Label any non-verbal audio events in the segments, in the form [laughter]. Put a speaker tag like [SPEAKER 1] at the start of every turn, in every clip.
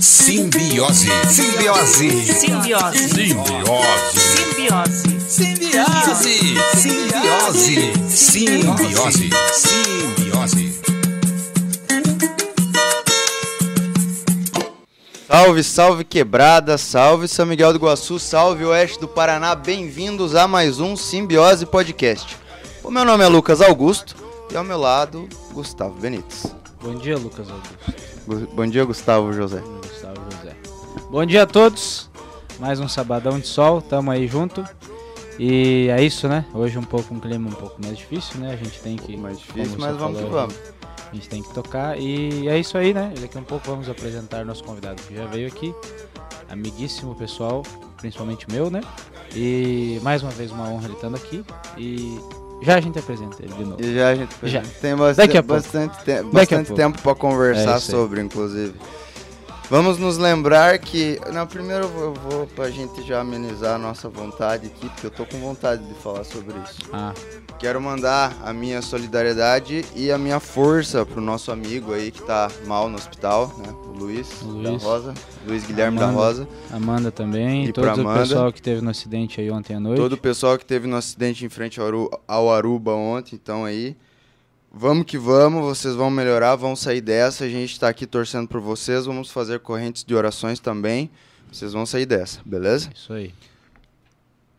[SPEAKER 1] Simbiose. Simbiose.
[SPEAKER 2] Simbiose.
[SPEAKER 1] Simbiose.
[SPEAKER 2] Simbiose.
[SPEAKER 1] Simbiose. Simbiose. Simbiose. Simbiose.
[SPEAKER 3] Salve, salve quebrada, salve São Miguel do Iguaçu, salve Oeste do Paraná, bem-vindos a mais um Simbiose Podcast. O meu nome é Lucas Augusto e ao meu lado, Gustavo Benites.
[SPEAKER 4] Bom dia, Lucas Augusto.
[SPEAKER 3] Gu- Bom dia, Gustavo José.
[SPEAKER 4] é Gustavo José. Bom dia a todos. Mais um sabadão de sol, tamo aí junto. E é isso, né? Hoje um pouco um clima um pouco mais difícil, né? A gente tem que.
[SPEAKER 3] Um pouco mais difícil,
[SPEAKER 4] como
[SPEAKER 3] mas
[SPEAKER 4] você
[SPEAKER 3] vamos que
[SPEAKER 4] falou,
[SPEAKER 3] vamos.
[SPEAKER 4] A gente tem que tocar. E é isso aí, né? Daqui a um pouco vamos apresentar nosso convidado que já veio aqui. Amiguíssimo pessoal, principalmente meu, né? E mais uma vez uma honra ele estando aqui. E já a gente apresenta ele de novo.
[SPEAKER 3] E já a gente
[SPEAKER 4] Já.
[SPEAKER 3] tem bastante,
[SPEAKER 4] Daqui a pouco.
[SPEAKER 3] bastante, te-
[SPEAKER 4] a
[SPEAKER 3] bastante
[SPEAKER 4] pouco.
[SPEAKER 3] tempo para conversar
[SPEAKER 4] É isso aí.
[SPEAKER 3] sobre, inclusive. Vamos nos lembrar que. Não, primeiro eu vou, eu vou pra gente já amenizar a nossa vontade aqui, porque eu tô com vontade de falar sobre isso.
[SPEAKER 4] Ah,
[SPEAKER 3] Quero mandar a minha solidariedade e a minha força pro nosso amigo aí que tá mal no hospital, né? O Luiz,
[SPEAKER 4] Luiz.
[SPEAKER 3] da Rosa, Luiz Guilherme da
[SPEAKER 4] Amanda.
[SPEAKER 3] Rosa.
[SPEAKER 4] Amanda também.
[SPEAKER 3] E
[SPEAKER 4] todo
[SPEAKER 3] pra Amanda.
[SPEAKER 4] o pessoal que teve no acidente aí ontem à noite.
[SPEAKER 3] Todo o pessoal que teve no acidente em frente ao, Aru- ao Aruba ontem, então aí. Vamos que vamos, vocês vão melhorar, vão sair dessa. A gente tá aqui torcendo por vocês, vamos fazer correntes de orações também. Vocês vão sair dessa, beleza?
[SPEAKER 4] Isso aí.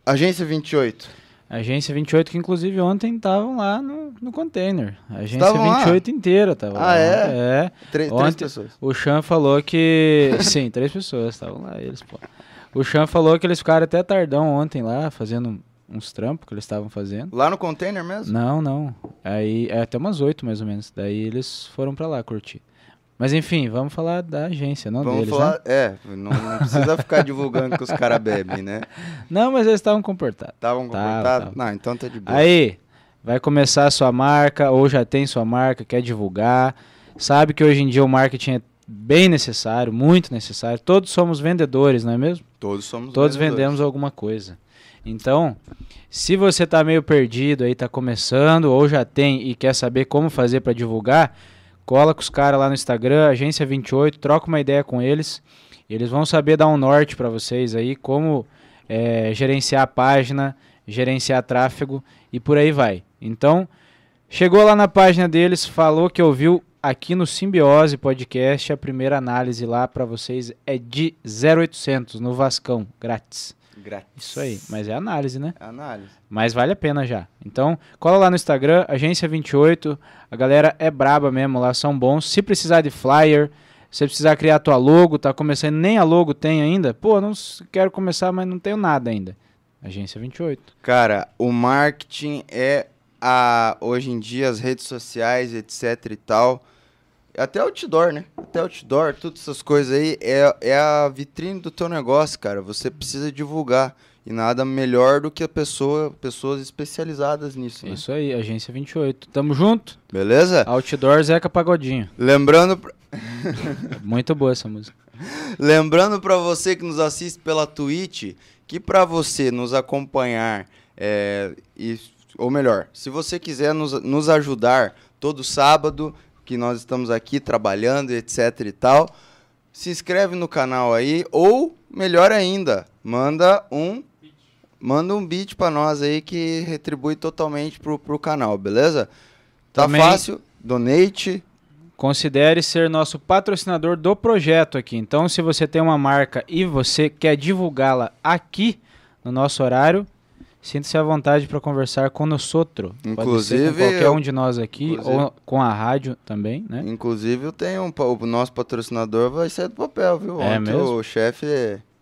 [SPEAKER 3] Agência 28.
[SPEAKER 4] Agência 28, que inclusive ontem estavam lá no, no container. A agência
[SPEAKER 3] Estavam lá?
[SPEAKER 4] 28 inteira tava
[SPEAKER 3] Ah,
[SPEAKER 4] lá.
[SPEAKER 3] é?
[SPEAKER 4] É.
[SPEAKER 3] Tre- Três
[SPEAKER 4] Ontem-
[SPEAKER 3] pessoas.
[SPEAKER 4] O Chan
[SPEAKER 3] [laughs]
[SPEAKER 4] falou que. Sim, três pessoas estavam lá, eles, pô. O Chan falou que eles ficaram até tardão ontem lá, fazendo uns trampos que eles estavam fazendo.
[SPEAKER 3] Lá no container mesmo?
[SPEAKER 4] Não, não. Aí é até umas oito mais ou menos. Daí eles foram pra lá curtir. Mas enfim, vamos falar da agência, não
[SPEAKER 3] Vamos
[SPEAKER 4] deles, né?
[SPEAKER 3] falar. É, não, não precisa ficar divulgando que os caras bebem, né?
[SPEAKER 4] Não, mas eles estavam comportados.
[SPEAKER 3] Estavam
[SPEAKER 4] Tava,
[SPEAKER 3] comportados?
[SPEAKER 4] tava.
[SPEAKER 3] um Não, então tá de boa.
[SPEAKER 4] Aí, vai começar a sua marca, ou já tem sua marca, quer divulgar. Sabe que hoje em dia o marketing é bem necessário, muito necessário. Todos somos vendedores, não é mesmo?
[SPEAKER 3] todos somos
[SPEAKER 4] Todos
[SPEAKER 3] vendedores.
[SPEAKER 4] vendemos alguma coisa. Então, se você tá meio perdido aí, tá começando, ou já tem e quer saber como fazer para divulgar, cola com os caras lá no Instagram, Agência 28, troca uma ideia com eles. Eles vão saber dar um norte para vocês aí, como é, gerenciar a página, gerenciar tráfego e por aí vai. Então, chegou lá na página deles, falou que ouviu aqui no Simbiose Podcast, a primeira análise lá para vocês é de 0800 no Vascão, grátis.
[SPEAKER 3] Grátis.
[SPEAKER 4] Isso aí, mas é análise, né?
[SPEAKER 3] Análise.
[SPEAKER 4] Mas vale a pena já. Então, cola lá no Instagram, Agência28. A galera é braba mesmo lá, são bons. Se precisar de flyer, se precisar criar tua logo, tá começando, nem a logo tem ainda. Pô, não s- quero começar, mas não tenho nada ainda. Agência 28.
[SPEAKER 3] Cara, o marketing é a hoje em dia as redes sociais, etc e tal. Até outdoor, né? Até outdoor, todas essas coisas aí é, é a vitrine do teu negócio, cara. Você precisa divulgar. E nada melhor do que a pessoa, pessoas especializadas nisso, né?
[SPEAKER 4] Isso aí, Agência 28. Tamo junto.
[SPEAKER 3] Beleza?
[SPEAKER 4] Outdoor Zeca Pagodinho.
[SPEAKER 3] Lembrando,
[SPEAKER 4] Muito boa essa música.
[SPEAKER 3] Lembrando para você que nos assiste pela Twitch que para você nos acompanhar, é, e- ou melhor, se você quiser nos, nos ajudar todo sábado, que nós estamos aqui trabalhando, etc e tal, se inscreve no canal aí, ou melhor ainda, manda um manda um beat para nós aí que retribui totalmente pro, pro canal, beleza? Tá
[SPEAKER 4] Também-
[SPEAKER 3] fácil? Donate,
[SPEAKER 4] Considere ser nosso patrocinador do projeto aqui. Então, se você tem uma marca e você quer divulgá-la aqui no nosso horário, sinta-se à vontade para conversar conosco. Pode ser
[SPEAKER 3] Inclusive,
[SPEAKER 4] com qualquer
[SPEAKER 3] eu-
[SPEAKER 4] um de nós aqui
[SPEAKER 3] inclusive-
[SPEAKER 4] ou com a rádio também, né?
[SPEAKER 3] Inclusive, eu tenho um, pa- o nosso patrocinador vai sair do papel, viu?
[SPEAKER 4] É
[SPEAKER 3] Ontem
[SPEAKER 4] mesmo?
[SPEAKER 3] o chefe,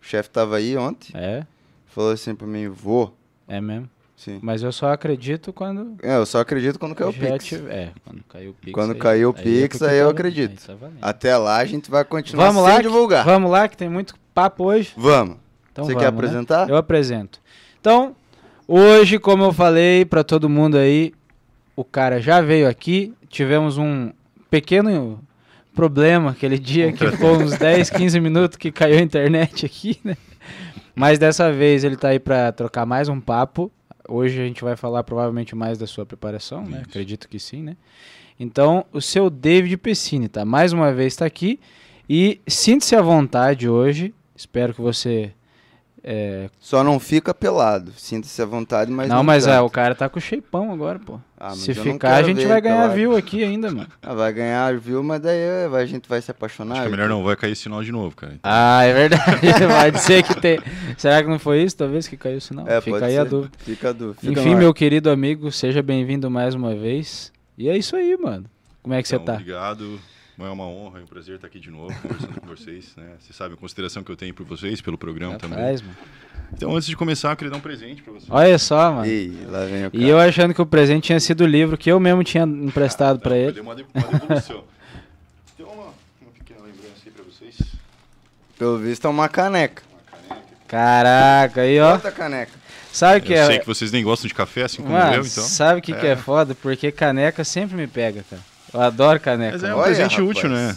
[SPEAKER 3] o chefe tava aí ontem,
[SPEAKER 4] É,
[SPEAKER 3] falou assim pra mim, vou.
[SPEAKER 4] é mesmo.
[SPEAKER 3] Sim.
[SPEAKER 4] Mas eu só acredito quando
[SPEAKER 3] É, eu só acredito quando caiu o
[SPEAKER 4] já
[SPEAKER 3] Pix.
[SPEAKER 4] tive- É, quando caiu o Pix.
[SPEAKER 3] Quando
[SPEAKER 4] aí-
[SPEAKER 3] caiu o
[SPEAKER 4] aí é
[SPEAKER 3] Pix,
[SPEAKER 4] porque
[SPEAKER 3] aí eu
[SPEAKER 4] tá-
[SPEAKER 3] acredito.
[SPEAKER 4] aí tá valendo.
[SPEAKER 3] Até lá a gente vai continuar
[SPEAKER 4] Vamos
[SPEAKER 3] sem
[SPEAKER 4] lá, que-
[SPEAKER 3] divulgar.
[SPEAKER 4] vamos lá que tem muito papo hoje.
[SPEAKER 3] Vamos.
[SPEAKER 4] Então
[SPEAKER 3] Você
[SPEAKER 4] vamos,
[SPEAKER 3] quer
[SPEAKER 4] né?
[SPEAKER 3] apresentar?
[SPEAKER 4] Eu apresento. Então, hoje, como eu falei pra todo mundo aí, o cara já veio aqui. Tivemos um pequeno problema aquele dia que ficou uns 10, 15 minutos que caiu a internet aqui, né? Mas dessa vez ele tá aí pra trocar mais um papo. Hoje a gente vai falar provavelmente mais da sua preparação, né? Acredito que sim, né? Então, o seu David Pessini, tá? Mais uma vez está aqui e sinta-se à vontade hoje. Espero que você
[SPEAKER 3] Só não fica pelado. Sinta-se à vontade, mas
[SPEAKER 4] não,
[SPEAKER 3] não
[SPEAKER 4] mas ah,
[SPEAKER 3] tanto.
[SPEAKER 4] o cara tá com shapeão agora, pô.
[SPEAKER 3] Ah, mas
[SPEAKER 4] Se
[SPEAKER 3] eu não
[SPEAKER 4] ficar, a
[SPEAKER 3] quero
[SPEAKER 4] gente
[SPEAKER 3] ver,
[SPEAKER 4] vai
[SPEAKER 3] então,
[SPEAKER 4] ganhar
[SPEAKER 3] vai. [laughs]
[SPEAKER 4] view aqui ainda, mano.
[SPEAKER 3] Ah, vai ganhar, viu? Mas daí é, vai- a gente vai se apaixonar.
[SPEAKER 2] Acho que é melhor não, vai cair esse sinal de novo, cara.
[SPEAKER 4] Ah, é [laughs] verdade. Pode ser que tem. Será que não foi isso, talvez, que caiu o sinal?
[SPEAKER 3] É,
[SPEAKER 4] Fica
[SPEAKER 3] pode
[SPEAKER 4] aí a
[SPEAKER 3] ser.
[SPEAKER 4] dúvida.
[SPEAKER 3] Fica a dúvida. Fica
[SPEAKER 4] Enfim,
[SPEAKER 3] no ar.
[SPEAKER 4] meu querido amigo, seja bem-vindo mais uma vez. E é isso aí, mano. Como é que você
[SPEAKER 2] Então,
[SPEAKER 4] tá?
[SPEAKER 2] Obrigado. É uma honra e um prazer estar aqui de novo conversando com vocês. Né? Vocês sabem a consideração que eu tenho por vocês, pelo programa também.
[SPEAKER 4] Rapaz, mano.
[SPEAKER 2] Então, antes de começar, eu queria dar um presente para vocês.
[SPEAKER 4] Olha só, mano. E,
[SPEAKER 3] Ih, lá vem o cara.
[SPEAKER 4] eu achando que o presente tinha sido o livro que eu mesmo tinha emprestado pra
[SPEAKER 2] Tá, Eu
[SPEAKER 4] ele.
[SPEAKER 2] dei uma, de- uma devolução. Tem uma, uma pequena lembrança aí para vocês.
[SPEAKER 3] Pelo visto é uma caneca.
[SPEAKER 2] Uma caneca.
[SPEAKER 4] Caraca, aí ó.
[SPEAKER 3] Outra caneca.
[SPEAKER 4] Sabe o que
[SPEAKER 2] eu sei
[SPEAKER 4] é?
[SPEAKER 2] que vocês nem gostam de café, assim como
[SPEAKER 4] Mano,
[SPEAKER 2] eu, então.
[SPEAKER 4] sabe o que é. que é foda? Porque caneca sempre me pega, cara. Eu adoro caneca.
[SPEAKER 2] Mas é um
[SPEAKER 3] Olha,
[SPEAKER 2] presente
[SPEAKER 3] rapaz.
[SPEAKER 2] útil, né?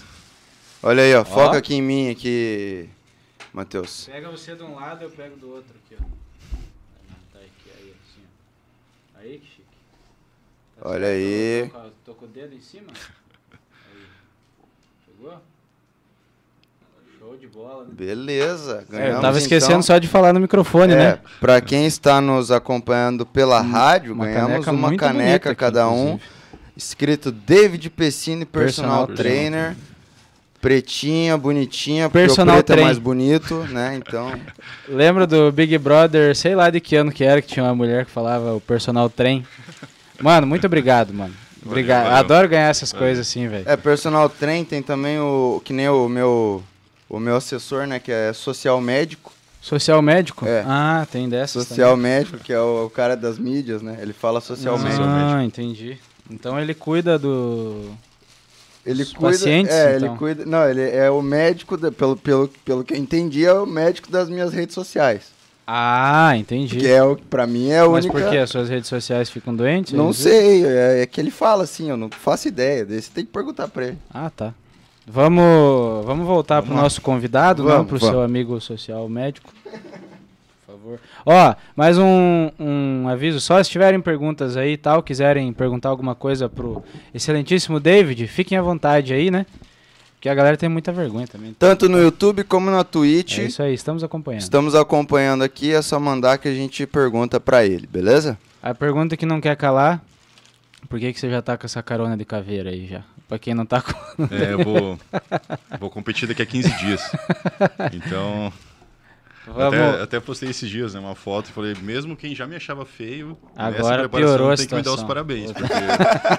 [SPEAKER 3] Olha aí, ó. Foca aqui em mim, aqui, Matheus.
[SPEAKER 4] Pega você de um lado, eu pego do outro aqui, ó. Tá aqui, aí, assim, ó. Aí, que chique. Tá
[SPEAKER 3] Olha aí.
[SPEAKER 4] Tô, com o dedo em cima. Aí. Chegou? Show de bola, né?
[SPEAKER 3] Beleza. Ganhamos,
[SPEAKER 4] eu tava esquecendo
[SPEAKER 3] então.
[SPEAKER 4] só de falar no microfone,
[SPEAKER 3] É,
[SPEAKER 4] né?
[SPEAKER 3] pra quem está nos acompanhando pela rádio, ganhamos uma
[SPEAKER 4] muito bonita
[SPEAKER 3] caneca
[SPEAKER 4] aqui,
[SPEAKER 3] cada um.
[SPEAKER 4] inclusive.
[SPEAKER 3] Escrito David Pessini, personal,
[SPEAKER 4] Personal
[SPEAKER 3] trainer. Pretinha, bonitinha,
[SPEAKER 4] Personal
[SPEAKER 3] porque o preto
[SPEAKER 4] train.
[SPEAKER 3] é mais bonito, né? Então,
[SPEAKER 4] Lembra do Big Brother, sei lá de que ano que era, que tinha uma mulher que falava o personal trem. Mano, muito obrigado, mano. Obrigado.
[SPEAKER 2] valeu.
[SPEAKER 4] Adoro ganhar essas coisas assim, velho.
[SPEAKER 3] é personal train, tem também o que nem o meu o meu assessor, né, que é social médico.
[SPEAKER 4] Social médico?
[SPEAKER 3] É.
[SPEAKER 4] Ah, tem dessas
[SPEAKER 3] Social médico, que é o, o cara das mídias, né? Ele fala social
[SPEAKER 4] também.
[SPEAKER 3] médico.
[SPEAKER 4] Ah, entendi. Então ele cuida do...
[SPEAKER 3] Ele
[SPEAKER 4] Os
[SPEAKER 3] cuida,
[SPEAKER 4] pacientes,
[SPEAKER 3] é,
[SPEAKER 4] então.
[SPEAKER 3] ele cuida. Não, ele é o médico, da- pelo, pelo, pelo que eu entendi, é o médico das minhas redes sociais.
[SPEAKER 4] Ah, entendi.
[SPEAKER 3] Que é o que pra mim é a
[SPEAKER 4] Mas
[SPEAKER 3] única.
[SPEAKER 4] por que? As suas redes sociais ficam doentes?
[SPEAKER 3] Não
[SPEAKER 4] Eles-
[SPEAKER 3] sei, é, é que ele fala assim, eu não faço ideia. daí Você tem que perguntar pra ele.
[SPEAKER 4] Ah, tá. Vamos, vamos voltar pro nosso convidado, não
[SPEAKER 3] Vamos,
[SPEAKER 4] pro
[SPEAKER 3] vamos.
[SPEAKER 4] seu amigo social médico. Por favor. Ó, mais um, um aviso só, se tiverem perguntas aí e tal, quiserem perguntar alguma coisa pro excelentíssimo David, fiquem à vontade aí, né? Porque a galera tem muita vergonha também.
[SPEAKER 3] Tanto no YouTube como na Twitch.
[SPEAKER 4] É isso aí, estamos acompanhando.
[SPEAKER 3] Estamos acompanhando aqui, é só mandar que a gente pergunta pra ele, beleza?
[SPEAKER 4] A pergunta que não quer calar, por que, que você já tá com essa carona de caveira aí já? Pra quem não tá
[SPEAKER 2] [laughs]
[SPEAKER 4] com...
[SPEAKER 2] É, eu vou, vou competir daqui a 15
[SPEAKER 4] [laughs]
[SPEAKER 2] dias. Então, Até, até postei esses dias né, uma foto e falei, mesmo quem já me achava feio,
[SPEAKER 4] Agora piorou a
[SPEAKER 2] nessa preparação tem que me dar os
[SPEAKER 4] situação.
[SPEAKER 2] parabéns,
[SPEAKER 4] [laughs]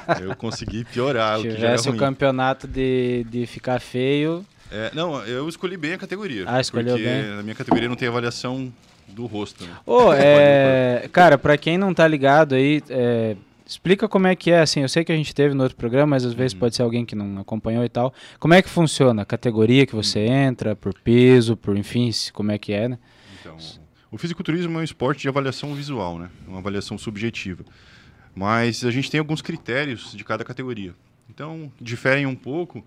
[SPEAKER 2] porque eu consegui piorar o que já era
[SPEAKER 4] tivesse o
[SPEAKER 2] ruim.
[SPEAKER 4] é campeonato de, de ficar
[SPEAKER 2] [laughs]
[SPEAKER 4] feio.
[SPEAKER 2] É, não, eu escolhi bem a categoria,
[SPEAKER 4] Ah, escolheu
[SPEAKER 2] porque
[SPEAKER 4] bem.
[SPEAKER 2] na minha categoria não tem avaliação do rosto. Né?
[SPEAKER 4] Ô, é, cara, pra quem não tá ligado aí, é, explica como é que é, assim, eu sei que a gente teve no outro programa, mas às vezes
[SPEAKER 2] Uhum.
[SPEAKER 4] pode ser alguém que não acompanhou e tal. Como é que funciona? A categoria que você
[SPEAKER 2] Uhum.
[SPEAKER 4] entra, por peso, por enfim, se- como é que é, né?
[SPEAKER 2] Então, o fisiculturismo é um esporte de avaliação visual, né? Uma avaliação subjetiva. Mas a gente tem alguns critérios de cada categoria. Então, diferem um pouco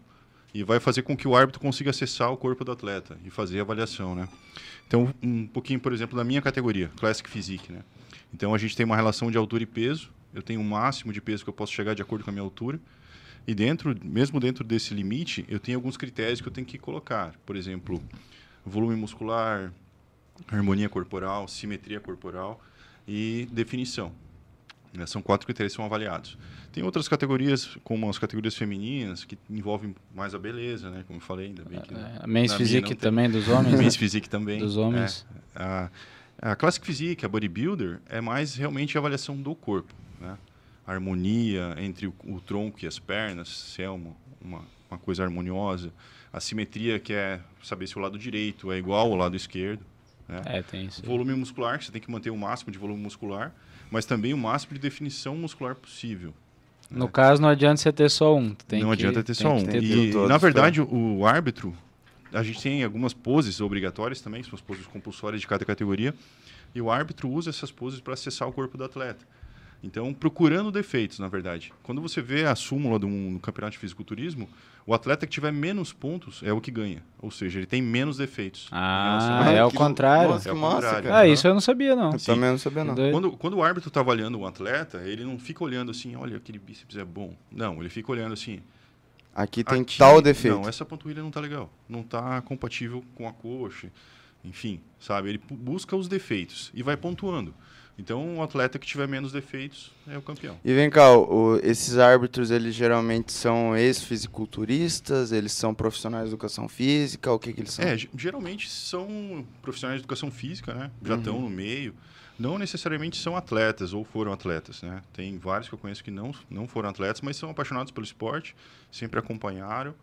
[SPEAKER 2] e vai fazer com que o árbitro consiga acessar o corpo do atleta e fazer a avaliação, né? Então, um pouquinho, por exemplo, da minha categoria, Classic Physique, né? Então, a gente tem uma relação de altura e peso. Eu tenho o máximo de peso que eu posso chegar de acordo com a minha altura. E dentro, mesmo dentro desse limite, eu tenho alguns critérios que eu tenho que colocar. Por exemplo, volume muscular, harmonia corporal, simetria corporal e definição. Né, São quatro critérios que são avaliados. Tem outras categorias, como as categorias femininas, que envolvem mais a beleza, né? Como eu falei, ainda bem que...
[SPEAKER 4] É,
[SPEAKER 2] na-
[SPEAKER 4] Men's
[SPEAKER 2] na minha
[SPEAKER 4] Physique
[SPEAKER 2] não tem.
[SPEAKER 4] também dos homens, né?
[SPEAKER 2] Men's Physique também.
[SPEAKER 4] dos homens.
[SPEAKER 2] É. A, a Classic Physique, a Bodybuilder, é mais realmente a avaliação do corpo. Né? A harmonia entre o, o tronco e as pernas, se é uma, uma, uma coisa harmoniosa. A simetria, que é saber se o lado direito é igual ao lado esquerdo. Né?
[SPEAKER 4] É, tem isso.
[SPEAKER 2] Volume muscular, que você tem que manter o máximo de volume muscular, mas também o máximo de definição muscular possível.
[SPEAKER 4] No caso, não adianta você ter só um. tu tem
[SPEAKER 2] não
[SPEAKER 4] que-
[SPEAKER 2] adianta ter
[SPEAKER 4] tem
[SPEAKER 2] só
[SPEAKER 4] que
[SPEAKER 2] um.
[SPEAKER 4] ter
[SPEAKER 2] E,
[SPEAKER 3] todos,
[SPEAKER 2] na
[SPEAKER 3] tá?
[SPEAKER 2] verdade, o, o árbitro, a gente tem algumas poses obrigatórias também, que são as poses compulsórias de cada categoria, e o árbitro usa essas poses para acessar o corpo do atleta. Então, procurando defeitos, na verdade. Quando você vê a súmula de um campeonato de fisiculturismo, o atleta que tiver menos pontos é o que ganha. Ou seja, ele tem menos defeitos. em relação
[SPEAKER 4] Ah,
[SPEAKER 2] a-
[SPEAKER 4] é o
[SPEAKER 3] que-
[SPEAKER 4] contrário.
[SPEAKER 3] Nossa,
[SPEAKER 2] É
[SPEAKER 3] que
[SPEAKER 2] o
[SPEAKER 3] massa,
[SPEAKER 2] contrário.
[SPEAKER 3] cara.
[SPEAKER 4] Ah, isso eu não sabia, não.
[SPEAKER 3] Eu também não sabia, não.
[SPEAKER 4] Doido.
[SPEAKER 2] Quando, quando o árbitro está avaliando um atleta, ele não fica olhando assim, olha, aquele bíceps é bom. Não, ele fica olhando assim.
[SPEAKER 3] Aqui tem
[SPEAKER 2] "Aqui,
[SPEAKER 3] tal defeito.
[SPEAKER 2] Não, essa panturrilha não tá legal. Não tá compatível com a coxa. Enfim, sabe? Ele pu- busca os defeitos e vai pontuando. Então, o atleta que tiver menos defeitos é o campeão.
[SPEAKER 3] E vem cá, o- esses árbitros, eles geralmente são ex-fisiculturistas, eles são profissionais de educação física, o que que eles são?
[SPEAKER 2] É, ge- geralmente são profissionais de educação física, né?
[SPEAKER 4] Uhum.
[SPEAKER 2] Já estão no meio. Não necessariamente são atletas ou foram atletas, né? Tem vários que eu conheço que não, não foram atletas, mas são apaixonados pelo esporte, sempre acompanharam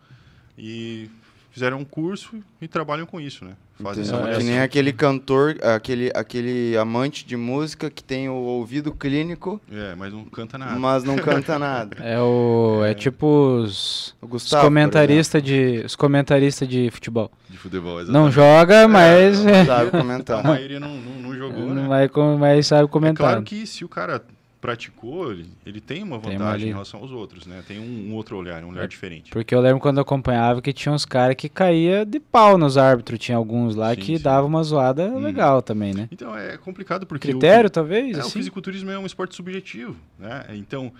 [SPEAKER 2] e fizeram um curso e trabalham com isso, né? Fazem
[SPEAKER 3] Entendeu? É
[SPEAKER 4] Então,
[SPEAKER 2] essa
[SPEAKER 3] que
[SPEAKER 2] avaliação.
[SPEAKER 3] nem aquele cantor, aquele, aquele amante de música que tem o ouvido clínico,
[SPEAKER 2] É, mas não canta nada.
[SPEAKER 3] mas não
[SPEAKER 2] [laughs]
[SPEAKER 3] canta nada.
[SPEAKER 4] É o. É tipo os.
[SPEAKER 3] O
[SPEAKER 4] Os
[SPEAKER 3] Gustavo, Tá, por
[SPEAKER 4] comentaristas de, os comentarista de futebol.
[SPEAKER 2] De futebol,
[SPEAKER 4] Não
[SPEAKER 2] exatamente. Então,
[SPEAKER 4] joga, mas, [laughs]
[SPEAKER 3] exemplo,
[SPEAKER 4] é,
[SPEAKER 3] sabe
[SPEAKER 2] A
[SPEAKER 3] comentar.
[SPEAKER 2] maioria não, não, não jogou, né?
[SPEAKER 4] não vai com- mas sabe
[SPEAKER 2] É
[SPEAKER 4] comentar.
[SPEAKER 2] claro que se o cara praticou, ele, ele tem uma
[SPEAKER 4] Tem uma
[SPEAKER 2] vantagem
[SPEAKER 4] ali. É,
[SPEAKER 2] em relação aos outros, né? Tem um, um outro olhar, um olhar diferente.
[SPEAKER 4] Porque eu lembro quando eu acompanhava que tinha uns caras que caía de pau nos árbitros. Tinha alguns lá
[SPEAKER 2] Sim,
[SPEAKER 4] que
[SPEAKER 2] sim.
[SPEAKER 4] dava uma zoada legal também, né?
[SPEAKER 2] Então é complicado porque o-
[SPEAKER 4] Critério, talvez?
[SPEAKER 2] É, o
[SPEAKER 4] assim?
[SPEAKER 2] fisiculturismo é um esporte subjetivo, né? Então,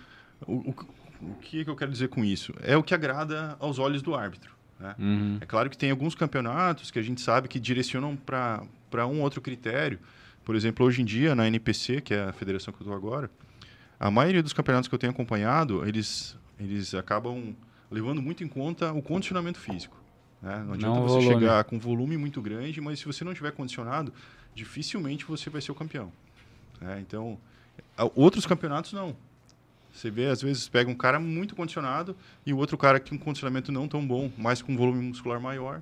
[SPEAKER 2] o, o, o que que eu quero dizer com isso? É o que agrada aos olhos do árbitro, né?
[SPEAKER 4] Uhum.
[SPEAKER 2] É claro que tem alguns campeonatos que a gente sabe que direcionam para um outro critério. Por exemplo, hoje em dia, na NPC, que é a federação que eu estou agora, a maioria dos campeonatos que eu tenho acompanhado, eles, eles acabam levando muito em conta o condicionamento físico. né? Não adianta
[SPEAKER 4] Não o
[SPEAKER 2] você
[SPEAKER 4] volume.
[SPEAKER 2] chegar com um volume muito grande, mas se você não tiver condicionado, dificilmente você vai ser o campeão. né? Então, a- outros campeonatos não. Você vê, às vezes, pega um cara muito condicionado e o outro cara que tem um condicionamento não tão bom, mas com um volume muscular maior,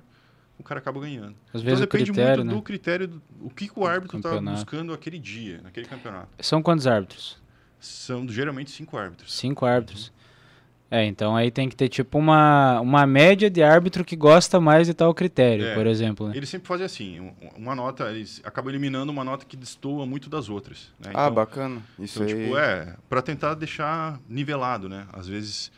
[SPEAKER 2] o cara acaba ganhando.
[SPEAKER 4] Às vezes o
[SPEAKER 2] então depende
[SPEAKER 4] critério,
[SPEAKER 2] muito
[SPEAKER 4] né?
[SPEAKER 2] do critério, do, o que, que o árbitro está
[SPEAKER 4] campeonato.
[SPEAKER 2] buscando aquele dia, naquele campeonato.
[SPEAKER 4] São quantos árbitros?
[SPEAKER 2] São geralmente cinco árbitros.
[SPEAKER 4] Cinco árbitros. É, então aí tem que ter tipo uma, uma média de árbitro que gosta mais de tal critério,
[SPEAKER 2] É.
[SPEAKER 4] por exemplo. Né?
[SPEAKER 2] Eles sempre fazem assim, um- uma nota, eles acabam eliminando uma nota que destoa muito das outras. Né?
[SPEAKER 3] Ah,
[SPEAKER 2] Então,
[SPEAKER 3] bacana. Isso
[SPEAKER 2] Então,
[SPEAKER 3] aí.
[SPEAKER 2] tipo, é, pra tentar deixar nivelado, né? Às vezes,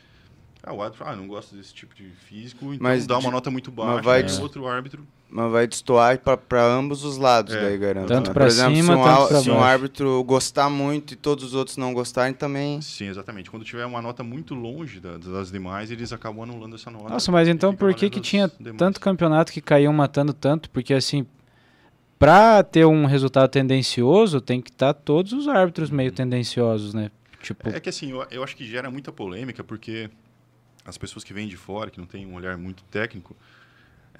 [SPEAKER 2] ah, o árbitro, ah, não gosto desse tipo de físico, então
[SPEAKER 3] Mas
[SPEAKER 2] dá uma
[SPEAKER 3] de-
[SPEAKER 2] nota muito baixa,
[SPEAKER 3] vai
[SPEAKER 2] e
[SPEAKER 3] de-
[SPEAKER 2] o outro árbitro
[SPEAKER 3] Mas vai destoar pra- pra ambos os lados,
[SPEAKER 2] É.
[SPEAKER 3] daí garanto.
[SPEAKER 4] Tanto
[SPEAKER 3] né?
[SPEAKER 4] pra
[SPEAKER 3] Por exemplo,
[SPEAKER 4] cima,
[SPEAKER 3] se um,
[SPEAKER 4] tanto
[SPEAKER 3] á-
[SPEAKER 4] pra
[SPEAKER 3] se um
[SPEAKER 4] baixo.
[SPEAKER 3] árbitro gostar muito e todos os outros não gostarem, também.
[SPEAKER 2] Sim, exatamente. Quando tiver uma nota muito longe da- das demais, eles acabam anulando essa nota.
[SPEAKER 4] Nossa, mas então
[SPEAKER 2] fica
[SPEAKER 4] por que
[SPEAKER 2] olhando
[SPEAKER 4] que
[SPEAKER 2] as
[SPEAKER 4] tinha
[SPEAKER 2] demais.
[SPEAKER 4] tanto campeonato que caiu matando tanto? Porque assim, pra ter um resultado tendencioso, tem que estar todos os árbitros meio tendenciosos, né? Tipo,
[SPEAKER 2] Uhum. É que assim, eu, eu acho que gera muita polêmica, porque as pessoas que vêm de fora, que não têm um olhar muito técnico,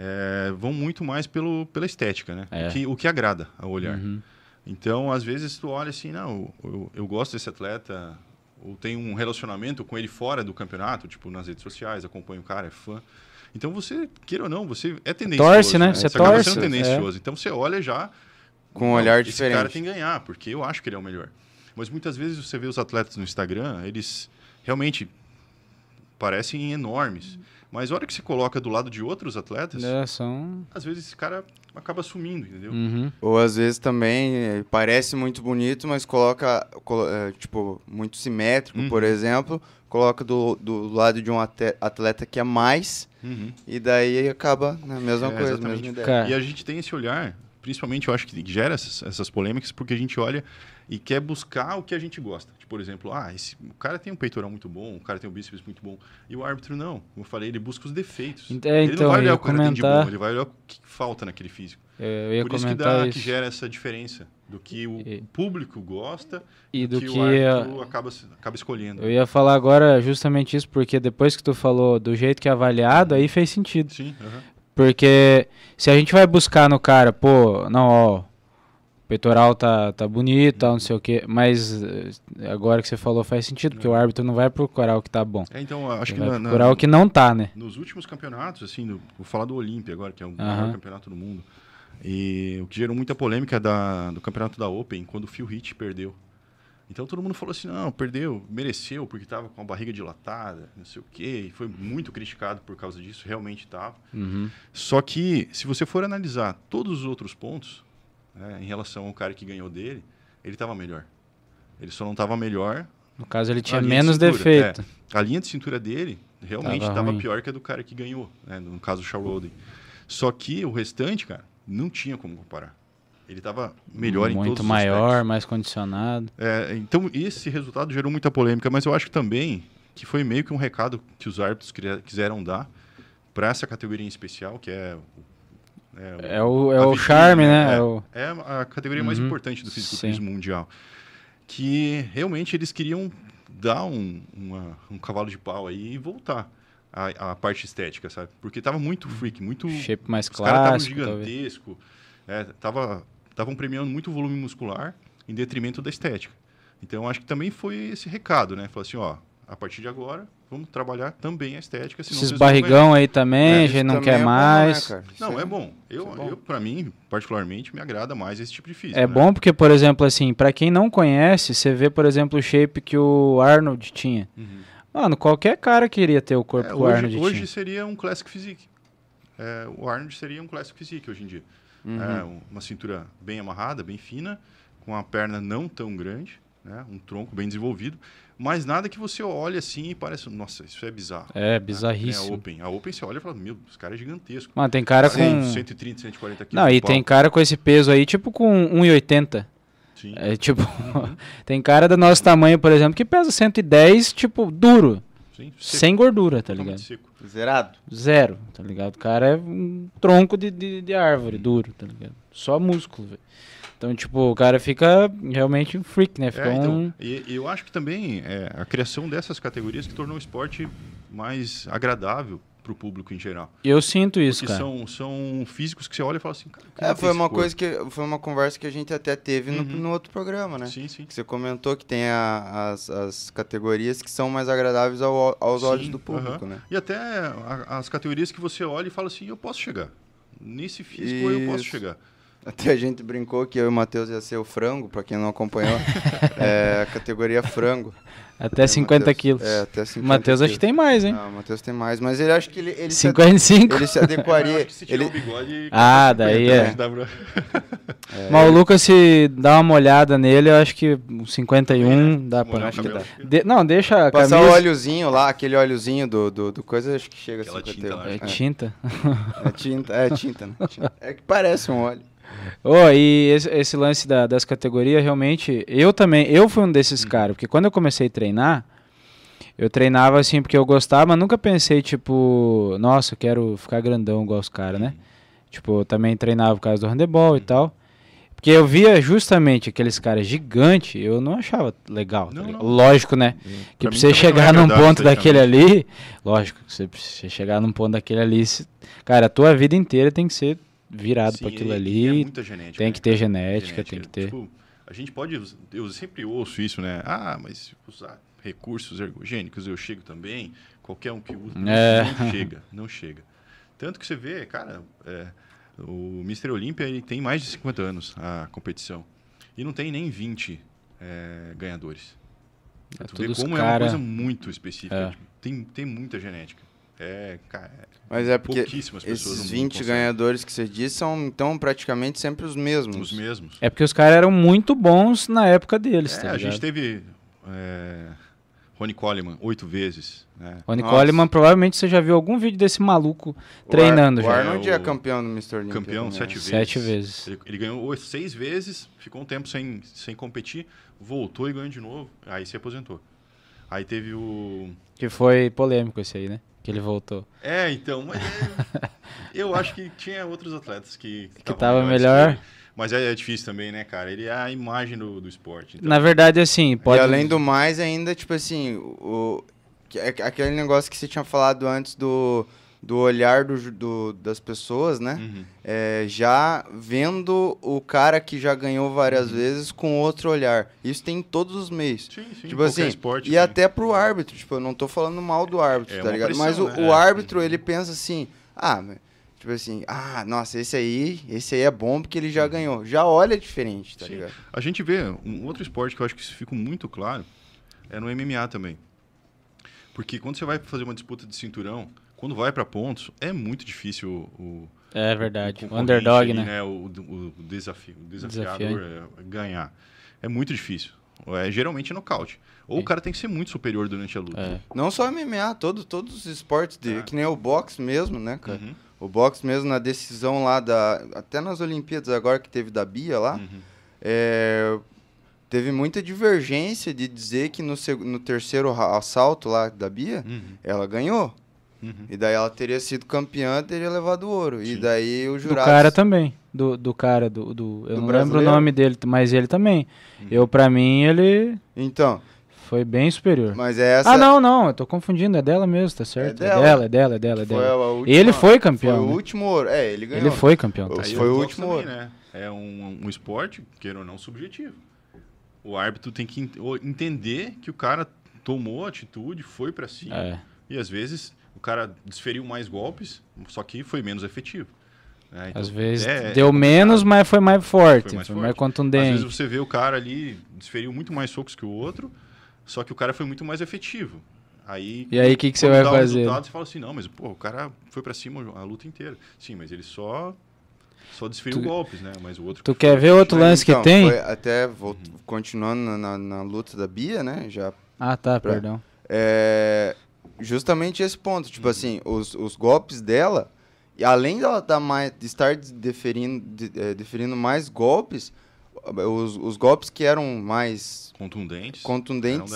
[SPEAKER 2] é, vão muito mais pelo, pela estética, né?
[SPEAKER 4] É.
[SPEAKER 2] O, que, o que agrada ao olhar.
[SPEAKER 4] Uhum.
[SPEAKER 2] Então, às vezes, tu olha assim, não, eu, eu gosto desse atleta, ou tenho um relacionamento com ele fora do campeonato, tipo, nas redes sociais, acompanho o cara, é fã. Então, você, queira ou não, você é tendencioso.
[SPEAKER 4] Torce, né? Você
[SPEAKER 2] Você acaba
[SPEAKER 4] torce, é.
[SPEAKER 2] sendo tendencioso. Então, você olha já...
[SPEAKER 3] Com um
[SPEAKER 2] "Não,
[SPEAKER 3] olhar
[SPEAKER 2] esse
[SPEAKER 3] diferente."
[SPEAKER 2] cara tem que ganhar, porque eu acho que ele é o melhor. Mas muitas vezes você vê os atletas no Instagram, eles realmente parecem enormes. Mas a hora que você coloca do lado de outros atletas,
[SPEAKER 4] né, são...
[SPEAKER 2] às vezes esse cara acaba sumindo, entendeu?
[SPEAKER 4] Uhum.
[SPEAKER 3] Ou às vezes também eh, parece muito bonito, mas coloca, colo- eh, tipo, muito simétrico, por
[SPEAKER 2] Uhum.
[SPEAKER 3] exemplo. Coloca do, do lado de um ate- atleta que é mais,
[SPEAKER 2] Uhum.
[SPEAKER 3] e daí acaba na mesma
[SPEAKER 2] É,
[SPEAKER 3] coisa,
[SPEAKER 2] exatamente.
[SPEAKER 3] mesma ideia.
[SPEAKER 4] Cara,
[SPEAKER 2] E a gente tem esse olhar, principalmente eu acho que gera essas, essas polêmicas, porque a gente olha e quer buscar o que a gente gosta. Tipo, por exemplo, ah, esse, o cara tem um peitoral muito bom, o cara tem um bíceps muito bom, e o árbitro não. Como eu falei, ele busca os defeitos.
[SPEAKER 4] Ent- é,
[SPEAKER 2] ele
[SPEAKER 4] então,
[SPEAKER 2] não vai
[SPEAKER 4] eu ia
[SPEAKER 2] olhar o que cara tem de
[SPEAKER 4] comentar-
[SPEAKER 2] bom, ele vai olhar o que falta naquele físico.
[SPEAKER 4] É, eu ia
[SPEAKER 2] por isso que,
[SPEAKER 4] comentar
[SPEAKER 2] dá,
[SPEAKER 4] isso.
[SPEAKER 2] que gera essa diferença do que o
[SPEAKER 4] E-
[SPEAKER 2] público gosta
[SPEAKER 4] E do
[SPEAKER 2] o
[SPEAKER 4] que
[SPEAKER 2] árbitro acaba, se- acaba escolhendo.
[SPEAKER 4] Eu ia falar agora justamente isso, porque depois que tu falou do jeito que é avaliado, aí fez sentido.
[SPEAKER 2] Sim, aham.
[SPEAKER 4] Porque se a gente vai buscar no cara, pô, não, ó, o peitoral tá, tá bonito, tal, não sei o quê, mas eh, agora que você falou faz sentido, porque o árbitro não vai procurar o que tá bom.
[SPEAKER 2] É, então, acho
[SPEAKER 4] Ele
[SPEAKER 2] que
[SPEAKER 4] vai
[SPEAKER 2] na- na-
[SPEAKER 4] procurar o que não tá, né?
[SPEAKER 2] Nos últimos campeonatos, assim, do- vou falar do Olímpia agora, que é o
[SPEAKER 4] Aham.
[SPEAKER 2] maior campeonato do mundo. E o que gerou muita polêmica da- do campeonato da Open, quando o Phil Heath perdeu. Então todo mundo falou assim, não, perdeu, mereceu, porque estava com a barriga dilatada, não sei o quê, e foi muito criticado por causa disso, realmente estava.
[SPEAKER 4] Uhum.
[SPEAKER 2] Só que, se você for analisar todos os outros pontos, né, em relação ao cara que ganhou dele, ele estava melhor. Ele só não estava melhor.
[SPEAKER 4] No caso, ele
[SPEAKER 2] na
[SPEAKER 4] tinha
[SPEAKER 2] linha de
[SPEAKER 4] menos
[SPEAKER 2] cintura.
[SPEAKER 4] defeito.
[SPEAKER 2] É. A linha de cintura dele realmente
[SPEAKER 4] Tava
[SPEAKER 2] estava
[SPEAKER 4] ruim.
[SPEAKER 2] pior que a do cara que ganhou, né? no caso o Charloden. Só que o restante, cara, não tinha como comparar. Ele estava é. melhor em todos
[SPEAKER 4] Muito
[SPEAKER 2] os
[SPEAKER 4] maior,
[SPEAKER 2] aspectos.
[SPEAKER 4] mais condicionado.
[SPEAKER 2] É, então, esse resultado gerou muita polêmica, mas eu acho que também que foi meio que um recado que os árbitros queria- quiseram dar para essa categoria em especial, que é, o- é o-
[SPEAKER 4] É o, é
[SPEAKER 2] A
[SPEAKER 4] o
[SPEAKER 2] vitrine,
[SPEAKER 4] charme, né?
[SPEAKER 2] né?
[SPEAKER 4] É o-
[SPEAKER 2] é a categoria mais
[SPEAKER 4] Uhum,
[SPEAKER 2] importante do fisiculturismo mundial. Que realmente eles queriam dar um, uma- um cavalo de pau aí e voltar à, à parte estética, sabe? Porque tava muito freak, muito.
[SPEAKER 4] Uhum. shape mais
[SPEAKER 2] os caras estavam
[SPEAKER 4] clássico. talvez.
[SPEAKER 2] gigantesco, né? tava estavam premiando muito volume muscular em detrimento da estética. Então acho que também foi esse recado, né? Falar assim, ó, a partir de agora vamos trabalhar também a estética. senão
[SPEAKER 4] Esses
[SPEAKER 2] vocês não vão ganhar.
[SPEAKER 4] barrigão aí também, a gente não
[SPEAKER 3] Também é
[SPEAKER 4] quer
[SPEAKER 3] bom,
[SPEAKER 4] mais.
[SPEAKER 3] né, cara?
[SPEAKER 2] Não,
[SPEAKER 3] Isso
[SPEAKER 2] é bom. Eu,
[SPEAKER 3] Isso é bom.
[SPEAKER 2] eu para mim, particularmente, me agrada mais esse tipo de físico.
[SPEAKER 4] É
[SPEAKER 2] né?
[SPEAKER 4] bom porque, por exemplo, assim, pra quem não conhece, você vê, por exemplo, o shape que o Arnold tinha.
[SPEAKER 2] Uhum.
[SPEAKER 4] Mano, qualquer cara queria ter o corpo
[SPEAKER 2] É,
[SPEAKER 4] que o Arnold
[SPEAKER 2] hoje,
[SPEAKER 4] tinha.
[SPEAKER 2] hoje seria um Classic Physique. É, o Arnold seria um Classic Physique hoje em dia.
[SPEAKER 3] Uhum.
[SPEAKER 4] Uhum.
[SPEAKER 2] É, um- uma cintura bem amarrada, bem fina, com a perna não tão grande, né, um tronco bem desenvolvido, mas nada que você olhe assim e parece, nossa, isso é bizarro.
[SPEAKER 4] É,
[SPEAKER 2] Né? A
[SPEAKER 4] bizarríssimo.
[SPEAKER 2] Open. A Open você olha e fala, meu, esse cara é gigantesco.
[SPEAKER 4] Mano, tem cara com.
[SPEAKER 2] 130, 140 quilos.
[SPEAKER 4] Não,
[SPEAKER 2] de
[SPEAKER 4] e
[SPEAKER 2] pau.
[SPEAKER 4] tem cara com esse peso aí, tipo com 1,80.
[SPEAKER 2] Sim.
[SPEAKER 4] É tipo.
[SPEAKER 2] Uhum.
[SPEAKER 4] [laughs] tem cara do nosso tamanho, por exemplo, que pesa 110, tipo, duro.
[SPEAKER 2] sim, seco,
[SPEAKER 4] Sem gordura, tá
[SPEAKER 2] totalmente
[SPEAKER 4] ligado?
[SPEAKER 2] seco.
[SPEAKER 3] Zerado.
[SPEAKER 4] Zero, tá ligado? O cara é um tronco de, de, de árvore, duro, tá ligado? Só músculo, velho. Então, tipo, o cara fica realmente um freak, né? Fica um.
[SPEAKER 2] É, então, e, e eu acho que também é, a criação dessas categorias que tornou o esporte mais agradável para o público em geral.
[SPEAKER 4] Eu sinto isso,
[SPEAKER 2] Porque
[SPEAKER 4] cara.
[SPEAKER 2] são, são físicos que você olha e fala assim, cara, eu queria
[SPEAKER 3] É,
[SPEAKER 2] ter
[SPEAKER 3] foi
[SPEAKER 2] esse
[SPEAKER 3] uma
[SPEAKER 2] corpo.
[SPEAKER 3] coisa que. Foi uma conversa que a gente até teve no, no outro programa, né?
[SPEAKER 2] Uhum. Sim, sim.
[SPEAKER 3] Que você comentou que tem a- as, as categorias que são mais agradáveis ao- aos
[SPEAKER 2] Sim,
[SPEAKER 3] olhos do público,
[SPEAKER 2] aham.
[SPEAKER 3] né?
[SPEAKER 2] E até a- as categorias que você olha e fala assim, eu posso chegar. Nesse físico eu posso
[SPEAKER 3] Isso.
[SPEAKER 2] chegar.
[SPEAKER 3] Até a gente brincou que eu e o Matheus ia ser o frango, pra quem não acompanhou. é a categoria frango.
[SPEAKER 4] [laughs]
[SPEAKER 3] É,
[SPEAKER 4] Até 50
[SPEAKER 3] Matheus.
[SPEAKER 4] quilos.
[SPEAKER 3] É, até 50
[SPEAKER 4] Matheus acho que tem mais, hein?
[SPEAKER 3] Ah, o Matheus tem mais, mas ele acho que ele, ele, se, ade-
[SPEAKER 4] 55.
[SPEAKER 3] ele né? se
[SPEAKER 2] [laughs] Eu
[SPEAKER 3] adequaria.
[SPEAKER 2] acho que se tirar
[SPEAKER 3] ele,
[SPEAKER 2] o bigode...
[SPEAKER 4] Ah, daí
[SPEAKER 2] então,
[SPEAKER 4] é.
[SPEAKER 2] acho que dá pra- É.
[SPEAKER 4] Mas o Lucas, se dá uma olhada nele, eu acho que um 51 dá
[SPEAKER 2] molhar o
[SPEAKER 4] pra.
[SPEAKER 3] acho que
[SPEAKER 2] cabelo.
[SPEAKER 4] De- Não, deixa
[SPEAKER 2] um
[SPEAKER 4] a
[SPEAKER 3] passar o
[SPEAKER 4] camisa.
[SPEAKER 3] óleozinho lá, aquele óleozinho do, do, do coisa, acho que chega a
[SPEAKER 2] Aquela
[SPEAKER 3] 50
[SPEAKER 2] tinta lá, né?
[SPEAKER 4] É
[SPEAKER 3] É,
[SPEAKER 4] tinta.
[SPEAKER 3] é tinta, é tinta, né? Tinta. É que parece um óleo.
[SPEAKER 4] Oh, e esse, esse lance da- das categorias, realmente, eu também, eu fui um desses
[SPEAKER 2] Uhum.
[SPEAKER 4] caras, porque quando eu comecei a treinar, eu treinava assim porque eu gostava, mas nunca pensei, tipo, nossa, eu quero ficar grandão igual os caras,
[SPEAKER 2] Uhum.
[SPEAKER 4] né? Tipo, eu também treinava por causa do handebol e tal. Porque eu via justamente aqueles caras gigantes, eu não achava legal. tá
[SPEAKER 2] Não,
[SPEAKER 4] ligado?
[SPEAKER 2] não.
[SPEAKER 4] Lógico, né? Que
[SPEAKER 2] Pra
[SPEAKER 4] pra
[SPEAKER 2] mim
[SPEAKER 4] você
[SPEAKER 2] também não é
[SPEAKER 4] chegar num
[SPEAKER 2] agradável
[SPEAKER 4] ponto daquele
[SPEAKER 2] esteticamente.
[SPEAKER 4] ali, lógico, que você você chegar num ponto daquele ali, se- cara, a tua vida inteira tem que ser virado
[SPEAKER 2] Sim,
[SPEAKER 4] pra aquilo
[SPEAKER 2] e- e
[SPEAKER 4] ali,
[SPEAKER 2] é muita genética,
[SPEAKER 4] tem
[SPEAKER 2] né,
[SPEAKER 4] que ter
[SPEAKER 2] cara?
[SPEAKER 4] genética, tem que ter.
[SPEAKER 2] Tipo, a gente pode... us- Eu sempre ouço isso, né? Ah, mas usar recursos ergogênicos eu chego também. Qualquer um que usa
[SPEAKER 4] É.
[SPEAKER 2] não [laughs] chega, não chega. Tanto que você vê, cara, é, o Mr. Olímpia ele tem mais de 50 anos a competição. E não tem nem 20 é, ganhadores.
[SPEAKER 4] É
[SPEAKER 2] Tu
[SPEAKER 4] tudo
[SPEAKER 2] vê
[SPEAKER 4] os
[SPEAKER 2] como é uma
[SPEAKER 4] cara-
[SPEAKER 2] coisa muito específica.
[SPEAKER 4] É.
[SPEAKER 2] tipo, Tem, tem muita genética. É, cara,
[SPEAKER 3] Mas é porque
[SPEAKER 2] pouquíssimas pessoas no
[SPEAKER 3] esses
[SPEAKER 2] mundo
[SPEAKER 3] 20
[SPEAKER 2] conseguem.
[SPEAKER 3] ganhadores que você disse são, então, praticamente sempre os mesmos.
[SPEAKER 2] os mesmos.
[SPEAKER 4] É porque os caras eram muito bons na época deles,
[SPEAKER 2] É,
[SPEAKER 4] tá
[SPEAKER 2] a
[SPEAKER 4] ligado?
[SPEAKER 2] gente teve é, Ronnie Coleman oito vezes. Né?
[SPEAKER 4] Rony
[SPEAKER 3] Nossa.
[SPEAKER 4] Coleman, provavelmente você já viu algum vídeo desse maluco
[SPEAKER 3] O
[SPEAKER 4] treinando
[SPEAKER 3] Ar-
[SPEAKER 4] já.
[SPEAKER 3] O Arnold é,
[SPEAKER 2] É, o
[SPEAKER 3] campeão do Mr. Olympia.
[SPEAKER 2] Campeão
[SPEAKER 3] também, né?
[SPEAKER 2] sete vezes.
[SPEAKER 4] Sete vezes.
[SPEAKER 2] Ele, ele ganhou oito- seis vezes, ficou um tempo sem, sem competir, voltou e ganhou de novo, aí se aposentou. Aí teve o.
[SPEAKER 4] Que foi polêmico esse aí, né? Que ele voltou.
[SPEAKER 2] É, então, mas
[SPEAKER 4] [laughs]
[SPEAKER 2] é- eu acho que tinha outros atletas que
[SPEAKER 4] Que
[SPEAKER 2] estavam
[SPEAKER 4] tava
[SPEAKER 2] melhores
[SPEAKER 4] melhor.
[SPEAKER 2] que ele. Mas é, é difícil também, né, cara? Ele é a imagem do, do esporte. então-
[SPEAKER 4] Na verdade, assim, pode.
[SPEAKER 3] E além do mais, ainda, tipo assim, o, que- é aquele negócio que você tinha falado antes do, do olhar do ju- do- das pessoas, né?
[SPEAKER 2] Uhum.
[SPEAKER 3] É, já vendo o cara que já ganhou
[SPEAKER 2] Uhum.
[SPEAKER 3] várias vezes com outro olhar. Isso tem em todos os meios.
[SPEAKER 2] Sim, sim,
[SPEAKER 3] Tipo
[SPEAKER 2] qualquer
[SPEAKER 3] assim,
[SPEAKER 2] esporte.
[SPEAKER 3] e
[SPEAKER 2] né?
[SPEAKER 3] até pro árbitro, tipo, eu não tô falando mal do árbitro,
[SPEAKER 2] É
[SPEAKER 3] tá
[SPEAKER 2] uma
[SPEAKER 3] ligado?
[SPEAKER 2] pressão,
[SPEAKER 3] Mas o,
[SPEAKER 2] né?
[SPEAKER 3] o
[SPEAKER 2] É.
[SPEAKER 3] árbitro, ele pensa assim, ah, mas- tipo assim, ah, nossa, esse aí, esse aí é bom porque ele já ganhou. Já olha diferente, tá
[SPEAKER 2] Sim.
[SPEAKER 3] ligado?
[SPEAKER 2] A gente vê um outro esporte que eu acho que isso fica muito claro é no MMA também. Porque quando você vai fazer uma disputa de cinturão, quando vai para pontos, é muito difícil o, o-
[SPEAKER 4] É verdade.
[SPEAKER 2] o
[SPEAKER 4] O underdog,
[SPEAKER 3] né?
[SPEAKER 2] concorrente ali,
[SPEAKER 4] né?
[SPEAKER 2] O, o- o desafio, o desafiador é, ganhar. É muito difícil. É geralmente nocaute. Ou o cara tem que ser muito superior durante a luta.
[SPEAKER 4] É.
[SPEAKER 3] Não só MMA, todo, todos os esportes, de,
[SPEAKER 2] É.
[SPEAKER 3] que nem o boxe mesmo, né, cara?
[SPEAKER 2] Uhum.
[SPEAKER 3] O boxe mesmo na decisão lá da. Até nas Olimpíadas agora que teve da Bia lá.
[SPEAKER 2] Uhum.
[SPEAKER 3] é, teve muita divergência de dizer que no, seg- no terceiro ra- assalto lá da
[SPEAKER 4] É.
[SPEAKER 3] Bia,
[SPEAKER 2] Uhum.
[SPEAKER 3] ela ganhou.
[SPEAKER 2] Uhum.
[SPEAKER 3] E daí ela teria sido campeã, teria levado ouro. E
[SPEAKER 2] Sim.
[SPEAKER 3] daí o
[SPEAKER 4] Do
[SPEAKER 3] jurado.
[SPEAKER 4] cara também. Do, do cara, do. do- eu
[SPEAKER 3] Do
[SPEAKER 4] não lembro o
[SPEAKER 3] brasileiro? Hum.
[SPEAKER 4] nome dele, mas ele também. Eu, pra mim, ele
[SPEAKER 3] Então,
[SPEAKER 4] foi bem superior.
[SPEAKER 3] mas é essa.
[SPEAKER 4] Ah, não, não, eu tô confundindo, é dela mesmo, tá certo? É
[SPEAKER 3] dela.
[SPEAKER 4] dela, é dela, é dela, é
[SPEAKER 3] Foi
[SPEAKER 4] dela.
[SPEAKER 3] a última-
[SPEAKER 4] Ele foi
[SPEAKER 3] Foi
[SPEAKER 4] campeão.
[SPEAKER 3] o
[SPEAKER 4] né?
[SPEAKER 3] último ouro. É, ele ganhou.
[SPEAKER 4] Ele foi campeão. tá
[SPEAKER 3] Foi
[SPEAKER 2] Aí
[SPEAKER 4] certo.
[SPEAKER 2] é o
[SPEAKER 3] o
[SPEAKER 2] boxe
[SPEAKER 3] último
[SPEAKER 2] também, né? É um, um esporte, queira ou não, subjetivo. O árbitro tem que ent- o- entender que o cara tomou a atitude, foi pra cima.
[SPEAKER 4] É.
[SPEAKER 2] E às vezes o cara desferiu mais golpes, só que foi menos efetivo. né? Então,
[SPEAKER 4] Às vezes
[SPEAKER 2] é-
[SPEAKER 4] deu menos, mas foi mais forte, foi
[SPEAKER 2] Foi
[SPEAKER 4] mais,
[SPEAKER 2] mais forte. Às
[SPEAKER 4] contundente.
[SPEAKER 2] vezes você vê o cara ali desferiu muito mais socos que o outro, só que o cara foi muito mais efetivo. Aí,
[SPEAKER 4] E aí, o que, que você
[SPEAKER 2] quando
[SPEAKER 4] vai
[SPEAKER 2] dá o
[SPEAKER 4] fazer?
[SPEAKER 2] resultado, você fala assim, não, mas pô, o cara foi pra cima a luta inteira. Sim, mas ele só só desferiu
[SPEAKER 4] Tu-
[SPEAKER 2] golpes, né? Mas o outro
[SPEAKER 4] Tu quer ver outro
[SPEAKER 3] Mas,
[SPEAKER 4] lance
[SPEAKER 3] então,
[SPEAKER 4] que tem?
[SPEAKER 3] foi até volt- continuando na- na, na luta da Bia, né? Já
[SPEAKER 4] Ah, tá,
[SPEAKER 3] Pra-
[SPEAKER 4] perdão.
[SPEAKER 3] É, justamente esse ponto. Tipo assim, os, os golpes dela, e além dela tá mais, de estar de- deferindo, de- eh, deferindo mais golpes, os, os golpes que eram mais
[SPEAKER 2] contundentes.
[SPEAKER 3] contundentes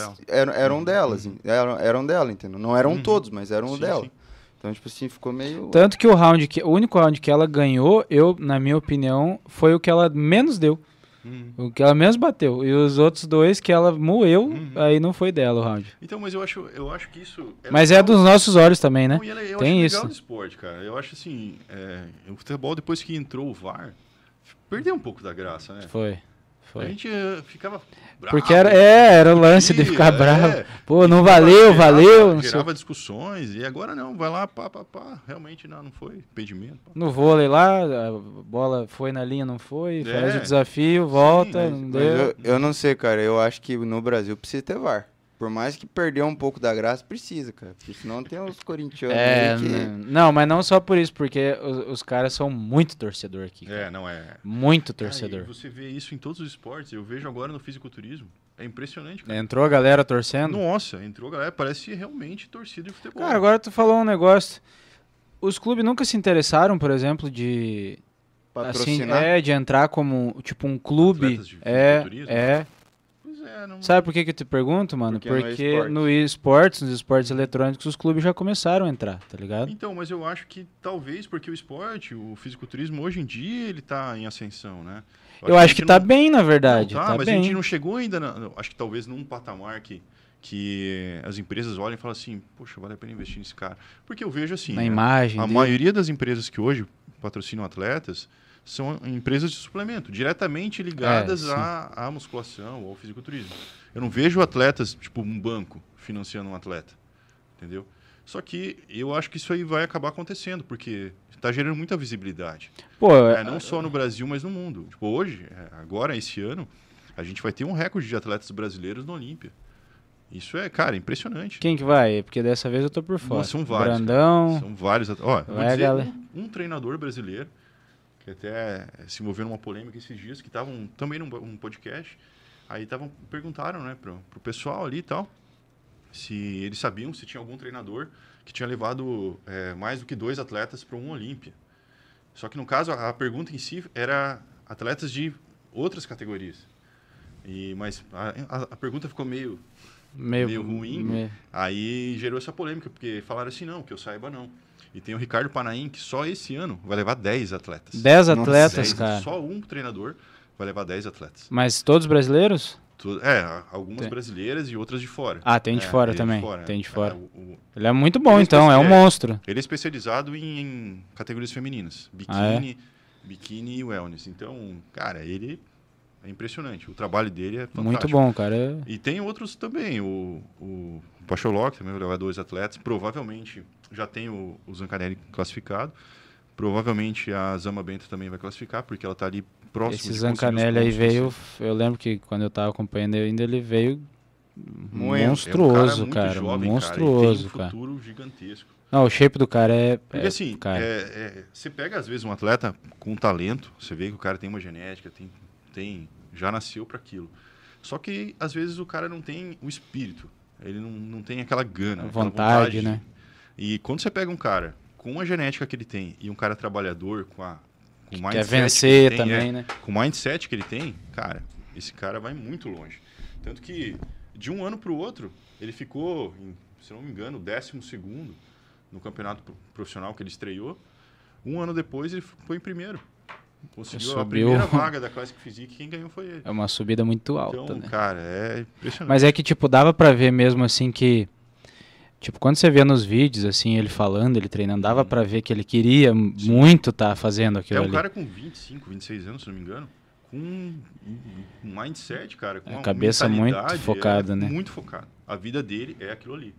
[SPEAKER 3] eram,
[SPEAKER 2] Eram dela.
[SPEAKER 3] eram, delas. Eram, eram dela, entendeu? Não eram
[SPEAKER 2] Uhum.
[SPEAKER 3] todos, mas eram
[SPEAKER 2] Sim,
[SPEAKER 3] dela.
[SPEAKER 2] sim.
[SPEAKER 3] Então, tipo assim, ficou meio.
[SPEAKER 4] Tanto que o round que o único round que ela ganhou, eu, na minha opinião, foi o que ela menos deu,
[SPEAKER 2] Uhum.
[SPEAKER 4] o que ela menos bateu. E os outros dois que ela moeu,
[SPEAKER 2] Uhum.
[SPEAKER 4] aí não foi dela o round.
[SPEAKER 2] Então, mas eu acho, eu acho que isso.
[SPEAKER 4] Mas é
[SPEAKER 2] legal.
[SPEAKER 4] dos nossos olhos também, né?
[SPEAKER 2] Não, e ela- é, eu
[SPEAKER 4] Tem
[SPEAKER 2] acho
[SPEAKER 4] isso.
[SPEAKER 2] legal do esporte, cara. Eu acho assim, é, o futebol, depois que entrou o VAR, perdeu um pouco da graça, né?
[SPEAKER 4] Foi.
[SPEAKER 2] A
[SPEAKER 4] Foi.
[SPEAKER 2] gente eh, ficava. Bravo,
[SPEAKER 4] Porque era, é, era o lance de ficar
[SPEAKER 2] Ah, é.
[SPEAKER 4] bravo. Pô, não
[SPEAKER 2] Gerava-
[SPEAKER 4] valeu,
[SPEAKER 2] gerava-
[SPEAKER 4] valeu. Não, sei o
[SPEAKER 2] Gerava discussões, e agora não, vai lá, pá, pá, pá. Realmente não, não foi impedimento. pá.
[SPEAKER 4] No vôlei lá, a bola foi na linha, não foi,
[SPEAKER 2] É.
[SPEAKER 4] faz o desafio, volta,
[SPEAKER 2] mas-
[SPEAKER 4] não
[SPEAKER 3] Mas
[SPEAKER 4] deu.
[SPEAKER 3] eu, eu não sei, cara. Eu acho que no Brasil precisa ter VAR. Por mais que perdeu um pouco da graça, precisa, cara. Porque senão tem os corintianos
[SPEAKER 4] É,
[SPEAKER 3] aí que...
[SPEAKER 4] né? não, mas não só por isso, porque os, os caras são muito torcedor aqui. cara.
[SPEAKER 2] É, não é.
[SPEAKER 4] Muito
[SPEAKER 2] Cara,
[SPEAKER 4] torcedor.
[SPEAKER 2] e você vê isso em todos os esportes, eu vejo agora no fisiculturismo. É impressionante, cara.
[SPEAKER 4] Entrou a galera torcendo.
[SPEAKER 2] Nossa, entrou, galera, parece realmente torcida de futebol.
[SPEAKER 4] Cara, agora tu falou um negócio. Os clubes nunca se interessaram, por exemplo, de assim,
[SPEAKER 3] Patrocinar.
[SPEAKER 4] é, de entrar como tipo um clube,
[SPEAKER 2] Atletas de
[SPEAKER 4] é,
[SPEAKER 2] fisiculturismo?
[SPEAKER 4] é.
[SPEAKER 2] Pois é, não.
[SPEAKER 4] Sabe por que que eu te pergunto, mano?
[SPEAKER 2] é
[SPEAKER 3] Porque no
[SPEAKER 4] Porque,
[SPEAKER 3] esporte.
[SPEAKER 4] no esportes, nos esportes eletrônicos, os clubes já começaram a entrar, tá ligado?
[SPEAKER 2] Então, mas eu acho que talvez porque o esporte, o fisiculturismo hoje em dia ele tá em ascensão, né?
[SPEAKER 4] Eu acho
[SPEAKER 2] a gente
[SPEAKER 4] que tá
[SPEAKER 2] não-
[SPEAKER 4] bem, na verdade.
[SPEAKER 2] não tá,
[SPEAKER 4] tá
[SPEAKER 2] mas
[SPEAKER 4] bem.
[SPEAKER 2] a gente não chegou ainda, na- não, acho que talvez num patamar que que as empresas olham e falam assim, poxa, vale a pena investir nesse cara. Porque eu vejo assim,
[SPEAKER 4] Na
[SPEAKER 2] né?
[SPEAKER 4] imagem.
[SPEAKER 2] a
[SPEAKER 4] dele.
[SPEAKER 2] maioria das empresas que hoje patrocinam atletas são empresas de suplemento, diretamente ligadas
[SPEAKER 4] É, sim.
[SPEAKER 2] à, à musculação ou ao fisiculturismo. Eu não vejo atletas, tipo um banco, financiando um atleta, entendeu? Só que eu acho que isso aí vai acabar acontecendo, porque está gerando muita visibilidade.
[SPEAKER 4] Pô,
[SPEAKER 2] É, não só no Brasil, mas no mundo. Tipo, hoje, é, agora, esse ano, a gente vai ter um recorde de atletas brasileiros no Olímpia. Isso é, cara, impressionante.
[SPEAKER 4] quem que vai? Porque dessa vez eu tô por fora.
[SPEAKER 2] Nossa, são vários,
[SPEAKER 4] Brandão.
[SPEAKER 2] São vários atletas. Ó, eu vou
[SPEAKER 4] Vai,
[SPEAKER 2] dizer
[SPEAKER 4] galera.
[SPEAKER 2] um, um treinador brasileiro, que até se envolveu numa polêmica esses dias, que estavam também num um podcast. Aí tavam, perguntaram, né, pro, pro pessoal ali e tal, se eles sabiam se tinha algum treinador que tinha levado é, mais do que dois atletas para um Olímpia. Só que no caso, a, a pergunta em si era atletas de outras categorias. E, mas a, a- a pergunta ficou meio
[SPEAKER 4] meio,
[SPEAKER 2] meio ruim. Aí gerou essa polêmica, porque falaram assim, não, que eu saiba não. E tem o Ricardo Panaim, que só esse ano vai levar 10 atletas.
[SPEAKER 4] 10
[SPEAKER 3] Nossa,
[SPEAKER 4] atletas,
[SPEAKER 2] 10,
[SPEAKER 4] cara.
[SPEAKER 2] Só um treinador vai levar 10 atletas.
[SPEAKER 4] Mas todos brasileiros?
[SPEAKER 2] Tu- É, algumas
[SPEAKER 4] Tem.
[SPEAKER 2] brasileiras e outras de fora.
[SPEAKER 4] Ah, tem de
[SPEAKER 2] É,
[SPEAKER 4] fora
[SPEAKER 2] ele é
[SPEAKER 4] também.
[SPEAKER 2] né?
[SPEAKER 4] Tem de
[SPEAKER 2] É,
[SPEAKER 4] fora.
[SPEAKER 2] o- o-
[SPEAKER 4] Ele é muito bom,
[SPEAKER 2] Ele
[SPEAKER 4] então. É um
[SPEAKER 2] é.
[SPEAKER 4] monstro.
[SPEAKER 2] ele é especializado em, em categorias femininas.
[SPEAKER 4] Ah, é?
[SPEAKER 2] Biquíni, biquíni e wellness. Então, cara, ele é impressionante. O trabalho dele é fantástico.
[SPEAKER 4] Muito bom, cara.
[SPEAKER 2] E tem outros também. O, o Pacholó, que também vai levar dois atletas. Provavelmente já tem o, o Zancanelli classificado. Provavelmente a Zama Bento também vai classificar, porque ela está ali próximo.
[SPEAKER 4] Esse
[SPEAKER 2] de
[SPEAKER 4] Zancanelli aí
[SPEAKER 2] conseguir os pontos,
[SPEAKER 4] veio. Eu lembro que quando eu tava acompanhando ele ainda, ele veio.
[SPEAKER 3] Moendo.
[SPEAKER 4] Monstruoso,
[SPEAKER 2] É um
[SPEAKER 4] cara.
[SPEAKER 2] muito jovem,
[SPEAKER 4] monstruoso,
[SPEAKER 2] cara.
[SPEAKER 4] cara.
[SPEAKER 2] e Tem um futuro gigantesco.
[SPEAKER 4] Não, o shape do cara é.
[SPEAKER 2] Porque
[SPEAKER 4] é,
[SPEAKER 2] assim,
[SPEAKER 4] cara,
[SPEAKER 2] é- é, você pega às vezes um atleta com talento, você vê que o cara tem uma genética, tem, tem já nasceu para aquilo. Só que às vezes o cara não tem o espírito, ele não, não tem aquela gana, aquela
[SPEAKER 4] Vontade, né?
[SPEAKER 2] E quando você pega um cara com a genética que ele tem e um cara trabalhador com a com o
[SPEAKER 4] Quer
[SPEAKER 2] mindset que ele
[SPEAKER 4] vencer
[SPEAKER 2] tem,
[SPEAKER 4] também,
[SPEAKER 2] é,
[SPEAKER 4] né?
[SPEAKER 2] com o mindset que ele tem, cara, esse cara vai muito longe. Tanto que de um ano para o outro, ele ficou, em, se não me engano, décimo segundo no campeonato pro- profissional que ele estreou. Um ano depois ele foi em primeiro. Conseguiu a
[SPEAKER 4] Subiu.
[SPEAKER 2] primeira vaga da Classic Physique, quem ganhou foi ele.
[SPEAKER 4] É uma subida muito alta,
[SPEAKER 2] Então,
[SPEAKER 4] né?
[SPEAKER 2] cara, é impressionante.
[SPEAKER 4] Mas é que, tipo, dava pra ver mesmo assim que. Tipo, quando você vê nos vídeos, assim, ele falando, ele treinando, dava pra ver que ele queria m- muito estar fazendo
[SPEAKER 2] Uhum. É
[SPEAKER 4] aquilo
[SPEAKER 2] um
[SPEAKER 4] ali.
[SPEAKER 2] cara com 25, 26 anos, se não me engano, com um um mindset, cara. Com
[SPEAKER 4] É,
[SPEAKER 2] uma
[SPEAKER 4] cabeça muito
[SPEAKER 2] mentalidade, é,
[SPEAKER 4] focada, né?
[SPEAKER 2] Muito focado. A vida dele é aquilo ali.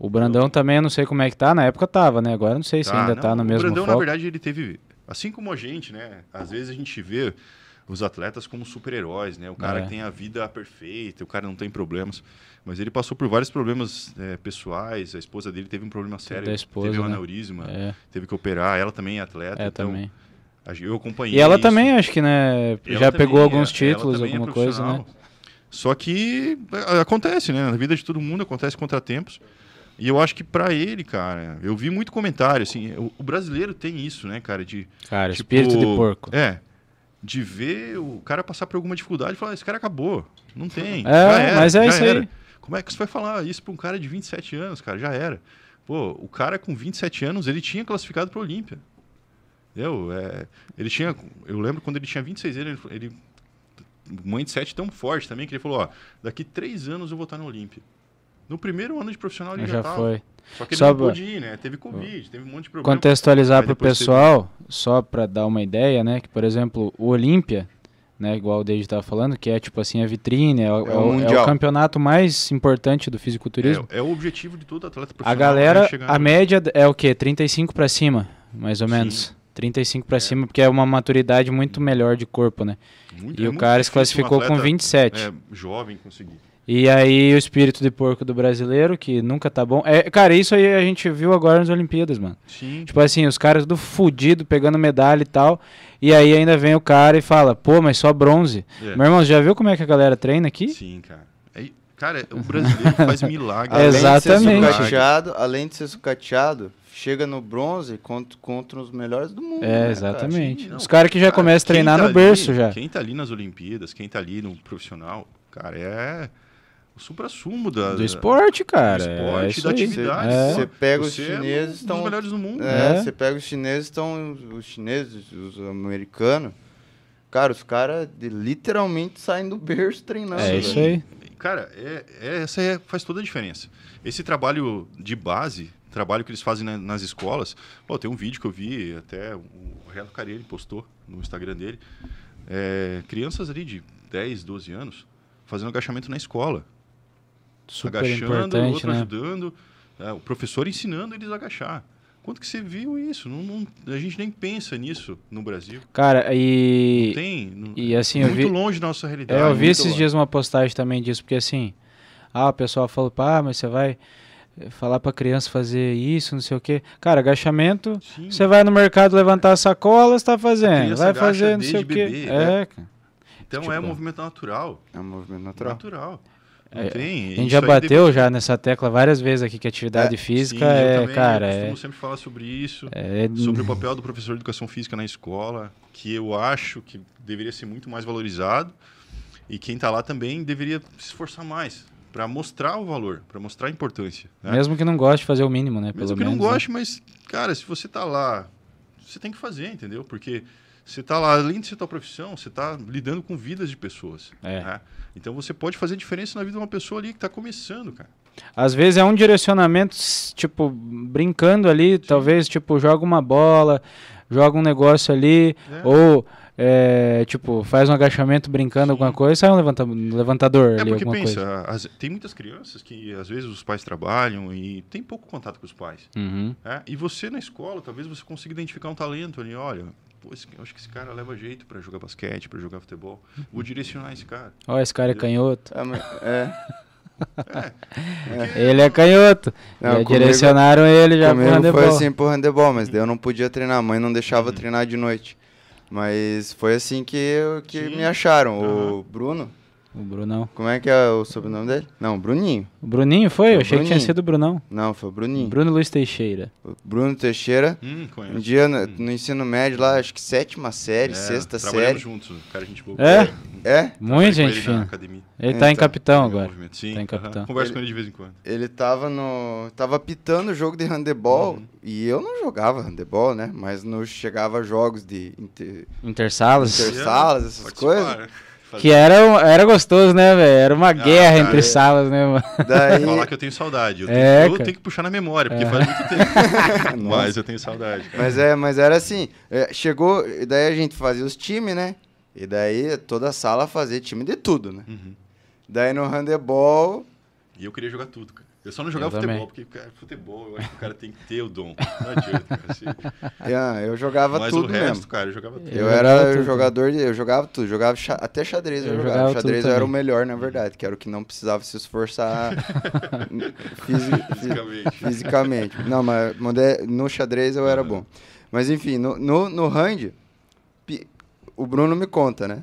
[SPEAKER 4] O Brandão também, eu não sei como é que tá, na época tava, né? Agora eu não sei se ainda
[SPEAKER 2] Ah, não,
[SPEAKER 4] tá no mesmo
[SPEAKER 2] O Brandão,
[SPEAKER 4] foco.
[SPEAKER 2] na verdade, ele teve... Assim como a gente, né? Às vezes a gente vê os atletas como super-heróis, né? O cara
[SPEAKER 4] É.
[SPEAKER 2] tem a vida perfeita, o cara não tem problemas. Mas ele passou por vários problemas é, pessoais. A esposa dele teve um problema sério.
[SPEAKER 4] da esposa,
[SPEAKER 2] teve um
[SPEAKER 4] né?
[SPEAKER 2] aneurisma,
[SPEAKER 4] É,
[SPEAKER 2] teve que operar. Ela também é atleta.
[SPEAKER 4] é
[SPEAKER 2] então,
[SPEAKER 4] também.
[SPEAKER 2] a gen- Eu acompanhei
[SPEAKER 4] E ela
[SPEAKER 2] isso.
[SPEAKER 4] também, acho que, né?
[SPEAKER 2] Ela
[SPEAKER 4] já
[SPEAKER 2] também
[SPEAKER 4] pegou
[SPEAKER 2] é-
[SPEAKER 4] alguns
[SPEAKER 2] ela
[SPEAKER 4] títulos,
[SPEAKER 2] também é
[SPEAKER 4] alguma coisa, né?
[SPEAKER 2] profissional. Só que é, acontece, né? Na vida de todo mundo acontece contratempos. E eu acho que pra ele, cara, eu vi muito comentário assim, o, o brasileiro tem isso, né, cara, de
[SPEAKER 4] Cara,
[SPEAKER 2] tipo,
[SPEAKER 4] espírito de porco.
[SPEAKER 2] É. De ver o cara passar por alguma dificuldade e falar, esse cara acabou, não tem.
[SPEAKER 4] É,
[SPEAKER 2] já era,
[SPEAKER 4] mas é
[SPEAKER 2] já
[SPEAKER 4] isso aí.
[SPEAKER 2] era." Como é que você vai falar isso pra um cara de 27 anos, cara? Já era. Pô, o cara com 27 anos, ele tinha classificado para Olímpia. Entendeu? É, ele tinha, eu lembro quando ele tinha 26 anos, ele, ele um mindset tão forte também que ele falou, ó, daqui três anos eu vou estar na Olímpia. No primeiro ano de profissional ele já,
[SPEAKER 4] Já
[SPEAKER 2] tava.
[SPEAKER 4] foi.
[SPEAKER 2] Só que ele
[SPEAKER 4] Só
[SPEAKER 2] não
[SPEAKER 4] pra-
[SPEAKER 2] pôde ir, né? Teve Covid, teve um monte de problema.
[SPEAKER 4] contextualizar
[SPEAKER 2] Aí
[SPEAKER 4] para o
[SPEAKER 2] depois teve-
[SPEAKER 4] pessoal, só para dar uma ideia, né? Que, por exemplo, o Olímpia, né, igual o Deide estava falando, que é tipo assim a vitrine, é, o-
[SPEAKER 3] É o
[SPEAKER 4] é o, é o
[SPEAKER 3] Mundial.
[SPEAKER 4] campeonato mais importante do fisiculturismo.
[SPEAKER 2] É, é o objetivo de todo atleta
[SPEAKER 4] a
[SPEAKER 2] profissional. né?
[SPEAKER 4] galera,
[SPEAKER 2] Chegar
[SPEAKER 4] a
[SPEAKER 2] no-
[SPEAKER 4] média é o quê? 35 para cima, mais ou
[SPEAKER 2] Sim.
[SPEAKER 4] menos. 35 para cima, porque é uma maturidade muito melhor de corpo, né?
[SPEAKER 2] Muito-
[SPEAKER 4] E
[SPEAKER 2] é
[SPEAKER 4] o
[SPEAKER 2] muito
[SPEAKER 4] cara se
[SPEAKER 2] difícil um
[SPEAKER 4] classificou com
[SPEAKER 2] atleta,
[SPEAKER 4] 27.
[SPEAKER 2] É, jovem conseguir.
[SPEAKER 4] E aí o espírito de porco do brasileiro, que nunca tá bom. É, cara, isso aí a gente viu agora nas Olimpíadas, mano.
[SPEAKER 2] Sim.
[SPEAKER 4] Tipo assim, os caras do fudido pegando medalha e tal. E aí ainda vem o cara e fala, pô, mas só bronze.
[SPEAKER 2] É.
[SPEAKER 4] Meu irmão, você já viu como é que a galera treina aqui?
[SPEAKER 2] Sim, cara. É- cara, o brasileiro faz milagre.
[SPEAKER 4] É,
[SPEAKER 3] Além
[SPEAKER 4] [laughs] Exatamente.
[SPEAKER 3] De ser sucateado, além de ser sucateado, chega no bronze contra, contra os melhores do mundo. né,
[SPEAKER 4] É,
[SPEAKER 3] cara?
[SPEAKER 4] exatamente.
[SPEAKER 2] Sim, não.
[SPEAKER 4] os caras que já começam a
[SPEAKER 2] quem
[SPEAKER 4] treinar
[SPEAKER 2] tá
[SPEAKER 4] no
[SPEAKER 2] ali-
[SPEAKER 4] berço já.
[SPEAKER 2] Quem tá ali nas Olimpíadas, quem tá ali no profissional, cara, é o supra-sumo da,
[SPEAKER 4] Do esporte, cara.
[SPEAKER 2] do
[SPEAKER 4] é
[SPEAKER 2] esporte,
[SPEAKER 4] isso
[SPEAKER 2] da
[SPEAKER 4] aí.
[SPEAKER 2] atividade.
[SPEAKER 4] É.
[SPEAKER 2] pô.
[SPEAKER 4] Você
[SPEAKER 3] pega os
[SPEAKER 2] Você
[SPEAKER 3] chineses,
[SPEAKER 2] é um dos
[SPEAKER 3] tão-
[SPEAKER 2] melhores do mundo.
[SPEAKER 4] É.
[SPEAKER 3] É, você pega os chineses, estão os chineses, os americanos. Cara, os caras de- literalmente saem do berço treinando.
[SPEAKER 4] É
[SPEAKER 3] velho.
[SPEAKER 4] isso aí.
[SPEAKER 2] Cara, é, é- essa é- faz toda a diferença. Esse trabalho de base, trabalho que eles fazem na- nas escolas, pô, tem um vídeo que eu vi, até o Renato Carelli postou no Instagram dele, é, crianças ali de 10, 12 anos fazendo agachamento na escola,
[SPEAKER 4] Super
[SPEAKER 2] agachando, o
[SPEAKER 4] importante,
[SPEAKER 2] outro
[SPEAKER 4] né?
[SPEAKER 2] ajudando, é, o professor ensinando eles a agachar. Quanto que você viu isso? Não- não- a gente nem pensa nisso no Brasil.
[SPEAKER 4] Cara, e.
[SPEAKER 2] tem, não-
[SPEAKER 4] E assim, eu
[SPEAKER 2] muito
[SPEAKER 4] vi.
[SPEAKER 2] longe da nossa realidade.
[SPEAKER 4] É, eu vi
[SPEAKER 2] muito
[SPEAKER 4] esses
[SPEAKER 2] longe.
[SPEAKER 4] dias uma postagem também disso, porque assim, ah, o pessoal falou, pá, mas você vai eh, falar pra criança fazer isso, não sei o quê. Cara, agachamento,
[SPEAKER 2] Sim.
[SPEAKER 4] você vai no mercado levantar a sacola, você tá fazendo.
[SPEAKER 2] criança
[SPEAKER 4] Vai
[SPEAKER 2] agacha
[SPEAKER 4] fazer, não
[SPEAKER 2] desde
[SPEAKER 4] sei o quê.
[SPEAKER 2] bebê,
[SPEAKER 4] é,
[SPEAKER 2] né?
[SPEAKER 4] cara.
[SPEAKER 2] Então é um
[SPEAKER 4] Tipo-
[SPEAKER 2] movimento natural.
[SPEAKER 3] É um movimento natural.
[SPEAKER 2] Natural. Não tem.
[SPEAKER 4] É, A gente já bateu já nessa tecla várias vezes aqui, que atividade física é, cara,
[SPEAKER 2] Eu
[SPEAKER 4] é,
[SPEAKER 2] costumo sempre falar sobre isso.
[SPEAKER 4] é-
[SPEAKER 2] Sobre o papel do professor de educação física na escola, que eu acho que deveria ser muito mais valorizado. E quem está lá também deveria se esforçar mais para mostrar o valor, para mostrar a importância. né?
[SPEAKER 4] mesmo que não goste, fazer o mínimo, né?
[SPEAKER 2] Mesmo
[SPEAKER 4] pelo
[SPEAKER 2] que
[SPEAKER 4] menos,
[SPEAKER 2] não goste, mas, cara, se você tá lá, você tem que fazer, entendeu? Porque você tá lá, além de ser tua profissão, você tá lidando com vidas de pessoas.
[SPEAKER 4] É.
[SPEAKER 2] né? Então você pode fazer diferença na vida de uma pessoa ali que tá começando, cara.
[SPEAKER 4] né? Às vezes é um direcionamento, s- tipo, brincando ali, talvez, tipo, joga uma bola, joga um negócio ali,
[SPEAKER 2] É.
[SPEAKER 4] ou, é, tipo, faz um agachamento brincando alguma coisa, sai um levanta- levantador
[SPEAKER 2] É
[SPEAKER 4] ali,
[SPEAKER 2] porque
[SPEAKER 4] alguma
[SPEAKER 2] pensa,
[SPEAKER 4] coisa.
[SPEAKER 2] as- tem muitas crianças que às vezes os pais trabalham e tem pouco contato com os pais.
[SPEAKER 4] Uhum.
[SPEAKER 2] né? E você na escola, talvez você consiga identificar um talento ali, olha. Pô, esse- eu acho que esse cara leva jeito para jogar basquete, para jogar futebol. Vou direcionar esse cara.
[SPEAKER 4] Ó, esse cara é canhoto.
[SPEAKER 3] É, mas- é.
[SPEAKER 4] Ele é canhoto.
[SPEAKER 3] Não,
[SPEAKER 4] Já
[SPEAKER 3] comigo-
[SPEAKER 4] direcionaram ele já pro
[SPEAKER 3] Comigo foi
[SPEAKER 4] handebol.
[SPEAKER 3] assim pro handebol, mas daí eu não podia treinar. A mãe não deixava treinar de noite. Mas foi assim que, eu- que
[SPEAKER 2] Sim.
[SPEAKER 3] me acharam.
[SPEAKER 2] Aham.
[SPEAKER 3] O Bruno,
[SPEAKER 4] O Brunão.
[SPEAKER 3] Como é que é o sobrenome dele? Não, Bruninho.
[SPEAKER 4] O Bruninho foi? Eu achei que tinha
[SPEAKER 3] Bruninho.
[SPEAKER 4] sido o Brunão.
[SPEAKER 3] Não, foi o Bruninho.
[SPEAKER 4] Bruno Luiz Teixeira.
[SPEAKER 3] Bruno Teixeira.
[SPEAKER 2] Hum,
[SPEAKER 3] Um
[SPEAKER 2] conheço.
[SPEAKER 3] dia no, no ensino médio lá, acho que sétima série,
[SPEAKER 2] É,
[SPEAKER 3] sexta série.
[SPEAKER 2] trabalhamos juntos, cara, gente boa.
[SPEAKER 4] É?
[SPEAKER 3] É,
[SPEAKER 4] Muito
[SPEAKER 2] Trabalhei com
[SPEAKER 4] gente
[SPEAKER 2] ele na
[SPEAKER 4] fina.
[SPEAKER 2] academia.
[SPEAKER 4] Ele tá em
[SPEAKER 3] Então,
[SPEAKER 4] capitão
[SPEAKER 2] Meu
[SPEAKER 4] agora.
[SPEAKER 2] movimento. Sim,
[SPEAKER 4] Tá em
[SPEAKER 2] aham.
[SPEAKER 4] capitão.
[SPEAKER 2] Converso
[SPEAKER 3] Ele-
[SPEAKER 2] com ele de vez em quando.
[SPEAKER 3] ele tava no. tava pitando o jogo de handebol
[SPEAKER 2] Uhum.
[SPEAKER 3] e eu não jogava handebol, né? Mas não chegava a jogos de inter-
[SPEAKER 4] Intersalas.
[SPEAKER 3] Inter- Salas, essas
[SPEAKER 2] Participar,
[SPEAKER 3] coisas.
[SPEAKER 2] né?
[SPEAKER 4] Que era, um- era gostoso, né, velho? Era uma guerra
[SPEAKER 2] cara,
[SPEAKER 4] entre
[SPEAKER 2] é.
[SPEAKER 4] salas, né, mano?
[SPEAKER 2] [laughs]
[SPEAKER 3] Daí.
[SPEAKER 2] Falar que eu tenho saudade. Eu,
[SPEAKER 4] É,
[SPEAKER 2] tenho, eu
[SPEAKER 4] cara. É.
[SPEAKER 2] tenho que puxar na memória, porque faz
[SPEAKER 3] [laughs]
[SPEAKER 2] muito tempo. Mas eu tenho saudade. cara.
[SPEAKER 3] Mas, é, mas era assim, é, chegou, e daí a gente fazia os times, né? E daí toda a sala fazia time de tudo, né?
[SPEAKER 2] Uhum.
[SPEAKER 3] Daí no handebol,
[SPEAKER 2] E eu queria jogar tudo, cara. Eu só não jogava
[SPEAKER 4] Eu também.
[SPEAKER 2] futebol, porque, cara, futebol, eu acho que o cara tem que ter o dom. Não adianta, cara. se-
[SPEAKER 3] eu, eu [laughs] jogava
[SPEAKER 2] Mas o
[SPEAKER 3] tudo
[SPEAKER 2] resto,
[SPEAKER 3] mesmo.
[SPEAKER 2] cara, eu jogava tudo.
[SPEAKER 3] Eu,
[SPEAKER 4] Ah. Eu
[SPEAKER 3] era
[SPEAKER 4] jogava tudo.
[SPEAKER 3] jogador de. Eu jogava tudo, jogava xa- até xadrez eu,
[SPEAKER 4] Eu
[SPEAKER 3] jogava.
[SPEAKER 4] jogava tudo
[SPEAKER 3] Xadrez eu era o
[SPEAKER 4] também.
[SPEAKER 3] melhor, na verdade, que era o que não precisava se
[SPEAKER 2] [laughs]
[SPEAKER 3] esforçar fisi- fi-
[SPEAKER 2] [laughs] Fisicamente.
[SPEAKER 3] fisicamente. Não, mas mode- no xadrez eu
[SPEAKER 4] É.
[SPEAKER 3] era bom. Mas enfim, no, no, no hand, pi- o Bruno me conta, né?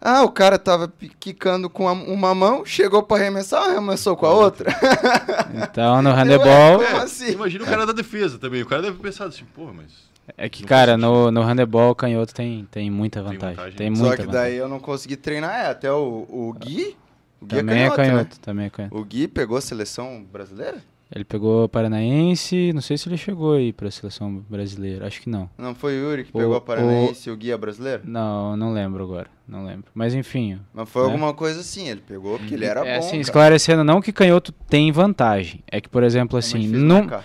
[SPEAKER 3] Ah, o cara tava pi- quicando com a- uma mão, chegou pra arremessar, arremessou com a outra.
[SPEAKER 4] Então, no [laughs] handebol. é.
[SPEAKER 3] Como assim?
[SPEAKER 2] Imagina o cara da defesa também. O cara deve pensar assim, porra, mas.
[SPEAKER 4] É que,
[SPEAKER 2] Não
[SPEAKER 4] cara,
[SPEAKER 2] faz
[SPEAKER 4] no, no handebol o canhoto tem, tem muita
[SPEAKER 2] Tem
[SPEAKER 4] vantagem. Tem,
[SPEAKER 2] vantagem. né?
[SPEAKER 3] Só
[SPEAKER 4] muita
[SPEAKER 3] que
[SPEAKER 4] vantagem.
[SPEAKER 3] daí eu não consegui treinar, é, até o, o Gui. O Gui
[SPEAKER 4] Também é
[SPEAKER 3] né?
[SPEAKER 4] canhoto, também é canhoto.
[SPEAKER 3] O Gui pegou a seleção brasileira?
[SPEAKER 4] Ele pegou o Paranaense, não sei se ele chegou aí pra seleção brasileira, acho que não.
[SPEAKER 3] Não foi o Yuri que
[SPEAKER 4] O-
[SPEAKER 3] pegou a Paranaense e o Guia brasileiro?
[SPEAKER 4] Não, não lembro agora, não lembro. Mas enfim,
[SPEAKER 3] Mas foi
[SPEAKER 4] É.
[SPEAKER 3] alguma coisa assim, ele pegou porque ele era
[SPEAKER 4] é
[SPEAKER 3] bom.
[SPEAKER 4] assim,
[SPEAKER 3] cara.
[SPEAKER 4] esclarecendo, não que canhoto tem vantagem, é que, por exemplo,
[SPEAKER 3] Como
[SPEAKER 4] assim,
[SPEAKER 3] ele fez
[SPEAKER 4] num,
[SPEAKER 3] marcar.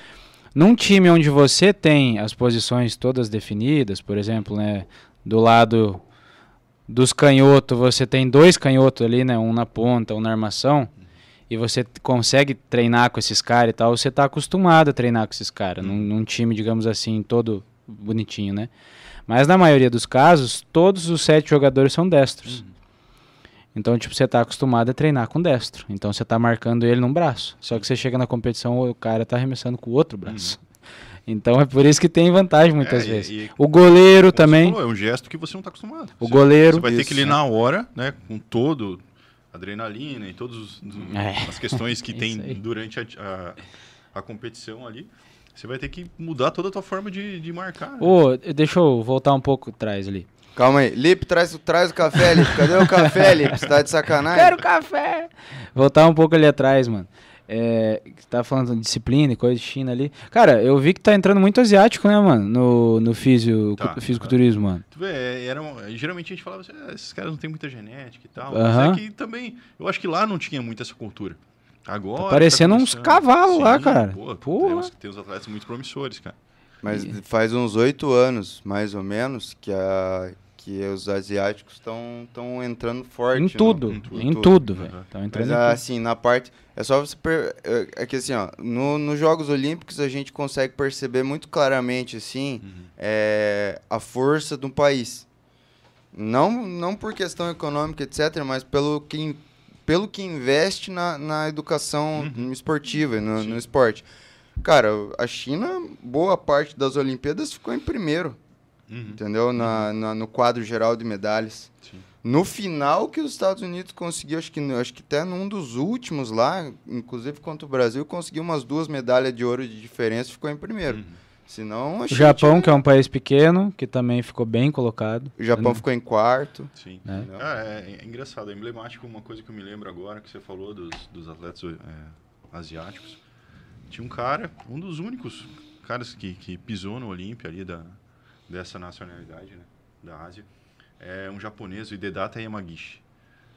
[SPEAKER 4] Num time onde você tem as posições todas definidas, por exemplo, né, do lado dos canhotos, você tem dois canhotos ali, né, um na ponta, um na armação, e você t- consegue treinar com esses caras e tal, você tá acostumado a treinar com esses caras, num, num time, digamos assim, todo bonitinho, né? Mas na maioria dos casos, todos os sete jogadores são destros. Então, tipo, você tá acostumado a treinar com destro. Então, você tá marcando ele num braço. Só que você chega na competição, o cara tá arremessando com o outro braço. Então, é por isso que tem vantagem muitas
[SPEAKER 2] Uhum. É, e-
[SPEAKER 4] vezes.
[SPEAKER 2] e- como
[SPEAKER 4] o goleiro
[SPEAKER 2] você
[SPEAKER 4] também,
[SPEAKER 2] falou, é um gesto que você não tá acostumado.
[SPEAKER 4] o
[SPEAKER 2] Você-
[SPEAKER 4] goleiro...
[SPEAKER 2] Você vai ter que
[SPEAKER 3] Isso.
[SPEAKER 2] ir na hora, né? Com todo a adrenalina e todas os-
[SPEAKER 4] É.
[SPEAKER 2] as questões
[SPEAKER 4] [laughs]
[SPEAKER 2] que
[SPEAKER 4] Isso
[SPEAKER 2] tem
[SPEAKER 4] aí.
[SPEAKER 2] durante a, a- a competição ali. Você vai ter que mudar toda a tua forma de, de marcar. né?
[SPEAKER 4] Ô, deixa eu voltar um pouco atrás ali.
[SPEAKER 3] Calma aí. Lipe, traz, traz o café, Lipe. Cadê o café, Lipe? Você tá de sacanagem?
[SPEAKER 4] café! Voltar um pouco ali atrás, mano. É, que você tava falando de disciplina e coisa de China ali. Cara, eu vi que tá entrando muito asiático, né, mano? No, no fisio,
[SPEAKER 2] Tá, tá.
[SPEAKER 4] fisiculturismo, mano.
[SPEAKER 2] Tu vê, é, era um- geralmente a gente falava assim, "Ah, esses caras não têm muita genética e tal.
[SPEAKER 4] Aham.
[SPEAKER 2] Mas é que também, eu acho que lá não tinha muito essa cultura. Agora.
[SPEAKER 4] Tá parecendo uns
[SPEAKER 2] começando.
[SPEAKER 4] cavalos lá,
[SPEAKER 2] Sim,
[SPEAKER 4] cara.
[SPEAKER 2] Pô, Tem,
[SPEAKER 4] Porra.
[SPEAKER 2] uns, tem uns atletas muito promissores, cara.
[SPEAKER 3] Mas faz uns oito anos, mais ou menos, que, a, que os asiáticos estão tão entrando forte.
[SPEAKER 4] Em
[SPEAKER 3] no-
[SPEAKER 4] tudo,
[SPEAKER 2] em
[SPEAKER 3] tudo.
[SPEAKER 4] em tudo, velho.
[SPEAKER 2] Aham.
[SPEAKER 4] Tão entrando
[SPEAKER 3] Mas
[SPEAKER 4] em tudo.
[SPEAKER 3] assim, na parte. É só você. Per... é- É que assim, ó, no, nos Jogos Olímpicos a gente consegue perceber muito claramente, assim,
[SPEAKER 4] Uhum.
[SPEAKER 3] é, a força de um país. Não, não por questão econômica, etc., mas pelo que, in- pelo que investe na, na educação
[SPEAKER 4] Uhum.
[SPEAKER 3] esportiva e no, no esporte. Cara, a China, boa parte das Olimpíadas ficou em primeiro,
[SPEAKER 2] Uhum.
[SPEAKER 3] entendeu? Na, na- no quadro geral de medalhas.
[SPEAKER 2] Sim.
[SPEAKER 3] No final que os Estados Unidos conseguiu, acho que, acho que até num dos últimos lá, inclusive contra o Brasil, conseguiu umas duas medalhas de ouro de diferença e ficou em
[SPEAKER 2] Uhum.
[SPEAKER 3] primeiro. Senão,
[SPEAKER 4] O Japão, que é um país pequeno, que também ficou bem colocado.
[SPEAKER 3] o Japão ficou em quarto.
[SPEAKER 2] Sim.
[SPEAKER 4] Né?
[SPEAKER 3] entendeu?
[SPEAKER 2] Ah, é, é engraçado, é emblemático uma coisa que eu me lembro agora que você falou dos, dos atletas é, asiáticos. Tinha um cara, um dos únicos caras que, que pisou no Olímpia ali da, dessa nacionalidade, né? Da Ásia. É um japonês, o Hidedata Yamagishi.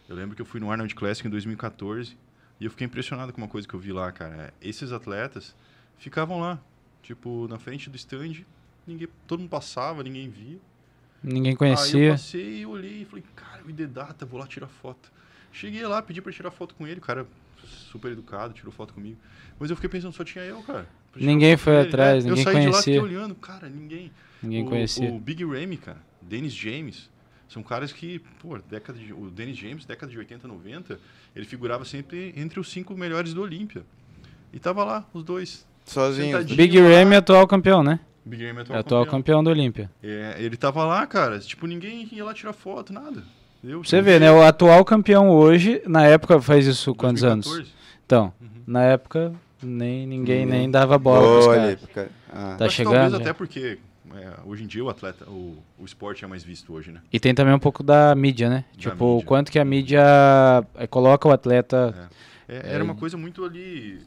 [SPEAKER 2] Eu lembro que eu fui no Arnold Classic em 2014 e eu fiquei impressionado com uma coisa que eu vi lá, cara. É, Esses atletas ficavam lá, tipo, na frente do stand, ninguém, todo mundo passava, ninguém via. Ah,
[SPEAKER 4] Ninguém
[SPEAKER 2] Aí eu
[SPEAKER 4] conhecia.
[SPEAKER 2] passei, olhei e falei, cara, o Idedata, vou lá tirar foto. Cheguei lá, pedi pra tirar foto com ele, o cara super educado, tirou foto comigo. Mas eu fiquei pensando, só tinha eu, cara. pra tirar
[SPEAKER 4] Ninguém
[SPEAKER 2] foto com
[SPEAKER 4] foi
[SPEAKER 2] ele,
[SPEAKER 4] atrás,
[SPEAKER 2] né?
[SPEAKER 4] ninguém
[SPEAKER 2] Eu saí de
[SPEAKER 4] conhecia.
[SPEAKER 2] lá, fiquei olhando, cara, ninguém.
[SPEAKER 4] Ninguém
[SPEAKER 2] o,
[SPEAKER 4] conhecia.
[SPEAKER 2] O Big Ramy, cara, Dennis James, são caras que, pô, década de, o Dennis James, década de 80, 90, ele figurava sempre entre os cinco melhores do Olímpia. E tava lá, os dois.
[SPEAKER 3] Sozinho.
[SPEAKER 2] Sentadinho.
[SPEAKER 4] Big
[SPEAKER 2] lá.
[SPEAKER 4] Ram é atual campeão, né?
[SPEAKER 2] Big Ramy é atual,
[SPEAKER 4] É atual
[SPEAKER 2] campeão.
[SPEAKER 4] campeão do Olímpia.
[SPEAKER 2] É, ele tava lá, cara, tipo, ninguém ia lá tirar foto, nada. Eu
[SPEAKER 4] Você
[SPEAKER 2] sim.
[SPEAKER 4] vê, né? O atual campeão hoje, na época, faz isso quantos anos?
[SPEAKER 2] 2014?
[SPEAKER 4] Então,
[SPEAKER 2] Uhum.
[SPEAKER 4] na época, nem, ninguém nem dava bola pros
[SPEAKER 3] Olha,
[SPEAKER 4] caras.
[SPEAKER 3] cara. Ah.
[SPEAKER 4] Tá
[SPEAKER 2] Mas
[SPEAKER 4] chegando?
[SPEAKER 2] Talvez até
[SPEAKER 4] já.
[SPEAKER 2] porque é, hoje em dia o atleta, o, o esporte é mais visto hoje, né?
[SPEAKER 4] E tem também um pouco da mídia, né?
[SPEAKER 2] Da
[SPEAKER 4] tipo, o
[SPEAKER 2] mídia.
[SPEAKER 4] quanto que a mídia eh, coloca o atleta.
[SPEAKER 2] É, era uma coisa muito ali.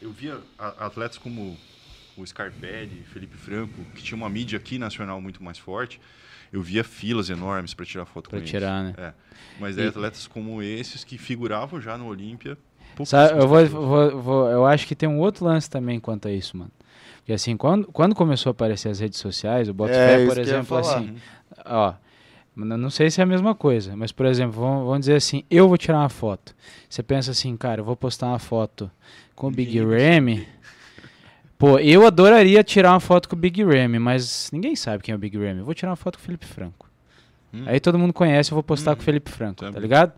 [SPEAKER 2] Eu via a- atletas como o Scarpelli, Felipe Franco, que tinha uma mídia aqui nacional muito mais forte. Eu via filas enormes para tirar foto
[SPEAKER 4] Pra
[SPEAKER 2] com
[SPEAKER 4] tirar, né?
[SPEAKER 2] eles. É. Mas aí
[SPEAKER 4] E-
[SPEAKER 2] atletas como esses que figuravam já no Olímpia.
[SPEAKER 4] Sabe, eu,
[SPEAKER 2] pouquíssimas
[SPEAKER 4] vou,
[SPEAKER 2] pessoas.
[SPEAKER 4] vou- vou- eu acho que tem um outro lance também quanto a isso, mano. Porque assim, quando, quando começou a aparecer as redes sociais, o Botafé,
[SPEAKER 3] É, isso
[SPEAKER 4] por
[SPEAKER 3] que eu ia
[SPEAKER 4] exemplo,
[SPEAKER 3] falar.
[SPEAKER 4] assim, ó, n- não sei se é a mesma coisa, mas por exemplo, vamos, vamos dizer assim, eu vou tirar uma foto. Você pensa assim, cara, eu vou postar uma foto com o Big
[SPEAKER 2] Ninguém
[SPEAKER 4] Ramy. Pô, eu adoraria tirar uma foto com o Big Ramy, mas ninguém sabe quem é o Big Ramy. Eu vou tirar uma foto com o Felipe Franco.
[SPEAKER 2] Hum.
[SPEAKER 4] Aí todo mundo conhece, eu vou postar
[SPEAKER 3] Hum,
[SPEAKER 4] com o Felipe Franco,
[SPEAKER 2] Tá
[SPEAKER 4] tá
[SPEAKER 2] bom.
[SPEAKER 4] ligado?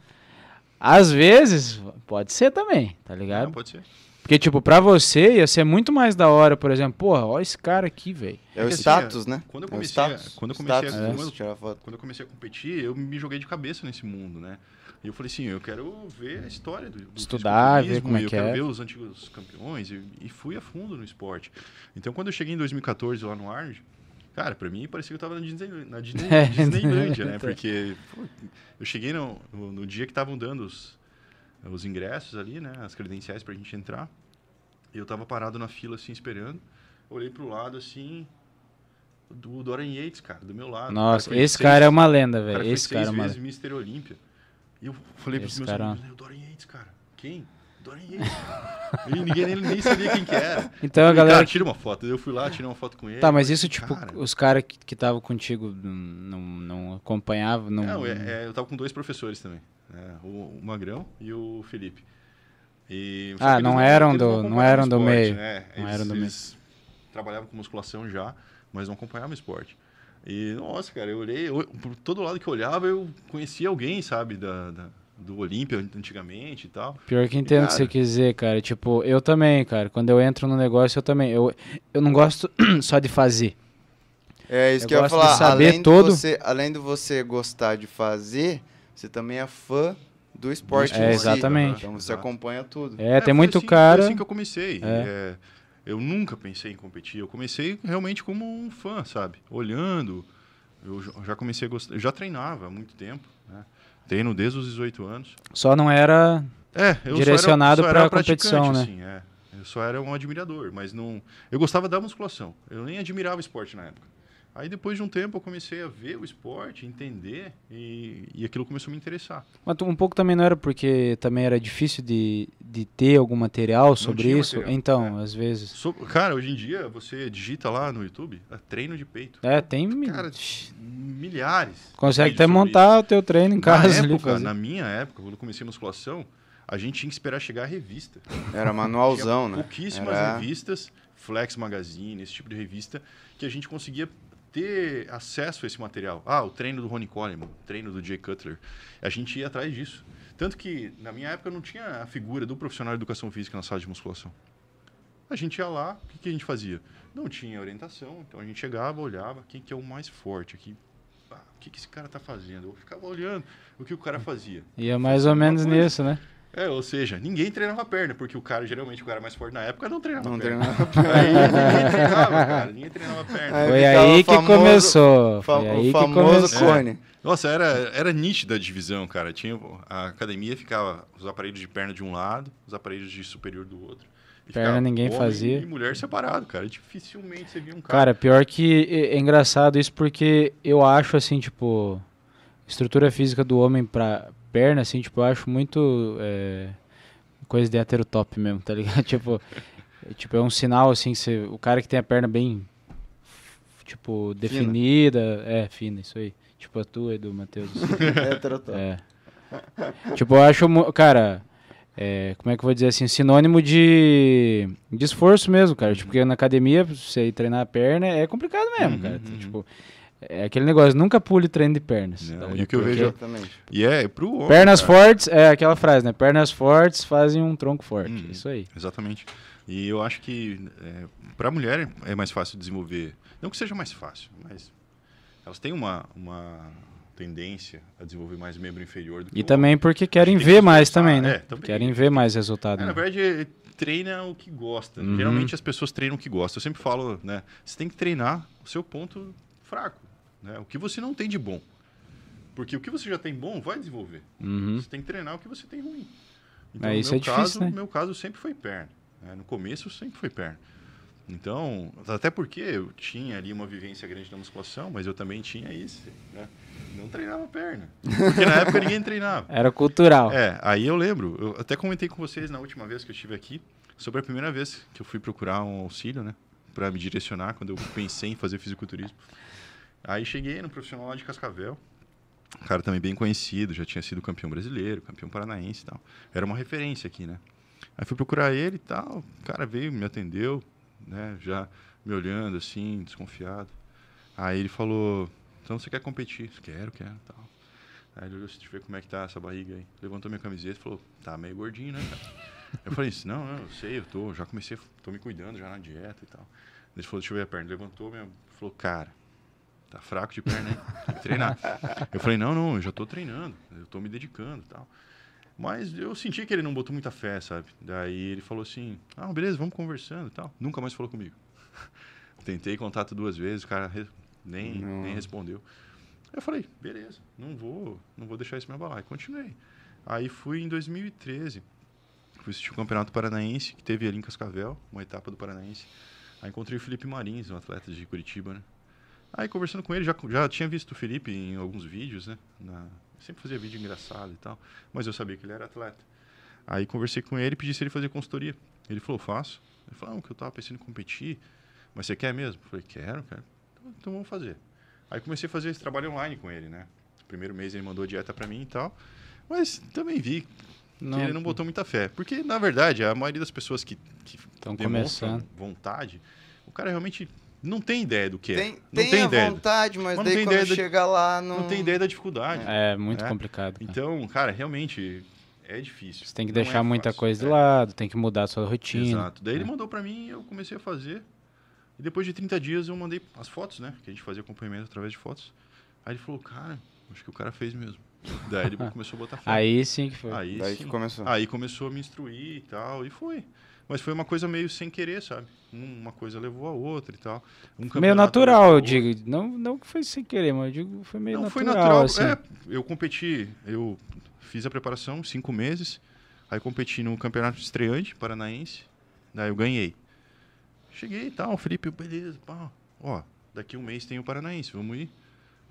[SPEAKER 4] Às vezes, pode ser também, tá
[SPEAKER 2] Ah,
[SPEAKER 4] ligado?
[SPEAKER 2] pode ser.
[SPEAKER 4] Porque, tipo, pra você ia ser muito mais da hora, por exemplo, porra, ó esse cara aqui, velho.
[SPEAKER 3] É o
[SPEAKER 2] que assim,
[SPEAKER 3] status, né?
[SPEAKER 2] quando eu
[SPEAKER 3] É o
[SPEAKER 2] comecei a-
[SPEAKER 3] status.
[SPEAKER 2] quando eu comecei a-
[SPEAKER 3] Status,
[SPEAKER 2] É.
[SPEAKER 3] isso, tirar foto.
[SPEAKER 2] Quando eu comecei a competir, eu me joguei de cabeça nesse mundo, né? E eu falei assim, eu quero ver a história do, do
[SPEAKER 4] Estudar, ver
[SPEAKER 2] fisiculturismo,
[SPEAKER 4] como é
[SPEAKER 2] eu
[SPEAKER 4] que
[SPEAKER 2] quero
[SPEAKER 4] é.
[SPEAKER 2] ver os antigos campeões e, e fui a fundo no esporte. Então, quando eu cheguei em 2014 lá no Arnold, cara, pra mim parecia que eu tava na Disney, na Disney,
[SPEAKER 4] [laughs] É,
[SPEAKER 2] Disneylandia, né?
[SPEAKER 4] então.
[SPEAKER 2] Porque pô, eu cheguei no, no, no dia que estavam dando os, os ingressos ali, né? As credenciais pra gente entrar. E eu tava parado na fila, assim, esperando. Olhei pro lado, assim, do Dorian Yates, Ah, cara, do meu lado. O
[SPEAKER 4] Nossa,
[SPEAKER 2] foi
[SPEAKER 4] esse
[SPEAKER 2] seis-
[SPEAKER 4] cara é uma lenda,
[SPEAKER 2] o cara
[SPEAKER 4] velho.
[SPEAKER 2] foi
[SPEAKER 4] Esse
[SPEAKER 2] seis
[SPEAKER 4] cara é uma
[SPEAKER 2] vezes
[SPEAKER 4] lenda.
[SPEAKER 2] Mr. Olímpia. E eu falei pros
[SPEAKER 4] Esse
[SPEAKER 2] meus
[SPEAKER 4] cara-
[SPEAKER 2] amigos, né, o Dorian Yates, cara. Quem? Dorian Yates. [laughs] cara." E ninguém ele nem sabia quem que era.
[SPEAKER 4] Então a
[SPEAKER 2] Falei,
[SPEAKER 4] galera.
[SPEAKER 2] Cara, tira uma foto. Eu fui lá, tirei uma foto com ele.
[SPEAKER 4] Tá, mas
[SPEAKER 2] falei,
[SPEAKER 4] isso, tipo,
[SPEAKER 2] "Cara."
[SPEAKER 4] os caras que que estavam contigo n- não, não acompanhavam, não.
[SPEAKER 2] Não, é- é, eu tava com dois professores também. né, o, o Magrão e o Felipe. E, só
[SPEAKER 4] Ah,
[SPEAKER 2] que eles
[SPEAKER 4] não eram
[SPEAKER 2] eles
[SPEAKER 4] do- não
[SPEAKER 2] acompanhavam
[SPEAKER 4] eram
[SPEAKER 2] o
[SPEAKER 4] do meio.
[SPEAKER 2] Né?
[SPEAKER 4] Não
[SPEAKER 2] eles,
[SPEAKER 4] eram do meio.
[SPEAKER 2] eles trabalhavam com musculação já, mas não acompanhavam o esporte. E, nossa, cara, eu olhei, eu- por todo lado que eu olhava, eu conhecia alguém, sabe, da, da- do Olímpia antigamente e tal.
[SPEAKER 4] Pior que eu entendo o que você
[SPEAKER 2] Cara.
[SPEAKER 4] quer dizer, cara. Tipo, eu também, cara. Quando eu entro no negócio, eu também. Eu, eu não gosto [clears throat] só de fazer.
[SPEAKER 3] É isso
[SPEAKER 4] Eu
[SPEAKER 3] que eu ia
[SPEAKER 4] gosto de
[SPEAKER 3] falar.
[SPEAKER 4] saber
[SPEAKER 3] além,
[SPEAKER 4] todo.
[SPEAKER 3] de você, além de você gostar de fazer, você também é fã do esporte.
[SPEAKER 4] É,
[SPEAKER 3] em si.
[SPEAKER 4] exatamente.
[SPEAKER 3] Então você
[SPEAKER 2] Exato.
[SPEAKER 3] acompanha tudo.
[SPEAKER 4] É, tem
[SPEAKER 2] foi
[SPEAKER 4] muito
[SPEAKER 2] assim-
[SPEAKER 4] cara.
[SPEAKER 2] Foi assim que eu comecei. É, eu nunca pensei em competir. Eu comecei realmente como um fã, sabe? Olhando. Eu jo- já comecei a gostar. Eu já treinava há muito tempo. Né? Treino desde os 18 anos.
[SPEAKER 4] Só não era.
[SPEAKER 2] É, eu só era-
[SPEAKER 4] Direcionado
[SPEAKER 2] só
[SPEAKER 4] pra
[SPEAKER 2] era praticante,
[SPEAKER 4] competição, né?
[SPEAKER 2] Assim, é. Eu só era um admirador, mas não. Eu gostava da musculação. Eu nem admirava esporte na época. Aí depois de um tempo eu comecei a ver o esporte, entender e, e aquilo começou a me interessar.
[SPEAKER 4] Mas tu- um pouco também não era porque também era difícil de, de ter algum material sobre
[SPEAKER 2] tinha
[SPEAKER 4] isso.
[SPEAKER 2] material, É.
[SPEAKER 4] então, às vezes.
[SPEAKER 2] So- cara, hoje em dia você digita lá no YouTube, ah, treino de peito.
[SPEAKER 4] É, tem.
[SPEAKER 2] Cara, milhares.
[SPEAKER 4] Consegue
[SPEAKER 2] de
[SPEAKER 4] até
[SPEAKER 2] vídeos sobre
[SPEAKER 4] montar o teu treino em
[SPEAKER 2] isso.
[SPEAKER 4] casa
[SPEAKER 2] na
[SPEAKER 4] ali.
[SPEAKER 2] época, né?
[SPEAKER 4] fazer.
[SPEAKER 2] Na minha época, quando eu comecei musculação, a gente tinha que esperar chegar a revista.
[SPEAKER 3] Era
[SPEAKER 2] Tinha
[SPEAKER 3] manualzão, né?
[SPEAKER 2] Pouquíssimas
[SPEAKER 3] Era-
[SPEAKER 2] revistas, Flex Magazine, esse tipo de revista, que a gente conseguia ter acesso a esse material. Ah, o treino do Ronnie Coleman, o treino do Jay Cutler. A gente ia atrás disso. Tanto que, na minha época, não tinha a figura do profissional de educação física na sala de musculação. A gente ia lá, o que, que a gente fazia? Não tinha orientação, então a gente chegava, olhava, quem que é o mais forte aqui? Ah, o que, que esse cara tá fazendo? Eu ficava olhando o que o cara fazia.
[SPEAKER 4] E é mais ou menos
[SPEAKER 2] coisa.
[SPEAKER 4] nisso, né?
[SPEAKER 2] É, ou seja, ninguém treinava perna, porque o cara, geralmente, o cara mais forte na época não treinava
[SPEAKER 3] Não
[SPEAKER 2] perna.
[SPEAKER 3] treinava
[SPEAKER 2] [laughs] Aí ninguém treinava, cara. Ninguém treinava perna.
[SPEAKER 3] Aí
[SPEAKER 4] Foi
[SPEAKER 3] É, ficava
[SPEAKER 4] aí
[SPEAKER 3] o
[SPEAKER 4] que
[SPEAKER 3] famoso-
[SPEAKER 4] começou.
[SPEAKER 3] Fa-
[SPEAKER 4] Foi
[SPEAKER 3] o
[SPEAKER 4] aí que
[SPEAKER 3] famoso
[SPEAKER 4] começou.
[SPEAKER 3] cone.
[SPEAKER 2] Nossa, era, era nítida a divisão, cara. Tinha, a academia ficava os aparelhos de perna de um lado, os aparelhos de superior do outro. E
[SPEAKER 4] Perna
[SPEAKER 2] ficava
[SPEAKER 4] ninguém
[SPEAKER 2] homem
[SPEAKER 4] fazia.
[SPEAKER 2] E mulher separado, cara. Dificilmente você via um cara.
[SPEAKER 4] Cara, pior que é, é engraçado isso porque eu acho assim, tipo, estrutura física do homem pra perna, assim, tipo, eu acho muito é, coisa de heterotop mesmo, tá ligado? [laughs] tipo, é, tipo, é um sinal assim, que você- o cara que tem a perna bem, tipo, definida, é, fina, isso aí. Tipo a tua e do Matheus. assim.
[SPEAKER 3] Heterotop.
[SPEAKER 4] [laughs] É. tipo, eu acho, mu- cara, é, como é que eu vou dizer assim, sinônimo de, de esforço mesmo, cara. Tipo, porque na academia, pra você ir treinar a perna, é complicado mesmo,
[SPEAKER 2] Uhum,
[SPEAKER 4] cara.
[SPEAKER 2] uhum.
[SPEAKER 4] Tipo, é aquele negócio, nunca pule treino de pernas.
[SPEAKER 2] Não,
[SPEAKER 4] tá
[SPEAKER 2] e
[SPEAKER 4] ligado?
[SPEAKER 2] o que eu
[SPEAKER 4] Porque
[SPEAKER 2] vejo-
[SPEAKER 3] Exatamente.
[SPEAKER 2] E é pro homem.
[SPEAKER 4] Pernas
[SPEAKER 2] cara.
[SPEAKER 4] fortes, é aquela frase, né? Pernas fortes fazem um tronco forte.
[SPEAKER 2] Uhum.
[SPEAKER 4] Isso aí.
[SPEAKER 2] Exatamente. E eu acho que é, para a mulher é mais fácil desenvolver. Não que seja mais fácil, mas elas têm uma, uma tendência a desenvolver mais membro inferior do que
[SPEAKER 4] E
[SPEAKER 2] o
[SPEAKER 4] também porque querem
[SPEAKER 2] Tem que
[SPEAKER 4] ver mais
[SPEAKER 2] descansar,
[SPEAKER 4] também, né?
[SPEAKER 2] é, também.
[SPEAKER 4] Querem ver mais resultado.
[SPEAKER 2] É,
[SPEAKER 4] né?
[SPEAKER 2] na verdade, é, treina o que gosta.
[SPEAKER 4] Uhum.
[SPEAKER 2] Geralmente as pessoas treinam o que gosta. Eu sempre falo, né? Você tem que treinar o seu ponto fraco, né? O que você não tem de bom. Porque o que você já tem bom vai desenvolver.
[SPEAKER 4] Uhum.
[SPEAKER 2] Você tem que treinar o que você tem ruim. Então,
[SPEAKER 4] É,
[SPEAKER 2] no
[SPEAKER 4] isso
[SPEAKER 2] meu
[SPEAKER 4] é difícil,
[SPEAKER 2] caso,
[SPEAKER 4] né?
[SPEAKER 2] no meu caso sempre foi perna. né? No começo sempre foi perna. Então, até porque eu tinha ali uma vivência grande na musculação, mas eu também tinha isso, né? Não treinava perna. Porque na época ninguém treinava.
[SPEAKER 4] Era cultural.
[SPEAKER 2] É, aí eu lembro. Eu até comentei com vocês na última vez que eu estive aqui sobre a primeira vez que eu fui procurar um auxílio, né? Pra me direcionar quando eu pensei em fazer fisiculturismo. Aí cheguei no profissional lá de Cascavel. Um cara também bem conhecido, já tinha sido campeão brasileiro, campeão paranaense e tal. Era uma referência aqui, né? Aí fui procurar ele e tal. O cara veio, me atendeu, né? Já me olhando assim, desconfiado. Aí ele falou: Então você quer competir? Quero, quero tal. Aí ele olhou assim, deixa eu ver como é que tá essa barriga aí. Levantou minha camiseta e falou, tá meio gordinho, né, cara? Eu falei assim, não, não, eu sei, eu tô, já comecei, tô me cuidando já na dieta e tal. Ele falou, deixa eu ver a perna. Levantou, minha, falou, cara, tá fraco de perna, hein? Tem que treinar. Eu falei, não, não, eu já tô treinando, eu tô me dedicando e tal. Mas eu senti que ele não botou muita fé, sabe? Daí ele falou assim, ah, beleza, vamos conversando e tal. Nunca mais falou comigo. Tentei contato duas vezes, o cara re- nem,
[SPEAKER 3] Não.
[SPEAKER 2] nem respondeu. Eu falei, beleza, não vou, não vou deixar isso me abalar. E continuei. Aí fui em 2013, fui assistir o Campeonato Paranaense, que teve ali em Cascavel, uma etapa do Paranaense. Aí encontrei o Felipe Marins, um atleta de Curitiba, né? Aí conversando com ele, já, já tinha visto o Felipe em alguns vídeos, né? Na- sempre fazia vídeo engraçado e tal, mas eu sabia que ele era atleta. Aí conversei com ele e pedi se ele fazia consultoria. Ele falou, faço. Ele falou, ah, que eu tava pensando em competir, mas você quer mesmo? Eu falei, quero, quero. Então, então vamos fazer. Aí comecei a fazer esse trabalho online com ele, né? Primeiro mês ele mandou a dieta pra mim e tal, mas também vi que ele não botou muita fé. Porque, na verdade, a maioria das pessoas que, que
[SPEAKER 4] Tão
[SPEAKER 2] demonstram
[SPEAKER 4] começando.
[SPEAKER 2] vontade, o cara realmente não tem ideia do que é.
[SPEAKER 3] Tem,
[SPEAKER 2] não
[SPEAKER 3] tem,
[SPEAKER 2] tem
[SPEAKER 3] a
[SPEAKER 2] ideia.
[SPEAKER 3] vontade, mas,
[SPEAKER 2] Mas não
[SPEAKER 3] daí
[SPEAKER 2] tem
[SPEAKER 3] quando
[SPEAKER 2] ideia do-
[SPEAKER 3] chegar lá não...
[SPEAKER 2] Não tem ideia da dificuldade.
[SPEAKER 4] É muito
[SPEAKER 2] É.
[SPEAKER 4] complicado. cara.
[SPEAKER 2] Então, cara, realmente é difícil.
[SPEAKER 4] Você tem que
[SPEAKER 2] Não é
[SPEAKER 4] deixar muita
[SPEAKER 2] fácil.
[SPEAKER 4] coisa de
[SPEAKER 2] É,
[SPEAKER 4] lado, É. tem que mudar a sua rotina.
[SPEAKER 2] Exato. Daí ele mandou pra mim, eu comecei a fazer. E depois de 30 dias eu mandei as fotos, né? Que a gente fazia acompanhamento através de fotos. Aí ele falou, cara, acho que o cara fez mesmo.
[SPEAKER 4] [laughs]
[SPEAKER 2] Daí ele começou a botar foto.
[SPEAKER 4] Aí sim que foi.
[SPEAKER 2] Aí,
[SPEAKER 3] Daí
[SPEAKER 2] sim. Ah,
[SPEAKER 3] que começou.
[SPEAKER 2] Aí começou a me instruir e tal, e foi. Mas foi uma coisa meio sem querer, sabe? Um- Uma coisa levou a outra e tal. Um
[SPEAKER 4] meio
[SPEAKER 2] campeonato
[SPEAKER 4] natural,
[SPEAKER 2] levou
[SPEAKER 4] eu
[SPEAKER 2] a outro.
[SPEAKER 4] digo. Não, não que foi sem querer, mas eu digo foi meio
[SPEAKER 2] Não,
[SPEAKER 4] natural.
[SPEAKER 2] foi natural.
[SPEAKER 4] assim.
[SPEAKER 2] É, eu competi, eu fiz a preparação cinco meses, aí competi no campeonato estreante paranaense, daí eu ganhei. Cheguei e tal, Felipe, beleza, pá. Ó, daqui um mês tem o paranaense, vamos ir?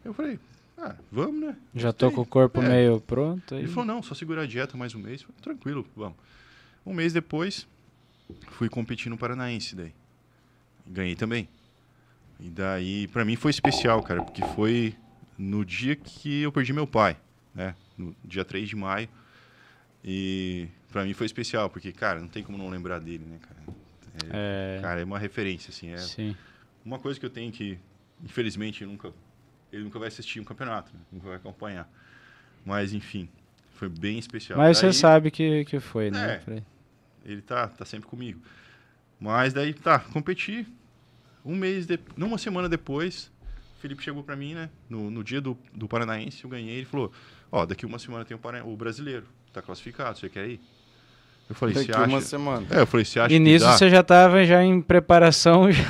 [SPEAKER 2] Eu falei, ah, vamos, né?
[SPEAKER 4] Já tô
[SPEAKER 2] Gostei.
[SPEAKER 4] com o corpo
[SPEAKER 2] É.
[SPEAKER 4] meio pronto. Aí...
[SPEAKER 2] Ele falou, não, só segurar a dieta mais um mês. Eu Falei, Tranquilo, vamos. Um mês depois, fui competir no Paranaense daí. Ganhei também. E daí, pra mim foi especial, cara, porque foi no dia que eu perdi meu pai, né? No dia 3 de maio. E pra mim foi especial, porque, cara, não tem como não lembrar dele, né, cara? É,
[SPEAKER 4] É,
[SPEAKER 2] Cara, é uma referência, assim. É
[SPEAKER 4] sim.
[SPEAKER 2] uma coisa que eu tenho que, infelizmente, eu nunca, ele nunca vai assistir um campeonato, né? nunca vai acompanhar. Mas, enfim, foi bem especial.
[SPEAKER 4] Mas você
[SPEAKER 2] Daí,
[SPEAKER 4] sabe que, que foi, né?
[SPEAKER 2] É.
[SPEAKER 4] Pra-
[SPEAKER 2] Ele tá, tá sempre comigo. Mas daí, tá, competi. Um mês, de, uma semana depois, o Felipe chegou pra mim, né? No, no dia do, do Paranaense, eu ganhei. Ele falou: Ó, daqui uma semana tem o, Parana- o brasileiro, tá classificado, você quer ir? Eu falei:
[SPEAKER 3] Daqui
[SPEAKER 2] Você acha?
[SPEAKER 3] uma semana.
[SPEAKER 2] É, eu falei: Você acha
[SPEAKER 4] E
[SPEAKER 2] que
[SPEAKER 4] nisso
[SPEAKER 2] dá?
[SPEAKER 4] você já tava já em preparação. Já...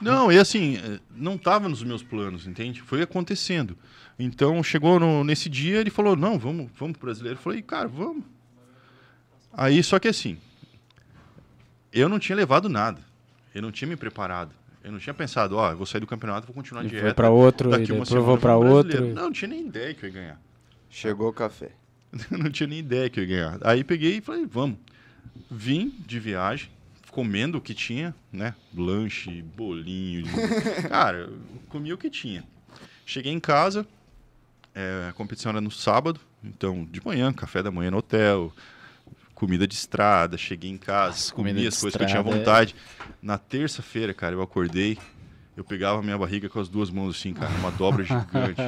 [SPEAKER 2] Não, e assim, eh, não estava nos meus planos, entende? Foi acontecendo. Então, chegou no- nesse dia, ele falou, não, vamos, vamos pro brasileiro. Eu falei, cara, vamos. Aí, só que assim, eu não tinha levado nada. Eu não tinha me preparado. Eu não tinha pensado, ó, eu vou sair do campeonato, vou continuar a
[SPEAKER 4] E
[SPEAKER 2] dieta.
[SPEAKER 4] foi pra outro, e
[SPEAKER 2] daqui uma
[SPEAKER 4] depois
[SPEAKER 2] semana
[SPEAKER 4] vou
[SPEAKER 2] eu
[SPEAKER 4] pra
[SPEAKER 2] pro
[SPEAKER 4] outro.
[SPEAKER 2] brasileiro. Não, eu não tinha nem ideia que eu ia ganhar.
[SPEAKER 3] Chegou o café.
[SPEAKER 2] Eu [laughs] não tinha nem ideia que eu ia ganhar. Aí peguei e falei, vamos. Vim de viagem, comendo o que tinha, né? Lanche, bolinho. de- Cara, eu comi o que tinha. Cheguei em casa, é, a competição era no sábado, então de manhã, café da manhã no hotel, comida de estrada, cheguei em casa,
[SPEAKER 4] Nossa, comida
[SPEAKER 2] comi
[SPEAKER 4] de
[SPEAKER 2] as coisas que eu tinha
[SPEAKER 4] estrada é-
[SPEAKER 2] vontade. Na terça-feira, cara, eu acordei, eu pegava minha barriga com as duas mãos assim, cara, uma dobra gigante.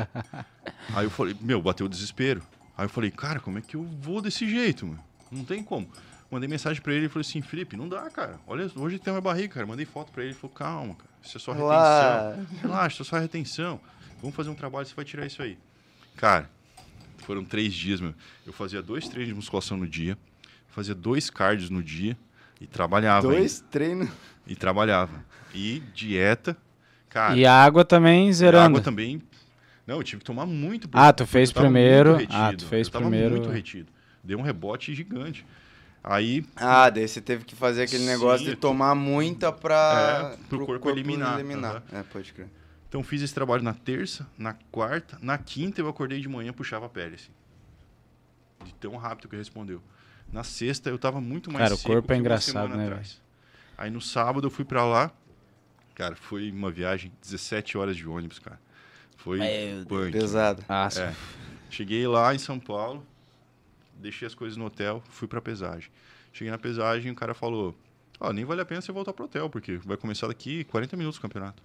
[SPEAKER 2] Aí eu falei, meu, bateu o desespero. Aí eu falei, cara, como é que eu vou desse jeito, mano? Não tem como. Mandei mensagem pra ele e falei assim, Felipe, não dá, cara. Olha, hoje tem uma barriga, cara. Mandei foto pra ele ele falou, calma, cara. Isso é só retenção.
[SPEAKER 3] Lá.
[SPEAKER 2] Relaxa, isso é só retenção. Vamos fazer um trabalho, você vai tirar isso aí. Cara, foram três dias, meu. Eu fazia dois treinos de musculação no dia, fazia dois cards no dia e trabalhava.
[SPEAKER 3] Dois treinos.
[SPEAKER 2] ainda. E trabalhava. E dieta. Cara,
[SPEAKER 4] E a água também
[SPEAKER 2] Ah, a
[SPEAKER 4] zerando.
[SPEAKER 2] água tá- também. Não, eu tive que tomar muito.
[SPEAKER 4] Ah,
[SPEAKER 2] porque
[SPEAKER 4] tu fez
[SPEAKER 2] eu tava muito
[SPEAKER 4] primeiro.
[SPEAKER 2] retido,
[SPEAKER 4] Ah, tu fez
[SPEAKER 2] eu tava
[SPEAKER 4] primeiro.
[SPEAKER 2] muito retido. Deu um rebote gigante. Aí,
[SPEAKER 3] Ah, daí você teve que fazer aquele
[SPEAKER 2] Sim.
[SPEAKER 3] negócio de tomar muita pra.
[SPEAKER 2] É, pro corpo eliminar,
[SPEAKER 3] É, pode crer.
[SPEAKER 2] então fiz esse trabalho na terça, na quarta, na quinta eu acordei de manhã, puxava a pele assim. De tão rápido que respondeu. Na sexta eu tava muito mais
[SPEAKER 4] Cara, o
[SPEAKER 2] seco
[SPEAKER 4] corpo é
[SPEAKER 2] que uma
[SPEAKER 4] engraçado,
[SPEAKER 2] semana
[SPEAKER 4] né,
[SPEAKER 2] atrás. Aí no sábado eu fui pra lá. Cara, foi uma viagem 17 horas de ônibus, cara. Foi punk.
[SPEAKER 3] Pesado.
[SPEAKER 4] Nossa,
[SPEAKER 2] É. Cheguei lá em São Paulo, deixei as coisas no hotel, fui pra pesagem. Cheguei na pesagem, o cara falou: Ó, nem vale a pena você voltar pro hotel, porque vai começar daqui 40 minutos o campeonato.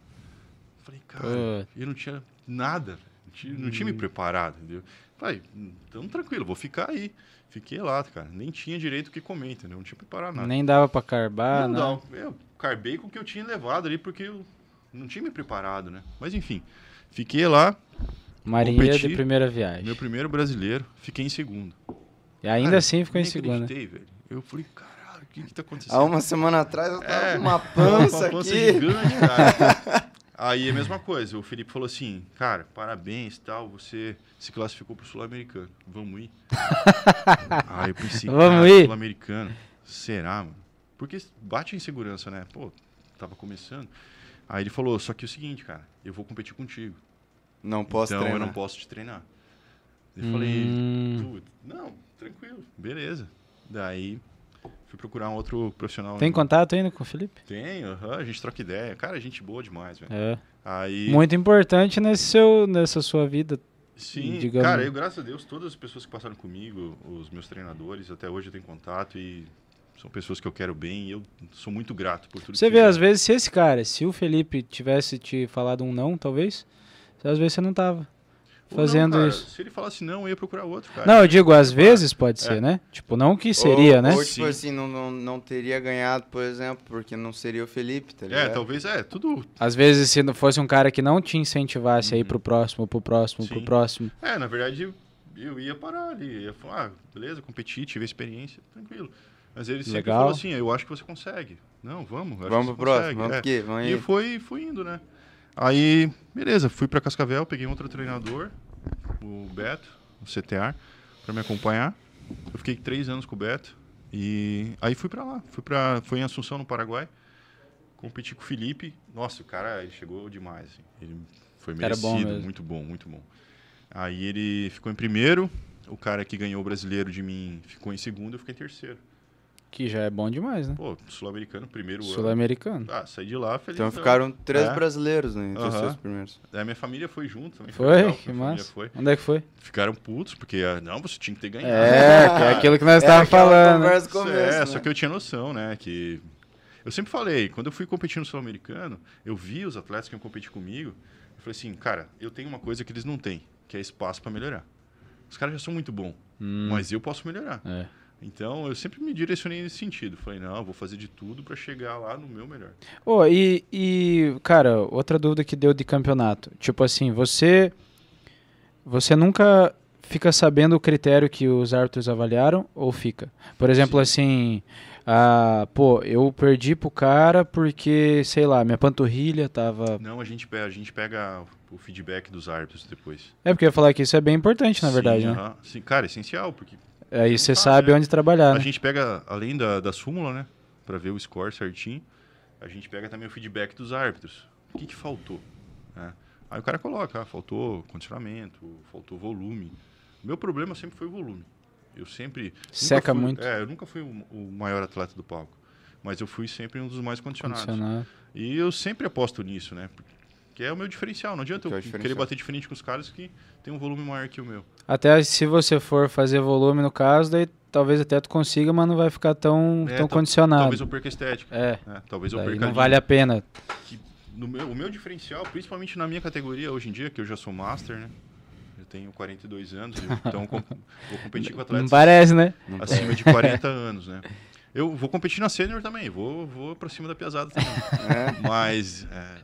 [SPEAKER 2] Falei, cara,
[SPEAKER 4] Pô.
[SPEAKER 2] eu não tinha nada, não tinha, não tinha me preparado, entendeu? Falei, então tranquilo, vou ficar aí. Fiquei lá, cara, nem tinha direito o que comer, entendeu? Não tinha preparado nada.
[SPEAKER 4] nem dava pra carbar,
[SPEAKER 2] não,
[SPEAKER 4] né?
[SPEAKER 2] não. Eu carbei com o que eu tinha levado ali, porque eu não tinha me preparado, né? Mas enfim, fiquei lá,
[SPEAKER 4] Marinheiro de
[SPEAKER 2] Competi.
[SPEAKER 4] primeira viagem.
[SPEAKER 2] meu primeiro brasileiro, fiquei em segundo.
[SPEAKER 4] E ainda
[SPEAKER 2] Cara,
[SPEAKER 4] assim ficou em
[SPEAKER 2] nem
[SPEAKER 4] segundo. né?
[SPEAKER 2] acreditei, velho. Eu falei, caralho, o que que tá acontecendo?
[SPEAKER 3] Há uma semana atrás eu tava
[SPEAKER 2] É.
[SPEAKER 3] com uma
[SPEAKER 2] Uma [laughs]
[SPEAKER 3] pança aqui.
[SPEAKER 2] gigante, cara. Aí é a mesma coisa, o Felipe falou assim, cara, parabéns, tal, você se classificou pro Sul-Americano,
[SPEAKER 3] [laughs]
[SPEAKER 2] vamos ir. Aí eu pensei,
[SPEAKER 4] Vamos
[SPEAKER 2] cara,
[SPEAKER 4] ir.
[SPEAKER 2] Sul-Americano, será, mano? Porque bate a insegurança, né? Pô, tava começando. Aí ele falou, só que é o seguinte, cara, eu vou competir contigo,
[SPEAKER 3] Não posso
[SPEAKER 2] então eu
[SPEAKER 3] treinar.
[SPEAKER 2] não posso te treinar. Eu falei,
[SPEAKER 4] Hum.
[SPEAKER 2] Tudo. Não, tranquilo, beleza. Daí fui procurar um outro profissional.
[SPEAKER 4] Tem contato ainda com o Felipe?
[SPEAKER 2] Tenho, aham, a gente troca ideia. Cara, gente boa demais, velho.
[SPEAKER 4] É.
[SPEAKER 2] Aí,
[SPEAKER 4] Muito importante nesse seu, nessa sua vida.
[SPEAKER 2] sim,
[SPEAKER 4] digamos-
[SPEAKER 2] cara, eu, graças a Deus, todas as pessoas que passaram comigo, os meus treinadores, até hoje eu tenho contato e são pessoas que eu quero bem e eu sou muito grato por tudo
[SPEAKER 4] Você
[SPEAKER 2] que
[SPEAKER 4] vê,
[SPEAKER 2] fizeram.
[SPEAKER 4] às vezes, se esse cara, se o Felipe tivesse te falado um não, talvez, às vezes você não tava
[SPEAKER 2] Ou não,
[SPEAKER 4] fazendo
[SPEAKER 2] cara,
[SPEAKER 4] isso.
[SPEAKER 2] Se ele falasse não, eu ia procurar outro, cara. É.
[SPEAKER 4] Não, eu digo, às vezes pode ser, né? Tipo, não que seria,
[SPEAKER 3] ou,
[SPEAKER 4] né?
[SPEAKER 3] Ou, tipo
[SPEAKER 2] Sim.
[SPEAKER 3] assim, não, não, não teria ganhado, por exemplo, porque não seria o Felipe, tá
[SPEAKER 2] É,
[SPEAKER 3] ligado?
[SPEAKER 2] talvez, é, tudo.
[SPEAKER 4] Às vezes, se não fosse um cara que não te incentivasse aí pro próximo, pro próximo, pro
[SPEAKER 2] Uhum. Sim.
[SPEAKER 4] próximo.
[SPEAKER 2] É, na verdade, eu- eu ia parar ali. Ia falar, ah, beleza, competi, tive a experiência, tranquilo. Mas ele sempre
[SPEAKER 4] Legal.
[SPEAKER 2] falou assim, eu acho que você consegue. Não, vamos. eu acho
[SPEAKER 3] Vamos
[SPEAKER 2] que
[SPEAKER 3] pro
[SPEAKER 2] você
[SPEAKER 3] próximo,
[SPEAKER 2] consegue,
[SPEAKER 3] vamos
[SPEAKER 2] é.
[SPEAKER 3] aqui, vamos
[SPEAKER 2] E
[SPEAKER 3] aí.
[SPEAKER 2] foi, fui indo, né? Aí, beleza, fui pra Cascavel, peguei um outro treinador, o Beto, o CTR, pra me acompanhar. Eu fiquei três anos com o Beto. E aí fui pra lá. Fui, pra, fui em Assunção, no Paraguai. Competi com o Felipe. Nossa, o cara ele chegou demais. assim. Ele foi
[SPEAKER 4] Era
[SPEAKER 2] merecido,
[SPEAKER 4] bom mesmo.
[SPEAKER 2] muito bom, muito bom. Aí ele ficou em primeiro. O cara que ganhou o brasileiro de mim ficou em segundo, eu fiquei em terceiro.
[SPEAKER 4] Que já é bom demais, né?
[SPEAKER 2] Pô, sul-americano, primeiro ano.
[SPEAKER 4] Sul-americano.
[SPEAKER 2] Ah, saí de lá feliz.
[SPEAKER 3] Então
[SPEAKER 2] da-
[SPEAKER 3] ficaram três
[SPEAKER 2] É.
[SPEAKER 3] brasileiros, né? Entre os
[SPEAKER 2] Aham.
[SPEAKER 3] seus primeiros.
[SPEAKER 2] Daí minha família foi junto também. foi
[SPEAKER 4] Foi?
[SPEAKER 2] legal,
[SPEAKER 4] Que
[SPEAKER 2] minha família
[SPEAKER 4] massa.
[SPEAKER 2] foi.
[SPEAKER 4] Onde é que foi?
[SPEAKER 2] Ficaram putos, porque ah, não, você tinha que ter ganhado.
[SPEAKER 4] É,
[SPEAKER 2] [laughs]
[SPEAKER 4] que é aquilo que nós
[SPEAKER 3] Era
[SPEAKER 4] estávamos
[SPEAKER 3] aquela
[SPEAKER 4] falando. né?
[SPEAKER 3] Conversa do
[SPEAKER 2] Isso
[SPEAKER 3] começo,
[SPEAKER 2] é,
[SPEAKER 3] né?
[SPEAKER 2] só que eu tinha noção, né? Que. Eu sempre falei, quando eu fui competir no Sul-Americano, eu vi os atletas que iam competir comigo. Eu falei assim, cara, eu tenho uma coisa que eles não têm, que é espaço pra melhorar. Os caras já são muito bons,
[SPEAKER 4] Hum,
[SPEAKER 2] mas eu posso melhorar.
[SPEAKER 4] é.
[SPEAKER 2] Então eu sempre me direcionei nesse sentido. Falei, não, eu vou fazer de tudo pra chegar lá no meu melhor.
[SPEAKER 4] Ô, e, e, cara, outra dúvida que deu de campeonato. Tipo assim, você. Você nunca fica sabendo o critério que os árbitros avaliaram ou fica? Por exemplo, assim. Ah, pô, eu perdi pro cara porque, sei lá, minha panturrilha tava.
[SPEAKER 2] Não, a gente, pe- a gente pega o feedback dos árbitros depois.
[SPEAKER 4] É porque eu ia falar que isso é bem importante, na verdade,
[SPEAKER 2] Sim,
[SPEAKER 4] né?
[SPEAKER 2] aham. Sim, cara, é essencial, porque
[SPEAKER 4] Aí você
[SPEAKER 2] Ah,
[SPEAKER 4] sabe
[SPEAKER 2] é.
[SPEAKER 4] onde trabalhar,
[SPEAKER 2] A
[SPEAKER 4] né?
[SPEAKER 2] gente pega, além da, da súmula, né? Pra ver o score certinho, a gente pega também o feedback dos árbitros. O que, que faltou? né? Aí o cara coloca, ah, faltou condicionamento, faltou volume. Meu problema sempre foi o volume. Eu sempre. nunca
[SPEAKER 4] Seca
[SPEAKER 2] fui-
[SPEAKER 4] muito.
[SPEAKER 2] É, eu nunca fui o, o maior atleta do palco. Mas eu fui sempre um dos mais condicionados.
[SPEAKER 4] Condicionado.
[SPEAKER 2] E eu sempre aposto nisso, né? Que é o meu diferencial. Não adianta
[SPEAKER 3] Que é o
[SPEAKER 2] eu
[SPEAKER 3] diferencial.
[SPEAKER 2] querer bater de frente com os caras que tem um volume maior que o meu.
[SPEAKER 4] Até se você for fazer volume no caso, daí talvez até tu consiga, mas não vai ficar tão,
[SPEAKER 2] É,
[SPEAKER 4] tão
[SPEAKER 2] tal-
[SPEAKER 4] condicionado.
[SPEAKER 2] Talvez eu perca a estética.
[SPEAKER 4] É,
[SPEAKER 2] né? Talvez eu
[SPEAKER 4] daí
[SPEAKER 2] perca a
[SPEAKER 4] não
[SPEAKER 2] linha.
[SPEAKER 4] vale a pena.
[SPEAKER 2] No meu- o meu diferencial, principalmente na minha categoria hoje em dia, que eu já sou master, né? Eu tenho 42 anos, eu- então eu com- vou competir com
[SPEAKER 4] Não
[SPEAKER 2] atletas
[SPEAKER 4] parece, né?
[SPEAKER 2] acima de 40 anos, né? Eu vou competir na sênior também, vou, vou pra cima da piazada também. Mas é,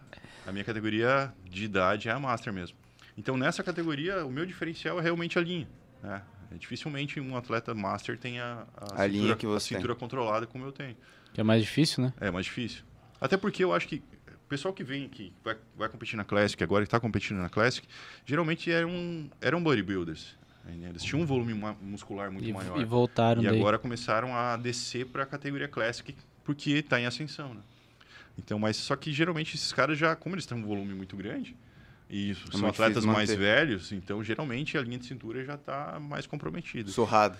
[SPEAKER 2] a minha categoria de idade é a master mesmo. Então, nessa categoria, o meu diferencial é realmente a linha. Né? É, Dificilmente um atleta master tenha a,
[SPEAKER 3] A linha
[SPEAKER 2] cintura,
[SPEAKER 3] que
[SPEAKER 2] a
[SPEAKER 3] você tem.
[SPEAKER 2] cintura controlada como eu tenho.
[SPEAKER 4] Que é mais difícil, né?
[SPEAKER 2] É mais difícil. Até porque eu acho que o pessoal que vem, que vai, vai competir na Classic agora, que está competindo na Classic, geralmente eram, eram bodybuilders. né? Eles tinham um volume ma- muscular muito
[SPEAKER 4] E,
[SPEAKER 2] maior.
[SPEAKER 4] e voltaram
[SPEAKER 2] E
[SPEAKER 4] daí.
[SPEAKER 2] agora começaram a descer para a categoria Classic, porque está em ascensão, né? Então, mas só que geralmente esses caras já, como eles têm um volume muito grande, e são
[SPEAKER 3] muito
[SPEAKER 2] atletas
[SPEAKER 3] difícil
[SPEAKER 2] mais
[SPEAKER 3] manter.
[SPEAKER 2] velhos, então geralmente a linha de cintura já está mais comprometida.
[SPEAKER 3] Surrado.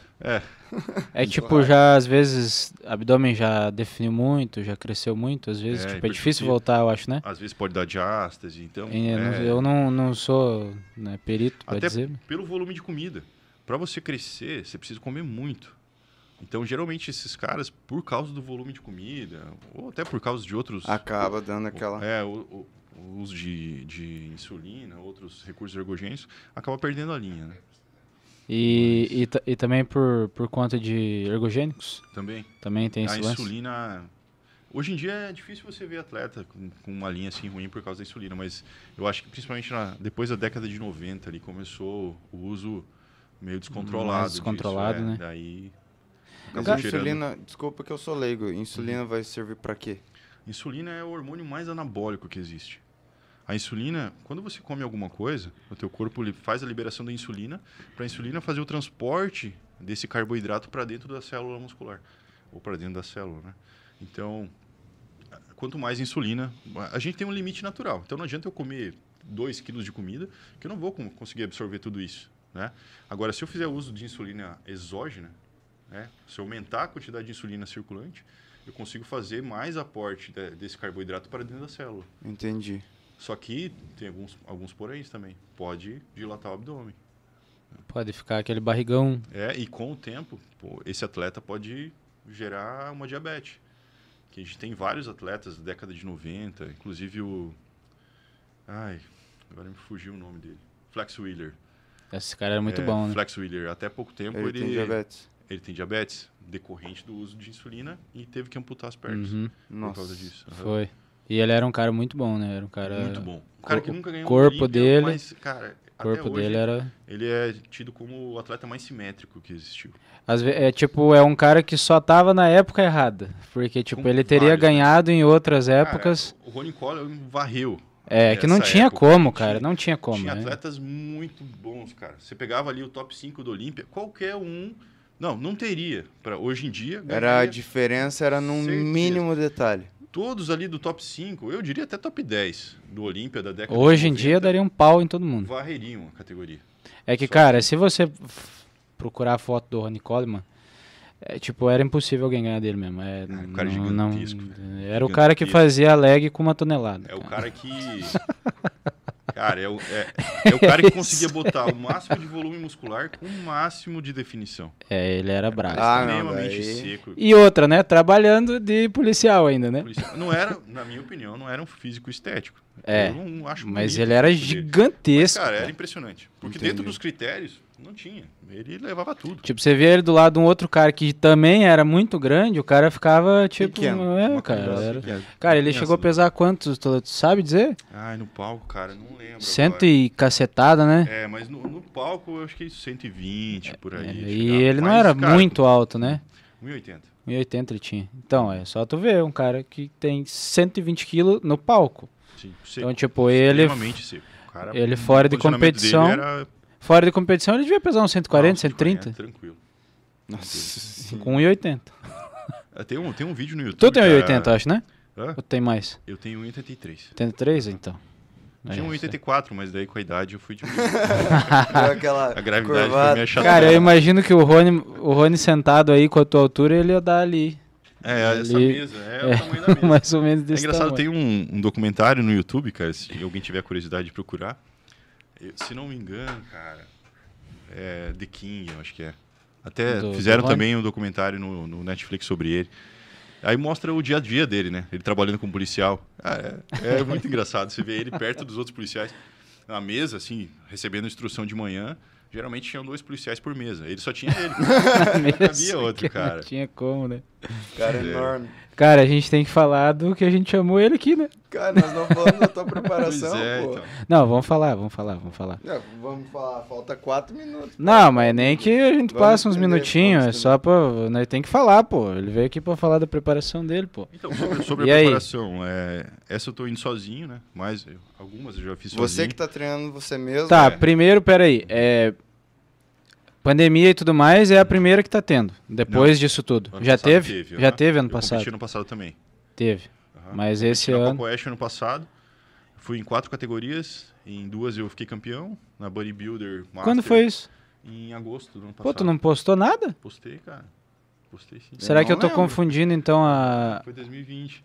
[SPEAKER 4] É tipo, já às vezes, abdômen já definiu muito, já cresceu muito, às vezes,
[SPEAKER 2] É,
[SPEAKER 4] tipo, é
[SPEAKER 2] hipertrofia.
[SPEAKER 4] difícil voltar, eu acho, né?
[SPEAKER 2] Às vezes pode dar diástase, então.
[SPEAKER 4] E eu não-
[SPEAKER 2] é,
[SPEAKER 4] Eu não, não sou né, perito pra
[SPEAKER 2] Até
[SPEAKER 4] dizer.
[SPEAKER 2] pelo volume de comida. Para você crescer, você precisa comer muito. Então, geralmente esses caras, por causa do volume de comida, ou até por causa de outros
[SPEAKER 3] Acaba dando aquela.
[SPEAKER 2] É, o, o- o uso de, de insulina, outros recursos ergogênicos, acaba perdendo a linha, né?
[SPEAKER 4] E, e, ta- e também por, por conta de ergogênicos,
[SPEAKER 2] Também.
[SPEAKER 4] também tem esse
[SPEAKER 2] a
[SPEAKER 4] lance.
[SPEAKER 2] insulina. Hoje em dia é difícil você ver atleta com, com uma linha assim ruim por causa da insulina, mas eu acho que principalmente na- depois da década de 90 ali começou o uso meio descontrolado. disso,
[SPEAKER 4] Hum, descontrolado,
[SPEAKER 2] é.
[SPEAKER 4] né?
[SPEAKER 2] Daí.
[SPEAKER 3] Mas
[SPEAKER 2] acabou gerando-
[SPEAKER 3] insulina, desculpa que eu sou leigo. Insulina
[SPEAKER 2] Uhum.
[SPEAKER 3] vai servir pra quê?
[SPEAKER 2] Insulina é o hormônio mais anabólico que existe. A insulina, quando você come alguma coisa, o teu corpo li- faz a liberação da insulina para a insulina fazer o transporte desse carboidrato para dentro da célula muscular ou para dentro da célula, né? Então, a- quanto mais insulina, a- a gente tem um limite natural. Então não adianta eu comer 2 quilos de comida que eu não vou com- conseguir absorver tudo isso, né? Agora, se eu fizer uso de insulina exógena, né? Se eu aumentar a quantidade de insulina circulante, eu consigo fazer mais aporte de- desse carboidrato para dentro da célula.
[SPEAKER 3] Entendi.
[SPEAKER 2] Só que tem alguns, alguns poréns também. Pode dilatar o abdômen.
[SPEAKER 4] Pode ficar aquele barrigão.
[SPEAKER 2] É, e com o tempo, pô, esse atleta pode gerar uma diabetes. Que a gente tem vários atletas da década de 90, inclusive o. Ai, agora me fugiu o nome dele. Flex Wheeler.
[SPEAKER 4] Esse cara era muito
[SPEAKER 2] É,
[SPEAKER 4] bom, né?
[SPEAKER 2] Flex Wheeler. Até pouco tempo
[SPEAKER 3] Ele
[SPEAKER 2] ele,
[SPEAKER 3] tem diabetes.
[SPEAKER 2] ele tem diabetes decorrente do uso de insulina e teve que amputar as pernas
[SPEAKER 4] Uhum,
[SPEAKER 2] por
[SPEAKER 3] Nossa.
[SPEAKER 2] causa disso. Aham.
[SPEAKER 4] Foi. E ele era um cara muito bom, né? Era um cara.
[SPEAKER 2] Muito bom. Um cara que
[SPEAKER 4] corpo-
[SPEAKER 2] nunca ganhou
[SPEAKER 4] corpo
[SPEAKER 2] Olímpia,
[SPEAKER 4] dele-
[SPEAKER 2] mas, cara,
[SPEAKER 4] O corpo
[SPEAKER 2] até hoje,
[SPEAKER 4] dele era.
[SPEAKER 2] ele é tido como o atleta mais simétrico que existiu.
[SPEAKER 4] Às ve- é tipo, é um cara que só tava na época errada. Porque, tipo,
[SPEAKER 2] Com
[SPEAKER 4] ele teria
[SPEAKER 2] vários, né?
[SPEAKER 4] ganhado em outras
[SPEAKER 2] Cara,
[SPEAKER 4] épocas.
[SPEAKER 2] o Ronnie Coleman varreu.
[SPEAKER 4] é, que não
[SPEAKER 2] nessa
[SPEAKER 4] tinha
[SPEAKER 2] época,
[SPEAKER 4] como,
[SPEAKER 2] não
[SPEAKER 4] cara.
[SPEAKER 2] tinha-
[SPEAKER 4] Não tinha como,
[SPEAKER 2] Tinha
[SPEAKER 4] né?
[SPEAKER 2] atletas muito bons, cara. Você pegava ali o top 5 do Olímpia, qualquer um... Não, não teria. Pra hoje em dia,
[SPEAKER 3] Era a
[SPEAKER 2] ganharia
[SPEAKER 3] diferença era num
[SPEAKER 2] Certeza.
[SPEAKER 3] mínimo
[SPEAKER 2] [laughs]
[SPEAKER 3] detalhe.
[SPEAKER 2] todos ali do top 5, eu diria até top 10 do Olímpia da década
[SPEAKER 4] Hoje
[SPEAKER 2] de
[SPEAKER 4] em
[SPEAKER 2] 90,
[SPEAKER 4] dia daria um pau em todo mundo.
[SPEAKER 2] Varreriam a categoria.
[SPEAKER 4] É que, cara,
[SPEAKER 2] assim.
[SPEAKER 4] se você f- procurar a foto do Ronnie Coleman, é, tipo, era impossível alguém ganhar dele mesmo. É,
[SPEAKER 2] um cara
[SPEAKER 4] não- não-
[SPEAKER 2] gigantesco, É
[SPEAKER 4] era o cara que
[SPEAKER 2] Gigantesco.
[SPEAKER 4] fazia a leg com uma tonelada.
[SPEAKER 2] É o
[SPEAKER 4] cara.
[SPEAKER 2] cara que. Cara, é o, é- é o
[SPEAKER 4] [laughs]
[SPEAKER 2] cara que conseguia botar o máximo de volume muscular com o máximo de definição.
[SPEAKER 4] É, ele era bravo.
[SPEAKER 3] Ah, não,
[SPEAKER 2] extremamente
[SPEAKER 3] daí-
[SPEAKER 2] seco.
[SPEAKER 4] E outra, né? Trabalhando de policial ainda, né?
[SPEAKER 2] Por isso, Não era, na minha opinião, não era um físico estético.
[SPEAKER 4] É,
[SPEAKER 2] Eu não acho
[SPEAKER 4] Mas
[SPEAKER 2] bonito
[SPEAKER 4] ele era
[SPEAKER 2] o físico dele. Mas,
[SPEAKER 4] gigantesco.
[SPEAKER 2] cara, é
[SPEAKER 4] cara.
[SPEAKER 2] era impressionante. Porque
[SPEAKER 3] Entendi.
[SPEAKER 2] dentro dos critérios, não tinha. Ele levava tudo.
[SPEAKER 4] Tipo, você via ele do lado de um outro cara que também era muito grande, o cara ficava, tipo,
[SPEAKER 3] Pequeno,
[SPEAKER 4] é,
[SPEAKER 2] uma
[SPEAKER 4] cara,
[SPEAKER 2] criança
[SPEAKER 4] era-
[SPEAKER 2] pequena.
[SPEAKER 4] Cara, ele
[SPEAKER 2] Criança,
[SPEAKER 4] chegou a
[SPEAKER 2] né?
[SPEAKER 4] pesar quantos, tu tu sabe dizer?
[SPEAKER 2] Ai, no palco, cara, não lembro.
[SPEAKER 4] Cento
[SPEAKER 2] agora.
[SPEAKER 4] e cacetada, né?
[SPEAKER 2] É, mas no, no palco eu acho que 120 por É, aí.
[SPEAKER 4] É, e
[SPEAKER 2] chegava.
[SPEAKER 4] ele não
[SPEAKER 2] Mas,
[SPEAKER 4] era
[SPEAKER 2] cara,
[SPEAKER 4] muito alto, né?
[SPEAKER 2] 1,80.
[SPEAKER 4] 1,80 ele tinha. Então, é só tu ver, um cara que tem 120 quilos no palco.
[SPEAKER 2] Sim, seco.
[SPEAKER 4] Então, tipo, ele,
[SPEAKER 2] Extremamente seco. O cara-
[SPEAKER 4] ele fora
[SPEAKER 2] o
[SPEAKER 4] de
[SPEAKER 2] posicionamento
[SPEAKER 4] competição-
[SPEAKER 2] dele era-
[SPEAKER 4] fora de competição, ele devia pesar uns 140,
[SPEAKER 2] Não,
[SPEAKER 4] 130,
[SPEAKER 2] Tranquilo.
[SPEAKER 3] Nossa. senhora.
[SPEAKER 4] com 1,80.
[SPEAKER 2] Ah, Tem um, tem um vídeo no YouTube.
[SPEAKER 4] Tu tem
[SPEAKER 2] cara.
[SPEAKER 4] 1,80, acho, né?
[SPEAKER 2] Hã?
[SPEAKER 4] Ou tem mais?
[SPEAKER 2] Eu tenho 1,83.
[SPEAKER 4] 83, então.
[SPEAKER 2] Tinha
[SPEAKER 4] É,
[SPEAKER 2] 1,84, mas daí com a idade eu
[SPEAKER 4] [laughs]
[SPEAKER 2] fui diminuindo.
[SPEAKER 3] Deu aquela
[SPEAKER 2] A gravidade foi
[SPEAKER 3] curvada.
[SPEAKER 2] me achando.
[SPEAKER 4] Cara, eu imagino que o Rony, o Rony sentado aí com a tua altura, ele ia dar ali.
[SPEAKER 2] É, essa
[SPEAKER 4] ali-
[SPEAKER 2] mesa é, o tamanho da mesa.
[SPEAKER 4] mais ou menos desse
[SPEAKER 2] É engraçado,
[SPEAKER 4] tamanho.
[SPEAKER 2] tem um, um documentário no YouTube, cara, se alguém tiver curiosidade de procurar. Eu- se não me engano, cara, é The King, eu acho que é. Até
[SPEAKER 4] Do- do
[SPEAKER 2] fizeram
[SPEAKER 4] Rony?
[SPEAKER 2] também um documentário no, no Netflix sobre ele. Aí mostra o dia a dia dele, né? Ele trabalhando com um policial. Ah, é, é muito [laughs] engraçado. Você vê ele perto dos outros policiais na mesa, assim, recebendo instrução de manhã.
[SPEAKER 4] [laughs]
[SPEAKER 2] Geralmente tinham dois policiais por mesa. Ele só tinha ele.
[SPEAKER 4] Mesmo
[SPEAKER 2] havia outro,
[SPEAKER 4] que não
[SPEAKER 2] cara.
[SPEAKER 4] tinha como, né?
[SPEAKER 3] Cara enorme.
[SPEAKER 4] Cara, a gente tem que falar do que a gente chamou ele aqui, né?
[SPEAKER 3] Cara, nós não falamos da tua
[SPEAKER 2] [laughs] Pois
[SPEAKER 3] preparação,
[SPEAKER 2] é,
[SPEAKER 3] pô.
[SPEAKER 2] então.
[SPEAKER 4] Não, vamos falar, vamos falar, vamos falar.
[SPEAKER 3] Não, vamos falar, falta quatro minutos.
[SPEAKER 4] Não, mas nem que a
[SPEAKER 3] Vamos
[SPEAKER 4] gente passe uns
[SPEAKER 3] entender,
[SPEAKER 4] minutinhos, é
[SPEAKER 3] vamos
[SPEAKER 4] só pra. Nós tem que falar, pô. Ele veio aqui pra falar da preparação dele, pô.
[SPEAKER 2] Então, sobre, sobre
[SPEAKER 4] E
[SPEAKER 2] a
[SPEAKER 4] aí?
[SPEAKER 2] preparação, é, essa eu tô indo sozinho, né? Mas eu- algumas eu já fiz sozinho.
[SPEAKER 3] Você que tá treinando você mesmo.
[SPEAKER 4] Tá,
[SPEAKER 3] né?
[SPEAKER 4] primeiro, peraí. É... Pandemia e tudo mais é a primeira que tá tendo. Depois disso tudo.
[SPEAKER 2] Ano
[SPEAKER 4] Já
[SPEAKER 2] passado
[SPEAKER 4] teve? Já
[SPEAKER 2] aham.
[SPEAKER 4] teve ano
[SPEAKER 2] eu
[SPEAKER 4] passado?
[SPEAKER 2] competi ano passado também.
[SPEAKER 4] Teve.
[SPEAKER 2] Aham.
[SPEAKER 4] Mas esse
[SPEAKER 2] na
[SPEAKER 4] ano.
[SPEAKER 2] Copa Oeste ano passado. Fui em quatro categorias. Em duas eu fiquei campeão. Na Bodybuilder Master.
[SPEAKER 4] Quando foi isso?
[SPEAKER 2] Em agosto do ano passado.
[SPEAKER 4] Pô, tu não postou nada?
[SPEAKER 2] Postei, cara. Postei sim.
[SPEAKER 4] Será que eu
[SPEAKER 3] não
[SPEAKER 4] tô
[SPEAKER 3] lembro.
[SPEAKER 4] confundindo então a.
[SPEAKER 2] Foi 2020.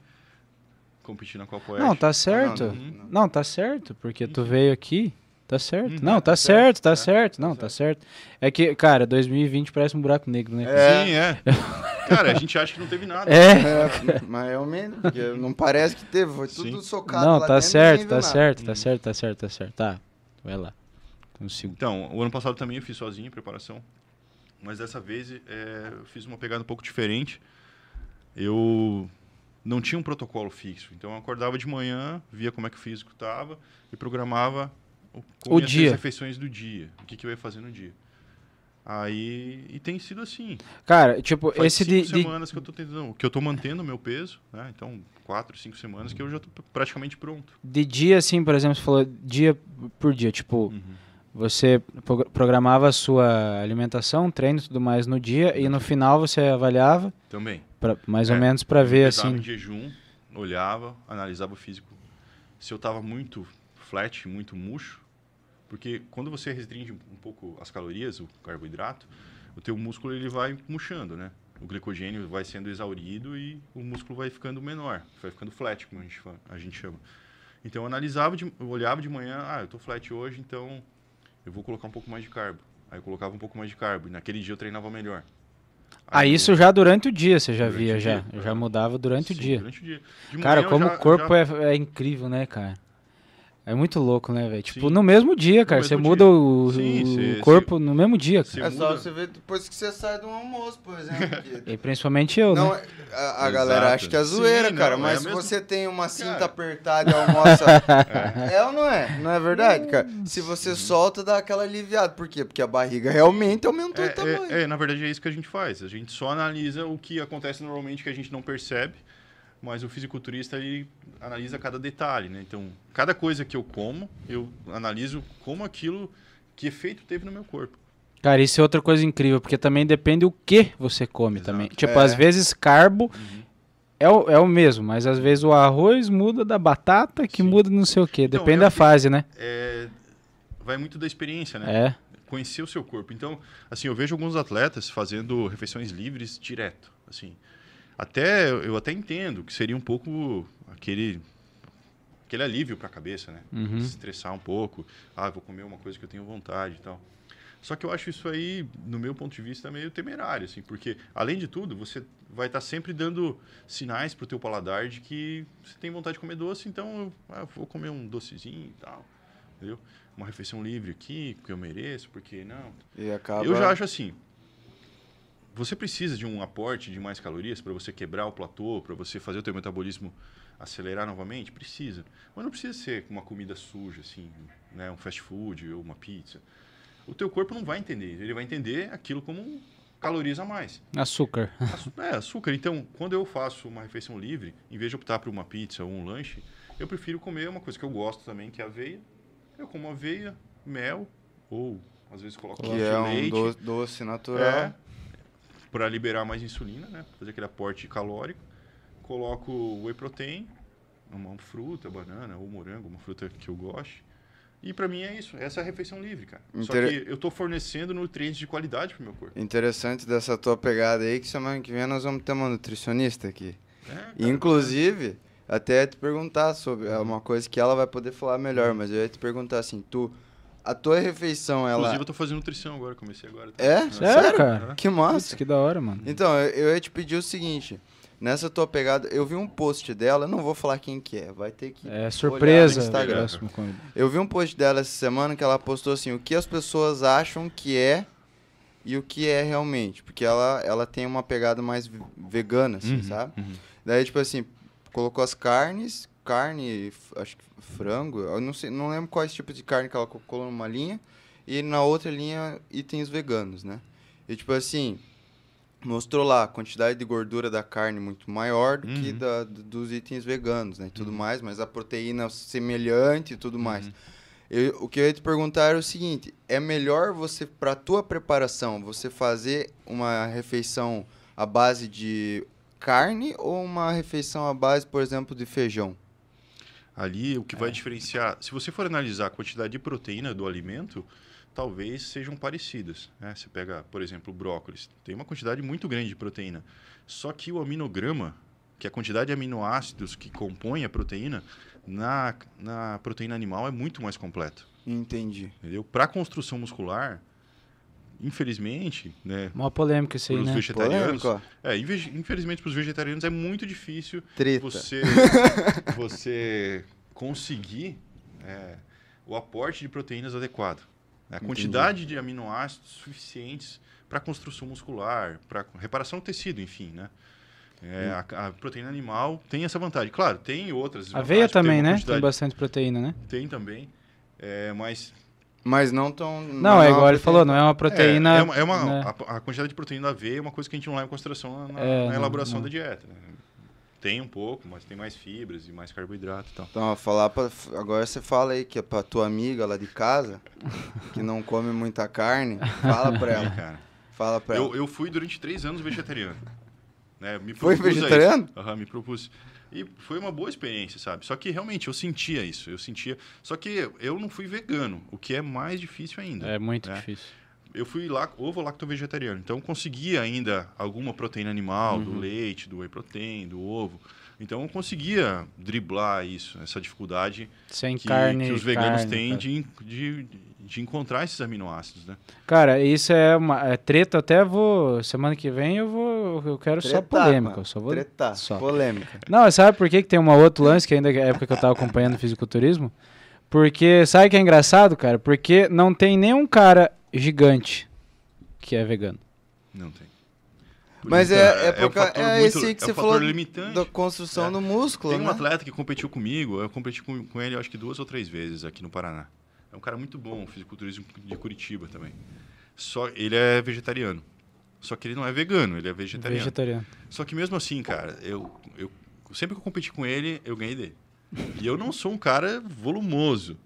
[SPEAKER 2] Competi na Copa Oeste.
[SPEAKER 4] Não, tá certo.
[SPEAKER 2] não,
[SPEAKER 4] Não,
[SPEAKER 2] não.
[SPEAKER 4] tá certo, porque tu veio aqui. Tá certo.
[SPEAKER 2] Uhum,
[SPEAKER 4] não, tá,
[SPEAKER 2] tá
[SPEAKER 4] certo,
[SPEAKER 2] certo,
[SPEAKER 4] tá
[SPEAKER 2] é,
[SPEAKER 4] certo. Não,
[SPEAKER 2] tá
[SPEAKER 4] tá certo. É que, cara, 2020 parece um buraco negro, né? cara? [laughs]
[SPEAKER 2] Sim, é. cara, a gente acha que não teve nada.
[SPEAKER 4] É.
[SPEAKER 3] É, mas é o menos, porque não parece que teve, foi tudo
[SPEAKER 2] Sim.
[SPEAKER 3] socado
[SPEAKER 4] Não,
[SPEAKER 3] lá
[SPEAKER 4] tá
[SPEAKER 3] dentro,
[SPEAKER 4] certo,
[SPEAKER 3] ninguém viu
[SPEAKER 4] tá
[SPEAKER 3] nada.
[SPEAKER 4] certo, tá certo, tá certo, tá certo. Tá. Vai lá. Consigo.
[SPEAKER 2] Então, o ano passado também eu fiz sozinho a preparação, mas dessa vez é, eu fiz uma pegada um pouco diferente. Eu não tinha um protocolo fixo, então eu acordava de manhã, via como é que o físico estava e programava o, como
[SPEAKER 4] O
[SPEAKER 2] ia ser
[SPEAKER 4] dia.
[SPEAKER 2] as refeições do dia, o que, que eu ia fazer no dia. Aí, e tem sido assim.
[SPEAKER 4] Cara, tipo,
[SPEAKER 2] Faz
[SPEAKER 4] esse de,
[SPEAKER 2] cinco
[SPEAKER 4] de-
[SPEAKER 2] semanas que eu tô tentando, que eu tô mantendo o meu peso, né? Então, quatro, cinco semanas que eu já tô praticamente pronto.
[SPEAKER 4] de dia, assim, por exemplo, você falou dia por dia. Tipo, você pro- programava a sua alimentação, treino e tudo mais no dia, e no final você avaliava,
[SPEAKER 2] Também.
[SPEAKER 4] pra, mais
[SPEAKER 2] É,
[SPEAKER 4] ou menos pra
[SPEAKER 2] Eu
[SPEAKER 4] ver,
[SPEAKER 2] pesava
[SPEAKER 4] assim.
[SPEAKER 2] em jejum, olhava, analisava o físico. Se eu tava muito flat, muito murcho, porque quando você restringe um pouco as calorias, o carboidrato, o teu músculo ele vai murchando, né? O glicogênio vai sendo exaurido e o músculo vai ficando menor, vai ficando flat, como a gente, fa- a gente chama. Então eu analisava, de, eu olhava de manhã, ah, eu tô flat hoje, então eu vou colocar um pouco mais de carbo. Aí eu colocava um pouco mais de carbo e naquele dia eu treinava melhor.
[SPEAKER 4] Ah,
[SPEAKER 2] eu-
[SPEAKER 4] isso já durante o dia, você já
[SPEAKER 2] Durante
[SPEAKER 4] via,
[SPEAKER 2] o
[SPEAKER 4] já.
[SPEAKER 2] dia,
[SPEAKER 4] Já
[SPEAKER 2] é.
[SPEAKER 4] mudava durante o
[SPEAKER 2] Sim,
[SPEAKER 4] dia.
[SPEAKER 2] durante o dia. De
[SPEAKER 4] Cara,
[SPEAKER 2] manhã eu
[SPEAKER 4] como
[SPEAKER 2] já-
[SPEAKER 4] o corpo
[SPEAKER 2] já-
[SPEAKER 4] é, é incrível, né, cara? É muito louco, né, velho? Tipo,
[SPEAKER 2] Sim.
[SPEAKER 4] no mesmo dia, cara. Você
[SPEAKER 2] mesmo
[SPEAKER 4] muda
[SPEAKER 2] dia.
[SPEAKER 4] o,
[SPEAKER 2] Sim,
[SPEAKER 4] o
[SPEAKER 2] cê- cê-
[SPEAKER 4] corpo no mesmo dia. cara.
[SPEAKER 2] Você
[SPEAKER 3] É só
[SPEAKER 2] muda.
[SPEAKER 3] você ver depois que você sai do almoço, por
[SPEAKER 2] [laughs]
[SPEAKER 3] exemplo. que-
[SPEAKER 4] E principalmente eu,
[SPEAKER 3] Não, é,
[SPEAKER 4] né?
[SPEAKER 3] a, a
[SPEAKER 2] Exato.
[SPEAKER 3] galera acha que é zoeira,
[SPEAKER 2] Sim,
[SPEAKER 3] cara,
[SPEAKER 2] não, é
[SPEAKER 3] mas
[SPEAKER 2] a
[SPEAKER 3] se
[SPEAKER 2] mesma-
[SPEAKER 3] você tem uma cinta
[SPEAKER 2] Cara.
[SPEAKER 3] apertada e
[SPEAKER 2] [laughs]
[SPEAKER 3] almoça. é. ou não é? Não é verdade, cara? Se você solta, dá aquela aliviada. Por quê? Porque a barriga realmente aumentou o tamanho.
[SPEAKER 2] É, é, é, na verdade é isso que a gente faz. A gente só analisa o que acontece normalmente que a gente não percebe, mas o fisiculturista ele analisa cada detalhe, né? Então, cada coisa que eu como, eu analiso como aquilo que efeito teve no meu corpo.
[SPEAKER 4] Cara, isso é outra coisa incrível, porque também depende o que você come
[SPEAKER 2] Exato. Uhum.
[SPEAKER 4] também. Tipo,
[SPEAKER 3] É.
[SPEAKER 4] às vezes carbo é, o, é o mesmo, mas às vezes o arroz muda da batata que
[SPEAKER 2] Sim.
[SPEAKER 4] muda não sei o quê.
[SPEAKER 2] Então,
[SPEAKER 4] Depende
[SPEAKER 2] é
[SPEAKER 4] da
[SPEAKER 2] o que-
[SPEAKER 4] fase, né?
[SPEAKER 2] É, vai muito da experiência, né?
[SPEAKER 4] É.
[SPEAKER 2] conhecer o seu corpo. Então, assim, eu vejo alguns atletas fazendo refeições livres direto, assim. Até eu até entendo que seria um pouco aquele aquele alívio para a cabeça, né?
[SPEAKER 4] Uhum.
[SPEAKER 2] Se estressar um pouco, ah, vou comer uma coisa que eu tenho vontade e tal. Só que eu acho isso aí, no meu ponto de vista, meio temerário, assim, porque além de tudo, você vai estar sempre dando sinais pro teu paladar de que você tem vontade de comer doce, então ah, eu vou comer um docezinho e tal. Entendeu? Uma refeição livre aqui, que eu mereço, porque não.
[SPEAKER 3] E acaba.
[SPEAKER 2] Eu já acho assim. Você precisa de um aporte de mais calorias para você quebrar o platô, para você fazer o teu metabolismo acelerar novamente? Precisa. Mas não precisa ser uma comida suja, assim, né? um fast food ou uma pizza. O teu corpo não vai entender. Ele vai entender aquilo como calorias a mais.
[SPEAKER 4] Açúcar.
[SPEAKER 2] Açu- É, açúcar. Então, quando eu faço uma refeição livre, em vez de optar por uma pizza ou um lanche, eu prefiro comer uma coisa que eu gosto também, que é aveia. Eu como aveia, mel, ou às vezes coloco
[SPEAKER 3] Que é um
[SPEAKER 2] leite.
[SPEAKER 3] doce, doce natural.
[SPEAKER 2] É, para liberar mais insulina, né? Fazer aquele aporte calórico. Coloco whey protein, uma fruta, banana ou morango, uma fruta que eu goste. E para mim é isso, essa é a refeição livre, cara. Só
[SPEAKER 3] Intere-
[SPEAKER 2] que eu tô fornecendo nutrientes de qualidade pro meu corpo.
[SPEAKER 3] Interessante dessa tua pegada aí, que semana que vem nós vamos ter uma nutricionista aqui.
[SPEAKER 2] É, cara,
[SPEAKER 3] Inclusive, até ia te perguntar sobre é uma coisa que ela vai poder falar
[SPEAKER 2] Uhum.
[SPEAKER 3] melhor, mas eu ia te perguntar assim, tu a tua refeição ela
[SPEAKER 2] Inclusive, eu tô fazendo nutrição agora, comecei agora. tá?
[SPEAKER 3] é?
[SPEAKER 4] Sério, cara?
[SPEAKER 3] Que
[SPEAKER 4] Nossa,
[SPEAKER 3] massa.
[SPEAKER 4] que da hora, mano.
[SPEAKER 3] Então, eu, eu ia te pedir o seguinte, nessa tua pegada, eu vi um post dela, eu não vou falar quem que é, vai ter que
[SPEAKER 4] É
[SPEAKER 3] no
[SPEAKER 4] surpresa.
[SPEAKER 3] Instagram.
[SPEAKER 4] Próximo convidado.
[SPEAKER 3] Eu vi um post dela essa semana que ela postou assim, o que as pessoas acham que é e o que é realmente. Porque ela, ela tem uma pegada mais ve- vegana, assim,
[SPEAKER 2] Uhum,
[SPEAKER 3] sabe?
[SPEAKER 2] uhum.
[SPEAKER 3] Daí, tipo assim, colocou as carnes, carne, f- acho que frango, eu não, sei, não lembro quais tipos tipo de carne que ela co- colou numa linha, e na outra linha, itens veganos, né? E, tipo assim, mostrou lá a quantidade de gordura da carne muito maior do que
[SPEAKER 2] Uhum.
[SPEAKER 3] da, do- dos itens veganos, né? E
[SPEAKER 4] Uhum.
[SPEAKER 3] tudo mais, mas a proteína semelhante e tudo mais. Eu- o que eu ia te perguntar era o seguinte: é melhor você, para tua preparação, você fazer uma refeição à base de carne ou uma refeição à base, por exemplo, de feijão?
[SPEAKER 2] Ali, o que vai diferenciar, se você for analisar a quantidade de proteína do alimento, talvez sejam parecidas. Né? Você pega, por exemplo, o brócolis, tem uma quantidade muito grande de proteína. Só que o aminograma, que é a quantidade de aminoácidos que compõe a proteína, na, na proteína animal é muito mais completo.
[SPEAKER 3] Entendi.
[SPEAKER 2] Entendeu? Para a construção muscular, infelizmente, né,
[SPEAKER 4] Uma polêmica isso aí,
[SPEAKER 2] para os
[SPEAKER 4] né?
[SPEAKER 2] vegetarianos,
[SPEAKER 3] Polêmico, ó.
[SPEAKER 2] é, inve- infelizmente para os vegetarianos é muito difícil
[SPEAKER 3] Treta.
[SPEAKER 2] você, você conseguir é, o aporte de proteínas adequado. né? A
[SPEAKER 3] Entendi.
[SPEAKER 2] quantidade de aminoácidos suficientes para construção muscular, para reparação do tecido, enfim, né? É,
[SPEAKER 3] Hum.
[SPEAKER 2] a, a proteína animal tem essa vantagem. Claro, tem outras.
[SPEAKER 4] Aveia
[SPEAKER 2] vantagens, tem
[SPEAKER 4] também,
[SPEAKER 2] uma
[SPEAKER 4] né? Tem
[SPEAKER 2] quantidade-
[SPEAKER 4] bastante proteína, né?
[SPEAKER 2] Tem também. é, mas
[SPEAKER 3] Mas não tão.
[SPEAKER 2] Hum,
[SPEAKER 4] Não, é
[SPEAKER 3] uma
[SPEAKER 4] igual ele
[SPEAKER 3] proteína-
[SPEAKER 4] falou, não é uma proteína.
[SPEAKER 2] É, é uma, é uma-
[SPEAKER 4] né?
[SPEAKER 2] a, a quantidade de proteína da aveia é uma coisa que a gente não leva em consideração na, na-
[SPEAKER 4] É,
[SPEAKER 2] na
[SPEAKER 4] não,
[SPEAKER 2] elaboração
[SPEAKER 4] não.
[SPEAKER 2] da dieta. né? Tem um pouco, mas tem mais fibras e mais carboidrato e tal.
[SPEAKER 3] Então, ó, falar pra, agora você fala aí que é pra tua amiga lá de casa, que não come muita carne, fala pra
[SPEAKER 2] Aí,
[SPEAKER 3] ela.
[SPEAKER 2] Né, cara.
[SPEAKER 3] Fala pra ela.
[SPEAKER 2] Eu, eu fui durante três anos vegetariano. [laughs] né? me
[SPEAKER 3] Foi
[SPEAKER 2] propus a isso.
[SPEAKER 3] vegetariano?
[SPEAKER 2] Aham, me propus. E foi uma boa experiência, sabe? Só que realmente eu sentia isso, eu sentia. Só que eu não fui vegano, o que é mais difícil ainda.
[SPEAKER 4] É muito
[SPEAKER 2] É.
[SPEAKER 4] difícil.
[SPEAKER 2] Eu fui lá ovo lacto vegetariano, então eu conseguia ainda alguma proteína animal,
[SPEAKER 4] Uhum.
[SPEAKER 2] do leite, do whey protein, do ovo. Então eu conseguia driblar isso, essa dificuldade
[SPEAKER 4] Sem
[SPEAKER 2] que,
[SPEAKER 4] carne.
[SPEAKER 2] que os veganos
[SPEAKER 4] carne, né?
[SPEAKER 2] têm
[SPEAKER 4] cara.
[SPEAKER 2] de, de, de encontrar esses aminoácidos, né?
[SPEAKER 4] Cara, isso é uma é treta. Até vou. Semana que vem eu vou. Eu quero só
[SPEAKER 3] Tretar,
[SPEAKER 4] polêmica.
[SPEAKER 3] mano.
[SPEAKER 4] Eu só vou.
[SPEAKER 3] Tretar,
[SPEAKER 4] só.
[SPEAKER 3] polêmica.
[SPEAKER 4] Não, sabe por que, que tem uma outro lance que ainda é a época que eu tava acompanhando o fisiculturismo? Porque, sabe o que é engraçado, cara? Porque não tem nenhum cara gigante que é vegano.
[SPEAKER 2] Não tem.
[SPEAKER 3] Mas
[SPEAKER 2] isso,
[SPEAKER 3] é, é, por
[SPEAKER 2] um
[SPEAKER 3] ca-
[SPEAKER 2] fator
[SPEAKER 3] é
[SPEAKER 2] muito-
[SPEAKER 3] esse aí que
[SPEAKER 2] é um
[SPEAKER 3] você
[SPEAKER 2] fator
[SPEAKER 3] falou
[SPEAKER 2] limitante.
[SPEAKER 3] da construção
[SPEAKER 2] É.
[SPEAKER 3] do músculo,
[SPEAKER 2] Tem um
[SPEAKER 3] né?
[SPEAKER 2] atleta que competiu comigo, eu competi com, com ele acho que duas ou três vezes aqui no Paraná. É um cara muito bom, fisiculturismo de Curitiba também. Só ele é vegetariano. Só que ele não é vegano, ele é vegetariano.
[SPEAKER 4] Vegetariano.
[SPEAKER 2] Só que mesmo assim, cara, eu, eu sempre que eu competi com ele, eu ganhei dele. E eu não sou um cara volumoso,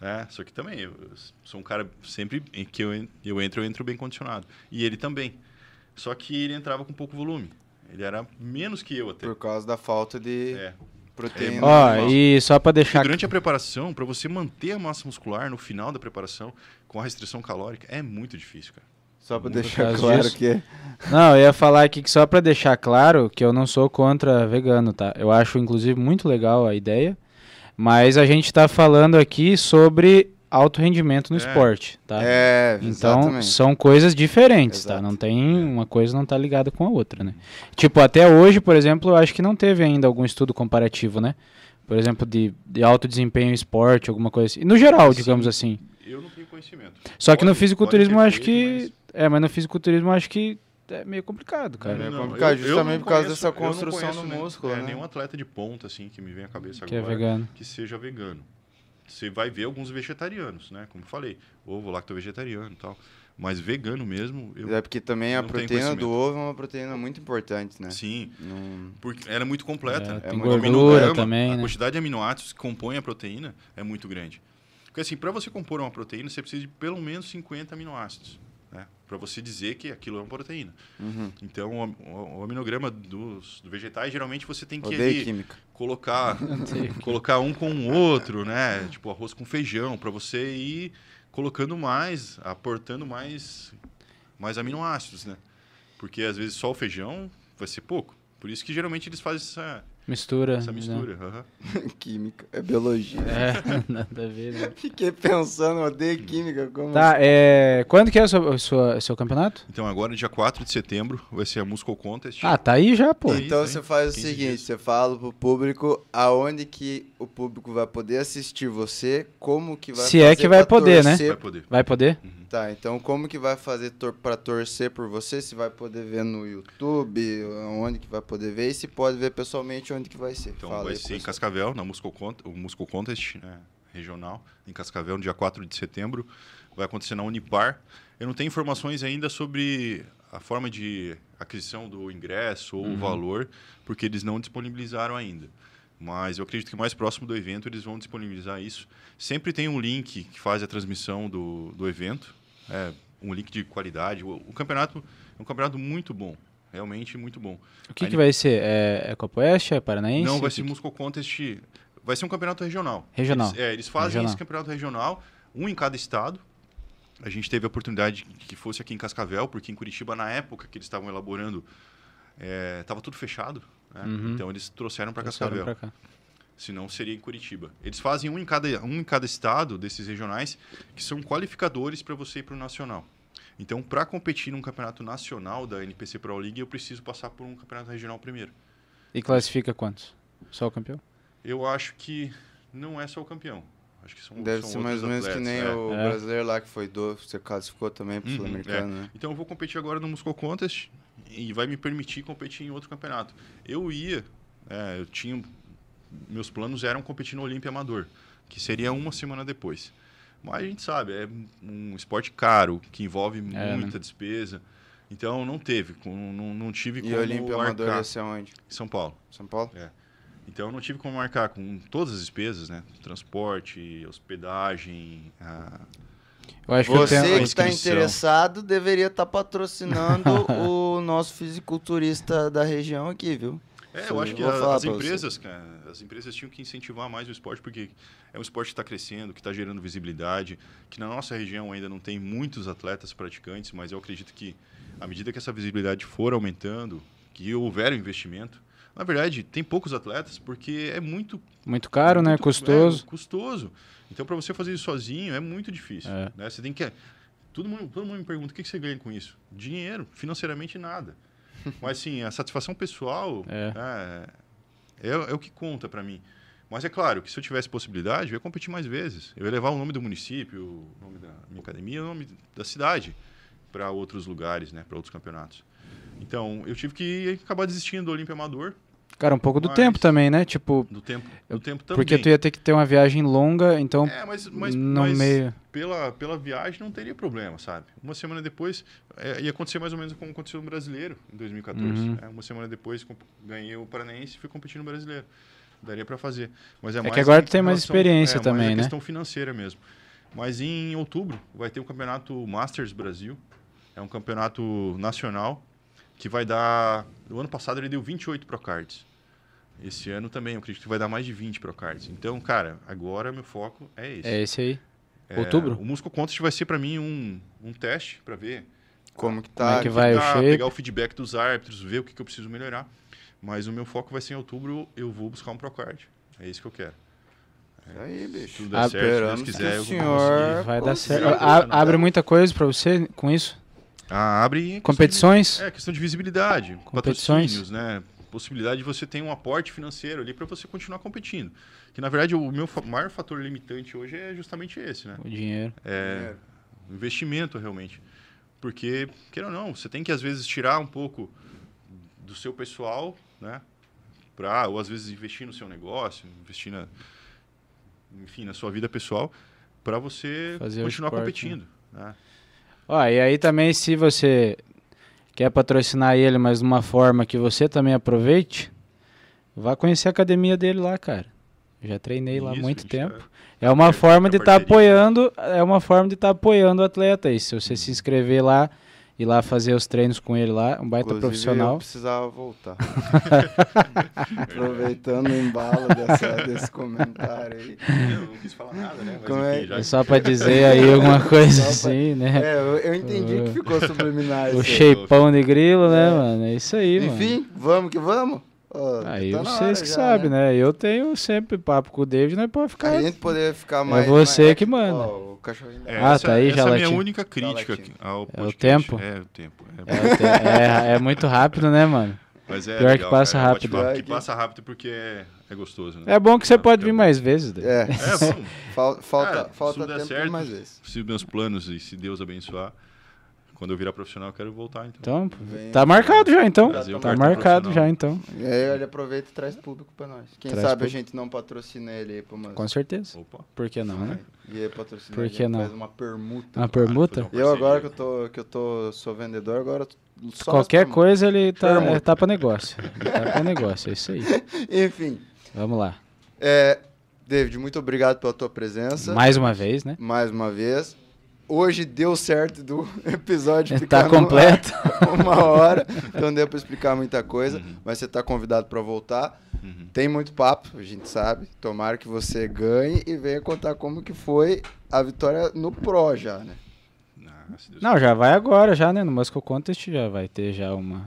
[SPEAKER 2] né? Só que também eu eu sou um cara sempre em que eu, en- eu entro, eu entro bem condicionado. E ele também. Só que ele entrava com pouco volume. Ele era menos que eu até.
[SPEAKER 3] Por causa da falta de
[SPEAKER 2] É.
[SPEAKER 3] proteína. né?
[SPEAKER 4] Ó,
[SPEAKER 2] normal.
[SPEAKER 4] e só pra
[SPEAKER 2] Porque
[SPEAKER 4] deixar.
[SPEAKER 2] durante a preparação, para você manter a massa muscular no final da preparação, com a restrição calórica, é muito difícil, cara.
[SPEAKER 3] Só pra
[SPEAKER 2] Por
[SPEAKER 3] deixar
[SPEAKER 4] causa
[SPEAKER 3] claro
[SPEAKER 4] disso.
[SPEAKER 3] que. é.
[SPEAKER 4] Não, eu ia falar aqui que só pra deixar claro que eu não sou contra vegano, tá? Eu acho, inclusive, muito legal a ideia. Mas a gente tá falando aqui sobre alto rendimento no
[SPEAKER 2] É.
[SPEAKER 4] esporte, tá?
[SPEAKER 3] É,
[SPEAKER 4] Então,
[SPEAKER 3] exatamente.
[SPEAKER 4] são coisas diferentes,
[SPEAKER 3] Exato.
[SPEAKER 4] tá? Não tem
[SPEAKER 2] É.
[SPEAKER 4] uma coisa não tá ligada com a outra, né? Tipo, até hoje, por exemplo, eu acho que não teve ainda algum estudo comparativo, né? Por exemplo, de, de alto desempenho em esporte, alguma coisa assim. No geral, digamos assim.
[SPEAKER 2] Eu não tenho conhecimento.
[SPEAKER 4] Só que no
[SPEAKER 2] Pode-
[SPEAKER 4] fisiculturismo eu
[SPEAKER 2] pode ter
[SPEAKER 4] acho que
[SPEAKER 2] feito,
[SPEAKER 4] é, mas no fisiculturismo eu acho que é meio complicado, cara.
[SPEAKER 3] É
[SPEAKER 2] Não,
[SPEAKER 3] complicado, justamente
[SPEAKER 2] não
[SPEAKER 3] por causa
[SPEAKER 2] conheço-
[SPEAKER 3] dessa
[SPEAKER 2] eu não
[SPEAKER 3] construção
[SPEAKER 2] conheço
[SPEAKER 3] do
[SPEAKER 2] nem-
[SPEAKER 3] músculo,
[SPEAKER 2] é,
[SPEAKER 3] né?
[SPEAKER 2] nenhum atleta de ponta, assim, que me vem à cabeça
[SPEAKER 4] que é
[SPEAKER 2] agora [laughs]
[SPEAKER 4] vegano.
[SPEAKER 2] que seja vegano. Você vai ver alguns vegetarianos, né? Como eu falei, ovo lacto vegetariano e tal. Mas vegano mesmo, eu.
[SPEAKER 3] É porque também a
[SPEAKER 2] não tenho
[SPEAKER 3] proteína do
[SPEAKER 2] conhecimento.
[SPEAKER 3] ovo é uma proteína muito importante, né?
[SPEAKER 2] Sim,
[SPEAKER 3] Não-
[SPEAKER 2] porque era muito completa.
[SPEAKER 4] É,
[SPEAKER 2] né?
[SPEAKER 3] tem
[SPEAKER 2] O
[SPEAKER 3] gordura
[SPEAKER 2] aminograma,
[SPEAKER 4] também,
[SPEAKER 2] A
[SPEAKER 4] né?
[SPEAKER 2] quantidade de aminoácidos que compõe a proteína é muito grande. Porque assim, para você compor uma proteína, você precisa de pelo menos 50 aminoácidos. Né? Para você dizer que aquilo é uma proteína.
[SPEAKER 3] Uhum.
[SPEAKER 2] Então, o, am- o- o aminograma dos, dos vegetais, geralmente você tem que
[SPEAKER 3] Odeio
[SPEAKER 2] ali-
[SPEAKER 3] química. [laughs]
[SPEAKER 2] colocar colocar um com o outro, né? Tipo arroz com feijão, para você ir colocando mais, aportando mais mais aminoácidos, né? Porque às vezes só o feijão vai ser pouco. Por isso que geralmente eles fazem essa,
[SPEAKER 4] Mistura.
[SPEAKER 2] essa
[SPEAKER 4] né?
[SPEAKER 2] mistura. aham.
[SPEAKER 3] química. É biologia.
[SPEAKER 4] É, [laughs] nada a ver. né?
[SPEAKER 3] Fiquei pensando, odeio química. Como...
[SPEAKER 4] Tá, é, quando que é o seu, o sua- seu campeonato?
[SPEAKER 2] Então agora dia 4 de setembro vai ser a Muscle Contest.
[SPEAKER 4] Ah, tá aí já, pô.
[SPEAKER 2] Sim.
[SPEAKER 3] Então
[SPEAKER 2] isso,
[SPEAKER 3] você
[SPEAKER 2] hein?
[SPEAKER 3] faz o
[SPEAKER 2] 15
[SPEAKER 3] seguinte,
[SPEAKER 2] dias.
[SPEAKER 3] você fala pro público aonde que o público vai poder assistir você, como que vai
[SPEAKER 4] Se é
[SPEAKER 3] fazer
[SPEAKER 4] que vai
[SPEAKER 3] pra
[SPEAKER 4] poder, né?
[SPEAKER 3] torcer
[SPEAKER 2] Vai poder.
[SPEAKER 4] Vai poder?
[SPEAKER 3] Tá, então como que vai fazer tor para torcer por você? Se vai poder ver no YouTube, onde que vai poder ver e se pode ver pessoalmente onde que vai ser?
[SPEAKER 2] Então
[SPEAKER 3] Fala
[SPEAKER 2] vai
[SPEAKER 3] aí,
[SPEAKER 2] ser em
[SPEAKER 3] professor.
[SPEAKER 2] Cascavel, na Musco Con- o Musco Contest né, regional, em Cascavel, no dia 4 de setembro. Vai acontecer na Unipar. Eu não tenho informações ainda sobre a forma de aquisição do ingresso
[SPEAKER 3] Uhum.
[SPEAKER 2] ou o valor, porque eles não disponibilizaram ainda. Mas eu acredito que mais próximo do evento eles vão disponibilizar isso. Sempre tem um link que faz a transmissão do, do evento. É, um link de qualidade. O, o campeonato é um campeonato muito bom. Realmente muito bom.
[SPEAKER 4] O que,
[SPEAKER 2] Aí
[SPEAKER 4] que vai ser? É, é Copa Oeste? É Paranaense?
[SPEAKER 2] não, vai
[SPEAKER 4] Que-
[SPEAKER 2] ser Musco Contest. Vai ser um campeonato regional.
[SPEAKER 4] Regional.
[SPEAKER 2] Eles, é, eles fazem
[SPEAKER 4] Regional.
[SPEAKER 2] esse campeonato regional, um em cada estado. A gente teve a oportunidade de que fosse aqui em Cascavel, porque em Curitiba, na época que eles estavam elaborando, estava tudo fechado. né? Então eles trouxeram para
[SPEAKER 4] Uhum. Trouxeram
[SPEAKER 2] Cascavel.
[SPEAKER 4] pra cá.
[SPEAKER 2] Senão seria em Curitiba. Eles fazem um em cada, um em cada estado desses regionais, que são qualificadores para você ir para o nacional. Então, para competir num campeonato nacional da NPC Pro League, eu preciso passar por um campeonato regional primeiro.
[SPEAKER 4] E classifica quantos? Só o campeão?
[SPEAKER 2] Eu acho que não é só o campeão. Acho que são,
[SPEAKER 3] Deve
[SPEAKER 2] são
[SPEAKER 3] ser mais
[SPEAKER 2] outros
[SPEAKER 3] ou menos que
[SPEAKER 2] atletas,
[SPEAKER 3] nem
[SPEAKER 2] é.
[SPEAKER 3] o
[SPEAKER 4] É.
[SPEAKER 3] brasileiro lá que foi do, você classificou também pro
[SPEAKER 2] Uhum,
[SPEAKER 3] Sul-Americano, né?
[SPEAKER 2] Então eu vou competir agora no Musco Contest e vai me permitir competir em outro campeonato. Eu ia, é, eu tinha. Meus planos eram competir no Olímpia Amador, que seria uma semana depois. Mas a gente sabe, é um esporte caro, que envolve
[SPEAKER 4] né?
[SPEAKER 2] muita despesa. Então não teve, com- não, não tive
[SPEAKER 3] E
[SPEAKER 2] como
[SPEAKER 3] o Olímpia Amador é
[SPEAKER 2] arcar.
[SPEAKER 3] ia ser onde?
[SPEAKER 2] São Paulo.
[SPEAKER 3] São Paulo?
[SPEAKER 2] Então eu não tive como marcar com todas as despesas, né? Transporte, hospedagem, a-
[SPEAKER 4] Eu acho que eu
[SPEAKER 3] Você
[SPEAKER 4] tenho...
[SPEAKER 3] que está
[SPEAKER 2] inscrição.
[SPEAKER 3] interessado deveria estar patrocinando
[SPEAKER 4] [laughs]
[SPEAKER 3] o nosso fisiculturista da região aqui, viu?
[SPEAKER 2] É,
[SPEAKER 3] Sim,
[SPEAKER 2] eu acho que
[SPEAKER 3] vou
[SPEAKER 2] a-
[SPEAKER 3] falar
[SPEAKER 2] as
[SPEAKER 3] pra você.
[SPEAKER 2] empresas, cara, as empresas tinham que incentivar mais o esporte, porque é um esporte que está crescendo, que está gerando visibilidade, que na nossa região ainda não tem muitos atletas praticantes, mas eu acredito que à medida que essa visibilidade for aumentando, que houver o investimento, na verdade, tem poucos atletas, porque é muito
[SPEAKER 4] Muito caro, né?
[SPEAKER 2] muito-
[SPEAKER 4] Custoso.
[SPEAKER 2] é, custoso. Então, para você fazer isso sozinho, é muito difícil.
[SPEAKER 4] É.
[SPEAKER 2] né? Você tem que. Todo mundo, todo mundo me pergunta o que que você ganha com isso? Dinheiro, financeiramente
[SPEAKER 4] [laughs]
[SPEAKER 2] nada. Mas, sim, a satisfação pessoal
[SPEAKER 4] É.
[SPEAKER 2] né, é, é o que conta para mim. Mas é claro que se eu tivesse possibilidade, eu ia competir mais vezes. Eu ia levar o nome do município, o nome da minha academia, o nome da cidade para outros lugares, né, para outros campeonatos. Então, eu tive que acabar desistindo do Olímpia Amador,
[SPEAKER 4] Cara, um pouco do
[SPEAKER 2] Mas-
[SPEAKER 4] tempo também, né? Tipo,
[SPEAKER 2] do tempo,
[SPEAKER 4] Eu-
[SPEAKER 2] do tempo também.
[SPEAKER 4] porque tu ia ter que ter uma viagem longa, então
[SPEAKER 2] É, mas, mas,
[SPEAKER 4] no
[SPEAKER 2] mas
[SPEAKER 4] meio...
[SPEAKER 2] Pela, pela viagem não teria problema, sabe? Uma semana depois, é, ia acontecer mais ou menos como aconteceu no Brasileiro, em 2014.
[SPEAKER 4] Uhum.
[SPEAKER 2] né? uma semana depois, comp- ganhei o Paranaense e fui competir no Brasileiro. Daria para fazer. Mas é,
[SPEAKER 4] que
[SPEAKER 2] mais
[SPEAKER 4] agora
[SPEAKER 2] em
[SPEAKER 4] tu tem mais
[SPEAKER 2] relação-
[SPEAKER 4] experiência
[SPEAKER 2] é, mais
[SPEAKER 4] também,
[SPEAKER 2] a
[SPEAKER 4] né?
[SPEAKER 2] questão financeira mesmo. Mas em outubro vai ter o campeonato Masters Brasil. É um campeonato nacional que vai dar... O ano passado ele deu 28 procards. Esse ano também, eu acredito que vai dar mais de 20 procards. Então, cara, agora meu foco é esse.
[SPEAKER 4] É esse aí.
[SPEAKER 2] É,
[SPEAKER 4] Outubro?
[SPEAKER 2] O Musco Contest vai ser para mim um, um teste para ver,
[SPEAKER 3] Como que tá?
[SPEAKER 4] Como é que vai o
[SPEAKER 2] tá,
[SPEAKER 4] shape?
[SPEAKER 2] pegar o feedback dos árbitros, ver o que, que eu preciso melhorar. Mas o meu foco vai ser em outubro, eu vou buscar um Procard. É isso que eu quero.
[SPEAKER 3] Aí,
[SPEAKER 2] Se
[SPEAKER 3] bicho.
[SPEAKER 2] tudo der certo, se
[SPEAKER 3] Esperamos
[SPEAKER 2] Deus
[SPEAKER 3] que
[SPEAKER 2] quiser,
[SPEAKER 3] o
[SPEAKER 2] eu vou
[SPEAKER 3] senhor...
[SPEAKER 2] conseguir.
[SPEAKER 4] Vai dar certo.
[SPEAKER 2] Brasil,
[SPEAKER 4] A-
[SPEAKER 2] né?
[SPEAKER 4] abre muita coisa pra você com isso?
[SPEAKER 2] Ah, abre
[SPEAKER 4] Competições?
[SPEAKER 2] É, questão de visibilidade,
[SPEAKER 4] Competições.
[SPEAKER 2] patrocínios, né? Possibilidade de você ter um aporte financeiro ali para você continuar competindo. Que na verdade o meu fa- maior fator limitante hoje é justamente esse, né?
[SPEAKER 4] O dinheiro.
[SPEAKER 3] É.
[SPEAKER 2] um investimento realmente. Porque, queira ou não, você tem que às vezes tirar um pouco do seu pessoal, né? Pra, ou às vezes investir no seu negócio, investir na, enfim, na sua vida pessoal, para você
[SPEAKER 4] Fazer o
[SPEAKER 2] continuar
[SPEAKER 4] esporte,
[SPEAKER 2] competindo. né?
[SPEAKER 4] Ó, e aí também se você quer patrocinar ele, mas de uma forma que você também aproveite, vá conhecer a academia dele lá, cara. Já treinei lá há
[SPEAKER 2] Isso,
[SPEAKER 4] muito
[SPEAKER 2] a gente
[SPEAKER 4] tempo.
[SPEAKER 2] tá-
[SPEAKER 4] É uma
[SPEAKER 2] É,
[SPEAKER 4] forma
[SPEAKER 2] é
[SPEAKER 4] de estar
[SPEAKER 2] parceria.
[SPEAKER 4] apoiando, é uma forma de estar apoiando o atleta. E se você se inscrever lá e lá fazer os treinos com ele lá, um baita
[SPEAKER 3] Inclusive, Eu
[SPEAKER 4] profissional.
[SPEAKER 3] precisava
[SPEAKER 4] [laughs]
[SPEAKER 3] voltar. Aproveitando o embalo
[SPEAKER 4] [laughs]
[SPEAKER 3] dessa- desse comentário aí.
[SPEAKER 2] é. Eu não quis falar nada, né? Mas,
[SPEAKER 3] Como é-
[SPEAKER 2] enfim, já
[SPEAKER 4] É só pra dizer aí alguma coisa
[SPEAKER 3] Só pra-
[SPEAKER 4] assim, né?
[SPEAKER 3] É, eu, eu entendi que ficou subliminar
[SPEAKER 4] O
[SPEAKER 3] isso aí.
[SPEAKER 4] shapeão de grilo, né, mano? É isso aí, mano.
[SPEAKER 3] É, Enfim, vamos que vamos. Ó,
[SPEAKER 4] Aí
[SPEAKER 3] tá na hora
[SPEAKER 4] vocês que
[SPEAKER 3] já,
[SPEAKER 4] sabem, né? Eu tenho sempre papo com o David, né? Pode
[SPEAKER 3] Aí
[SPEAKER 4] ficar.
[SPEAKER 3] a gente poderia ficar mais.
[SPEAKER 4] É você
[SPEAKER 3] mais-
[SPEAKER 4] que manda.
[SPEAKER 3] Ó, o cachorrinho da-
[SPEAKER 2] É,
[SPEAKER 4] Ah,
[SPEAKER 2] essa,
[SPEAKER 4] tá aí, já
[SPEAKER 2] essa é a minha
[SPEAKER 4] latindo.
[SPEAKER 2] única crítica
[SPEAKER 3] latindo.
[SPEAKER 2] ao
[SPEAKER 4] É o
[SPEAKER 2] podcast.
[SPEAKER 4] tempo?
[SPEAKER 2] É o tempo. É,
[SPEAKER 4] É, eu te- é, é muito rápido, né, mano?
[SPEAKER 2] Mas é
[SPEAKER 4] Pior que
[SPEAKER 2] legal,
[SPEAKER 4] passa
[SPEAKER 2] cara. É
[SPEAKER 4] rápido.
[SPEAKER 2] bate-papo
[SPEAKER 3] Pior
[SPEAKER 2] que
[SPEAKER 3] que-
[SPEAKER 2] passa rápido porque é, é gostoso, né?
[SPEAKER 4] É bom que você pode
[SPEAKER 2] é
[SPEAKER 4] vir
[SPEAKER 2] bom.
[SPEAKER 4] mais vezes. daí.
[SPEAKER 3] É,
[SPEAKER 2] É bom.
[SPEAKER 3] fal- falta,
[SPEAKER 2] Cara,
[SPEAKER 3] falta
[SPEAKER 2] se der
[SPEAKER 3] tempo pra
[SPEAKER 2] certo,
[SPEAKER 3] mais
[SPEAKER 2] [laughs]
[SPEAKER 3] vezes.
[SPEAKER 2] Se meus planos e se Deus abençoar, quando eu virar profissional, eu quero voltar. Então.
[SPEAKER 4] Então, pô,
[SPEAKER 3] Vem.
[SPEAKER 4] tá marcado já, então.
[SPEAKER 3] é
[SPEAKER 2] Trazer um
[SPEAKER 4] Tá
[SPEAKER 2] cartão
[SPEAKER 4] marcado
[SPEAKER 2] profissional.
[SPEAKER 4] já, então.
[SPEAKER 3] E aí ele aproveita e traz público pra nós. Quem
[SPEAKER 4] Traz
[SPEAKER 3] sabe a
[SPEAKER 4] público.
[SPEAKER 3] gente não patrocina ele aí pra uma... Ah,
[SPEAKER 4] Com certeza.
[SPEAKER 2] Opa.
[SPEAKER 4] Por que não, né?
[SPEAKER 3] E aí patrocina
[SPEAKER 4] Por
[SPEAKER 3] a
[SPEAKER 4] que
[SPEAKER 3] gente,
[SPEAKER 4] não? Ah,
[SPEAKER 3] faz uma permuta.
[SPEAKER 4] Uma permuta?
[SPEAKER 2] fazer
[SPEAKER 3] Eu agora que eu tô, que eu tô, sou vendedor, agora eu tô só nas
[SPEAKER 4] Qualquer
[SPEAKER 3] permutas.
[SPEAKER 4] coisa ele tá,
[SPEAKER 3] Permuta.
[SPEAKER 4] é, tá pra negócio. Ele tá pra negócio, é isso aí.
[SPEAKER 3] Enfim,
[SPEAKER 4] Vamos lá.
[SPEAKER 3] é, David, muito obrigado pela tua presença.
[SPEAKER 4] Mais uma vez, né?
[SPEAKER 3] mais uma vez. Hoje deu certo do [laughs] episódio ficar
[SPEAKER 4] Tá
[SPEAKER 3] no
[SPEAKER 4] completo.
[SPEAKER 3] ar [laughs] uma
[SPEAKER 4] [laughs]
[SPEAKER 3] hora, então deu para explicar muita coisa,
[SPEAKER 4] Uhum.
[SPEAKER 3] mas você tá convidado para voltar. Tem muito papo, a gente sabe. Tomara que você ganhe e venha contar como que foi a vitória no Pro já, né?
[SPEAKER 2] Ah, se Deus
[SPEAKER 4] Não, já vai agora, já, né? No Moscow Contest já vai ter já uma.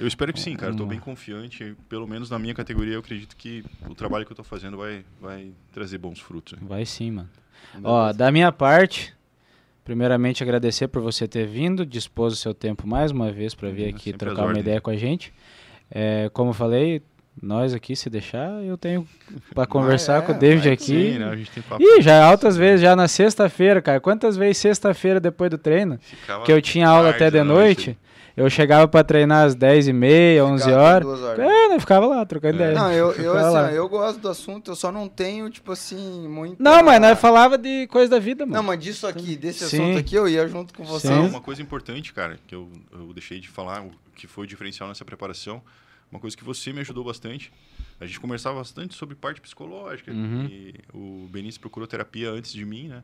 [SPEAKER 2] Eu espero que sim, cara. Estou
[SPEAKER 4] Vamos
[SPEAKER 2] bem confiante. Pelo menos na minha categoria, eu acredito que o trabalho que eu estou fazendo vai, vai trazer bons frutos. hein?
[SPEAKER 4] Vai sim, mano. Ó, da minha parte, primeiramente agradecer por você ter vindo, dispôs o seu tempo mais uma vez para vir
[SPEAKER 2] Imagina,
[SPEAKER 4] aqui
[SPEAKER 2] Uhum, sempre às
[SPEAKER 4] trocar uma
[SPEAKER 2] ordens.
[SPEAKER 4] ideia com a gente. É, como eu falei, nós aqui, se deixar, eu tenho
[SPEAKER 2] [laughs] Ah,
[SPEAKER 4] para conversar com o
[SPEAKER 3] é,
[SPEAKER 4] David
[SPEAKER 3] vai
[SPEAKER 4] aqui.
[SPEAKER 2] Sim, né? A gente tem papo.
[SPEAKER 4] Ih, já é altas vezes, já na sexta-feira, cara. Quantas vezes sexta-feira depois do treino,
[SPEAKER 2] Ficava
[SPEAKER 4] que eu tinha aula
[SPEAKER 2] tarde né,
[SPEAKER 4] até de
[SPEAKER 2] da
[SPEAKER 4] noite, eu chegava para treinar às 10h30, 11 horas.
[SPEAKER 3] Duas horas.
[SPEAKER 4] É, né? Ficava lá trocando ideia.
[SPEAKER 3] Não, eu, eu,
[SPEAKER 4] Ficava
[SPEAKER 3] assim,
[SPEAKER 4] lá.
[SPEAKER 3] ó, eu gosto do assunto, eu só não tenho, tipo assim, muito.
[SPEAKER 4] Não, mas nós falava de coisa da vida, mano.
[SPEAKER 3] Não, mas disso aqui, desse
[SPEAKER 4] Sim.
[SPEAKER 3] assunto aqui, eu ia junto com você.
[SPEAKER 2] Ah,
[SPEAKER 4] Sim.
[SPEAKER 2] uma coisa importante, cara, que eu, eu deixei de falar, o que foi o diferencial nessa preparação, uma coisa que você me ajudou bastante. A gente conversava bastante sobre parte psicológica.
[SPEAKER 4] Uhum.
[SPEAKER 2] E o Benício procurou terapia antes de mim, né?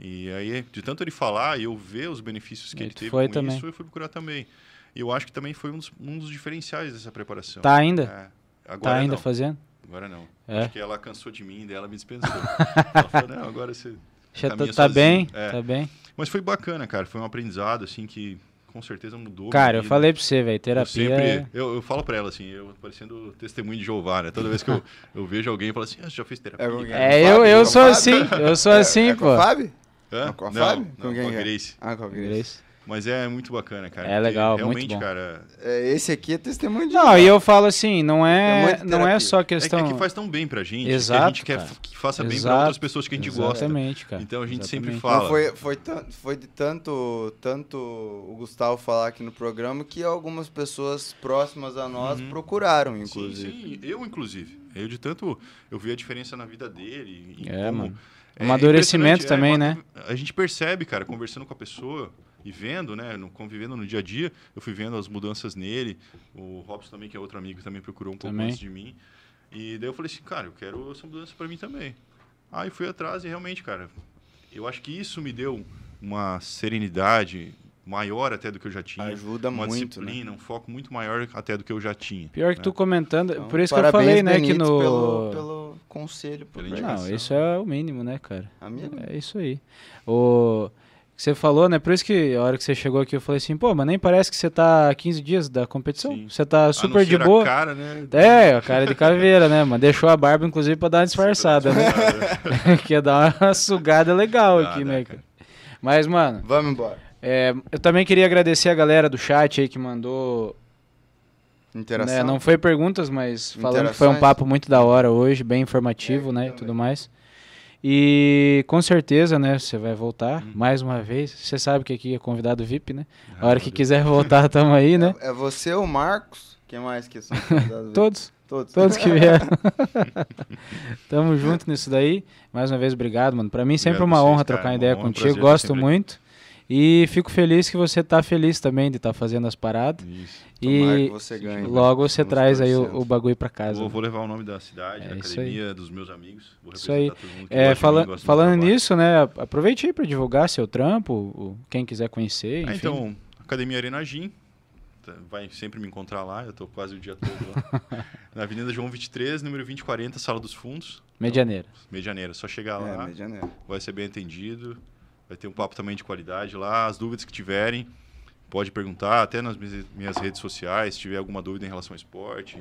[SPEAKER 2] E aí, de tanto ele falar e eu ver os benefícios que
[SPEAKER 4] Aí
[SPEAKER 2] ele
[SPEAKER 4] tu
[SPEAKER 2] teve
[SPEAKER 4] foi
[SPEAKER 2] com
[SPEAKER 4] também.
[SPEAKER 2] isso, eu fui procurar também. E eu acho que também foi um dos, um dos diferenciais dessa preparação.
[SPEAKER 4] Tá ainda?
[SPEAKER 2] É.
[SPEAKER 4] tá
[SPEAKER 2] Agora
[SPEAKER 4] ainda
[SPEAKER 2] não.
[SPEAKER 4] fazendo?
[SPEAKER 2] Agora não.
[SPEAKER 4] É.
[SPEAKER 2] Acho que ela cansou de mim, daí ela me dispensou. [laughs] ela falou, não, agora você...
[SPEAKER 4] Já tá,
[SPEAKER 2] Caminha
[SPEAKER 4] tá
[SPEAKER 2] sozinho,
[SPEAKER 4] bem,
[SPEAKER 2] é.
[SPEAKER 4] tá bem.
[SPEAKER 2] Mas foi bacana, cara. Foi um aprendizado, assim, que com certeza mudou.
[SPEAKER 4] Cara,
[SPEAKER 2] minha
[SPEAKER 4] eu
[SPEAKER 2] vida.
[SPEAKER 4] falei pra você, velho,
[SPEAKER 2] Eu
[SPEAKER 4] terapia é...
[SPEAKER 2] sempre. Eu, eu falo pra ela, assim, eu parecendo testemunho de Jeová, né? Toda vez que eu, eu vejo alguém, eu falo assim, ah, você já fez terapia?
[SPEAKER 3] É com quem?
[SPEAKER 2] cara?"
[SPEAKER 4] É,
[SPEAKER 3] Com o
[SPEAKER 4] eu,
[SPEAKER 3] Fábio,
[SPEAKER 4] eu
[SPEAKER 3] com o
[SPEAKER 4] sou
[SPEAKER 3] Fábio.
[SPEAKER 4] assim, eu sou assim,
[SPEAKER 3] é com
[SPEAKER 4] pô.
[SPEAKER 3] o Fábio?
[SPEAKER 2] Hã?
[SPEAKER 3] Com a
[SPEAKER 2] não,
[SPEAKER 3] Fábio?
[SPEAKER 2] não,
[SPEAKER 3] Com quem
[SPEAKER 2] com a
[SPEAKER 3] é?
[SPEAKER 2] Grace.
[SPEAKER 3] Ah, com a Grace.
[SPEAKER 4] Grace.
[SPEAKER 2] Mas é muito bacana, cara.
[SPEAKER 4] É
[SPEAKER 2] porque
[SPEAKER 4] legal, muito
[SPEAKER 2] Realmente,
[SPEAKER 4] bom.
[SPEAKER 2] cara.
[SPEAKER 3] É, esse aqui é testemunho de
[SPEAKER 4] Não,
[SPEAKER 3] Jeová.
[SPEAKER 4] e eu falo assim, não
[SPEAKER 3] É
[SPEAKER 4] é,
[SPEAKER 3] muito
[SPEAKER 4] não é
[SPEAKER 3] terapia.
[SPEAKER 4] só
[SPEAKER 2] É que,
[SPEAKER 4] questão...
[SPEAKER 2] é que faz tão bem pra gente, que a
[SPEAKER 4] Exato,
[SPEAKER 2] gente quer
[SPEAKER 4] cara.
[SPEAKER 2] f- que faça bem pra
[SPEAKER 4] Exato.
[SPEAKER 2] outras pessoas que a gente gosta.
[SPEAKER 4] Exatamente, cara.
[SPEAKER 2] Então a gente sempre
[SPEAKER 4] Exatamente.
[SPEAKER 2] fala.
[SPEAKER 3] Não, foi, foi, tan- foi de tanto, tanto o Gustavo falar aqui no programa que algumas pessoas próximas a nós procuraram, inclusive.
[SPEAKER 2] Uhum. Sim, sim, eu inclusive. Eu de tanto eu vi a diferença na vida dele. e- e
[SPEAKER 4] É,
[SPEAKER 2] como-
[SPEAKER 4] mano. Amadurecimento
[SPEAKER 2] impressionante,
[SPEAKER 4] também, né?
[SPEAKER 2] amadu- A gente percebe, cara, conversando com a pessoa e vendo, né, no, convivendo no dia a dia, eu fui vendo as mudanças nele. O Robson também, que é outro amigo, também procurou um pouco
[SPEAKER 4] Também.
[SPEAKER 2] antes de mim. E daí eu falei assim, cara, eu quero essa mudança para mim também. Aí fui atrás e realmente, cara, eu acho que isso me deu uma serenidade maior até do que eu já tinha.
[SPEAKER 3] Ajuda
[SPEAKER 2] uma
[SPEAKER 3] muito, né?
[SPEAKER 2] disciplina, um foco muito maior até do que eu já tinha.
[SPEAKER 4] Pior que
[SPEAKER 2] né?
[SPEAKER 4] tu comentando,
[SPEAKER 3] Então,
[SPEAKER 4] por isso que eu
[SPEAKER 3] parabéns,
[SPEAKER 4] falei, né,
[SPEAKER 3] Benítez,
[SPEAKER 4] que no...
[SPEAKER 3] Pelo, pelo conselho, por
[SPEAKER 2] Pela indicação.
[SPEAKER 4] Não, isso é o mínimo, né, cara?
[SPEAKER 3] Amigo.
[SPEAKER 4] É isso aí. O que você falou, né, por isso que a hora que você chegou aqui eu falei assim, pô, mas nem parece que você tá 15 dias da competição,
[SPEAKER 2] Sim.
[SPEAKER 4] você tá
[SPEAKER 2] A
[SPEAKER 4] super
[SPEAKER 2] não
[SPEAKER 4] de
[SPEAKER 2] ser a
[SPEAKER 4] boa.
[SPEAKER 2] cara, né?
[SPEAKER 4] É, a cara de caveira, né, mano? Deixou a barba, inclusive, pra dar uma disfarçada, né? [laughs] que ia dar uma sugada legal
[SPEAKER 2] Dá,
[SPEAKER 4] aqui,
[SPEAKER 2] dá,
[SPEAKER 4] né,
[SPEAKER 2] cara.
[SPEAKER 4] cara? Mas, mano,
[SPEAKER 3] Vamos embora.
[SPEAKER 4] é, eu também queria agradecer a galera do chat aí que mandou.
[SPEAKER 3] Interação.
[SPEAKER 4] né, não foi perguntas, mas falando que foi um
[SPEAKER 3] Interações.
[SPEAKER 4] papo muito da hora hoje, bem informativo,
[SPEAKER 3] É,
[SPEAKER 4] né? E
[SPEAKER 3] também.
[SPEAKER 4] tudo mais. E com certeza, né? Você vai voltar
[SPEAKER 3] Uhum.
[SPEAKER 4] mais uma vez. Você sabe que aqui é convidado VIP, né? A
[SPEAKER 3] Ah,
[SPEAKER 4] hora que quiser voltar, tamo
[SPEAKER 3] [laughs]
[SPEAKER 4] aí, né?
[SPEAKER 3] É você, o Marcos. Quem mais que
[SPEAKER 4] [laughs]
[SPEAKER 3] são convidados?
[SPEAKER 4] Todos.
[SPEAKER 3] Todos.
[SPEAKER 4] Todos que
[SPEAKER 2] [laughs]
[SPEAKER 4] vieram. Tamo junto nisso daí. Mais uma vez, obrigado, mano. Pra mim sempre é uma
[SPEAKER 2] Obrigado vocês,
[SPEAKER 4] honra
[SPEAKER 2] cara.
[SPEAKER 4] trocar
[SPEAKER 2] Uma
[SPEAKER 4] ideia
[SPEAKER 2] honra, um
[SPEAKER 4] contigo.
[SPEAKER 2] prazer
[SPEAKER 4] Gosto
[SPEAKER 2] estar sempre
[SPEAKER 4] muito. E fico feliz que você tá feliz também de estar fazendo as paradas.
[SPEAKER 2] Isso.
[SPEAKER 3] Tomara que
[SPEAKER 4] E
[SPEAKER 3] você ganhe.
[SPEAKER 4] logo você
[SPEAKER 2] né? Vamos
[SPEAKER 4] traz aí o,
[SPEAKER 3] torcendo.
[SPEAKER 4] o bagulho pra casa.
[SPEAKER 2] Vou, vou levar o nome da cidade,
[SPEAKER 4] É
[SPEAKER 2] da
[SPEAKER 4] isso aí.
[SPEAKER 2] academia, dos meus amigos. Vou
[SPEAKER 4] Isso aí.
[SPEAKER 2] representar todo mundo que
[SPEAKER 4] É,
[SPEAKER 2] gosta de
[SPEAKER 4] fala-
[SPEAKER 2] mim, gosta um do meu
[SPEAKER 4] falando
[SPEAKER 2] trabalho.
[SPEAKER 4] nisso, né? Aproveite aí pra divulgar seu trampo, o- quem quiser conhecer, enfim.
[SPEAKER 2] Ah, então, Academia Arena Gym. tá- Vai sempre me encontrar lá, eu tô quase o dia todo lá.
[SPEAKER 4] [laughs]
[SPEAKER 2] Na Avenida João 23, número 2040, Sala dos Fundos,
[SPEAKER 4] Medianeira.
[SPEAKER 2] Medianeira. Só chegar
[SPEAKER 3] É,
[SPEAKER 2] Tá lá,
[SPEAKER 3] Medianeira.
[SPEAKER 2] vai ser bem atendido. Vai ter um papo também de qualidade lá. As dúvidas que tiverem, pode perguntar, até nas minhas minhas redes sociais, se tiver alguma dúvida em relação ao esporte,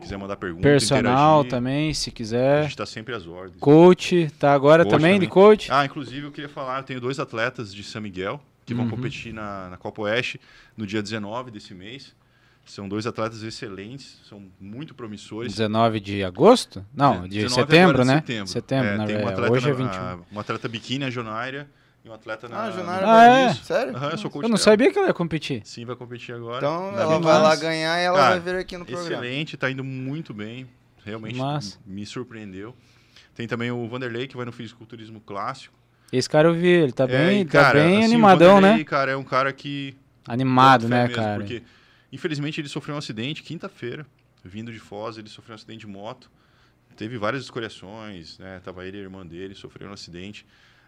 [SPEAKER 2] quiser mandar pergunta,
[SPEAKER 4] Personal
[SPEAKER 2] interagir.
[SPEAKER 4] também, é. se
[SPEAKER 2] A
[SPEAKER 4] quiser.
[SPEAKER 2] gente tá sempre às ordens.
[SPEAKER 4] Coach, tá agora
[SPEAKER 2] Coach
[SPEAKER 4] também, de
[SPEAKER 2] também.
[SPEAKER 4] coach?
[SPEAKER 2] Ah, inclusive eu queria falar, eu tenho dois
[SPEAKER 4] Uhum.
[SPEAKER 2] atletas de São Miguel que vão competir na, na Copa Oeste no dia 19 desse mês. São dois atletas excelentes, são muito promissores.
[SPEAKER 4] 19 de agosto? Não,
[SPEAKER 2] De-
[SPEAKER 4] de
[SPEAKER 2] 19
[SPEAKER 4] setembro,
[SPEAKER 2] agora de
[SPEAKER 4] né?
[SPEAKER 2] Setembro.
[SPEAKER 4] setembro
[SPEAKER 2] É,
[SPEAKER 4] na
[SPEAKER 2] tem um
[SPEAKER 4] verdade.
[SPEAKER 2] atleta
[SPEAKER 4] Hoje é
[SPEAKER 2] na-
[SPEAKER 4] 21.
[SPEAKER 2] um atleta biquíni, a Jonaira, e um atleta na...
[SPEAKER 3] Ah, a Junara
[SPEAKER 2] na-
[SPEAKER 4] Ah,
[SPEAKER 3] vai
[SPEAKER 4] é?
[SPEAKER 3] isso? Sério?
[SPEAKER 2] Aham, eu sou coach
[SPEAKER 4] Eu não
[SPEAKER 2] dela.
[SPEAKER 4] sabia que ela ia competir.
[SPEAKER 2] Sim, vai competir agora.
[SPEAKER 3] Então
[SPEAKER 2] na
[SPEAKER 3] ela
[SPEAKER 2] Big
[SPEAKER 3] vai
[SPEAKER 2] Mans.
[SPEAKER 3] lá ganhar e ela
[SPEAKER 2] Cara,
[SPEAKER 3] vai vir aqui no programa.
[SPEAKER 2] Excelente, tá indo muito bem. Realmente
[SPEAKER 4] Massa.
[SPEAKER 2] me surpreendeu. Tem também o Vanderlei, que vai no fisiculturismo clássico.
[SPEAKER 4] Esse cara eu vi, ele tá
[SPEAKER 3] É,
[SPEAKER 4] bem,
[SPEAKER 2] É, e,
[SPEAKER 4] tá
[SPEAKER 2] cara,
[SPEAKER 4] bem
[SPEAKER 2] assim, o
[SPEAKER 4] animadão,
[SPEAKER 2] Vanderlei,
[SPEAKER 4] né?
[SPEAKER 2] cara, é um cara que...
[SPEAKER 4] Animado,
[SPEAKER 2] boto fé
[SPEAKER 4] né,
[SPEAKER 2] mesmo,
[SPEAKER 4] cara?
[SPEAKER 2] Porque, infelizmente, ele sofreu um acidente quinta-feira, vindo de Foz, ele sofreu um acidente de moto. Teve várias escoriações, né? Tava ele e a irmã dele, sofreu um acidente.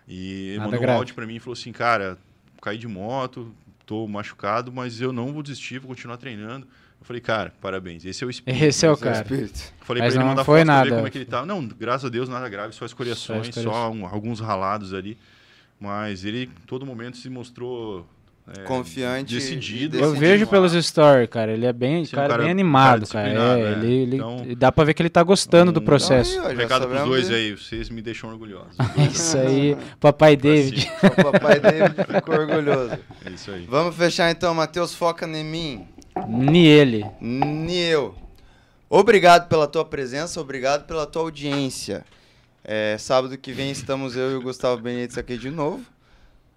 [SPEAKER 2] E ele
[SPEAKER 4] Nada
[SPEAKER 2] mandou
[SPEAKER 4] grave.
[SPEAKER 2] um áudio pra mim e falou assim, cara, caí de moto, tô machucado, mas eu não vou desistir, vou continuar treinando. Eu falei, cara, parabéns, esse é o espírito.
[SPEAKER 4] Esse é o
[SPEAKER 2] esse
[SPEAKER 4] cara.
[SPEAKER 3] Espírito.
[SPEAKER 2] Falei
[SPEAKER 4] Mas
[SPEAKER 2] pra ele
[SPEAKER 4] não
[SPEAKER 2] mandar
[SPEAKER 4] foi
[SPEAKER 2] foto pra eu ver
[SPEAKER 4] nada.
[SPEAKER 2] como é que ele tá. Não, graças a Deus, nada grave, só escoriações, só,
[SPEAKER 4] escoriações.
[SPEAKER 2] um- alguns ralados ali. Mas ele, em todo momento, se mostrou é,
[SPEAKER 3] Confiante e
[SPEAKER 2] decidido.
[SPEAKER 4] Eu
[SPEAKER 3] decidido.
[SPEAKER 4] vejo pelos stories, cara, ele é bem,
[SPEAKER 2] um Sim, um
[SPEAKER 4] cara,
[SPEAKER 2] cara-
[SPEAKER 4] bem animado, cara.
[SPEAKER 2] cara disciplinado,
[SPEAKER 4] É,
[SPEAKER 2] né?
[SPEAKER 4] ele, ele-
[SPEAKER 2] Então-
[SPEAKER 4] dá pra ver que ele tá gostando do
[SPEAKER 2] Um-
[SPEAKER 4] processo.
[SPEAKER 3] Então aí, ó, já
[SPEAKER 2] Recado pros
[SPEAKER 3] sabemos
[SPEAKER 2] dois
[SPEAKER 3] de-
[SPEAKER 2] aí, vocês me deixam orgulhosos.
[SPEAKER 4] É [laughs] Isso
[SPEAKER 2] [laughs]
[SPEAKER 4] aí, papai David.
[SPEAKER 3] O papai dele ficou orgulhoso.
[SPEAKER 2] É isso aí.
[SPEAKER 3] Vamos fechar então, Matheus, foca em mim.
[SPEAKER 4] Ni ele.
[SPEAKER 3] Nil, obrigado pela tua presença, obrigado pela tua audiência. É, sábado que vem estamos eu e o Gustavo Benítez aqui de novo.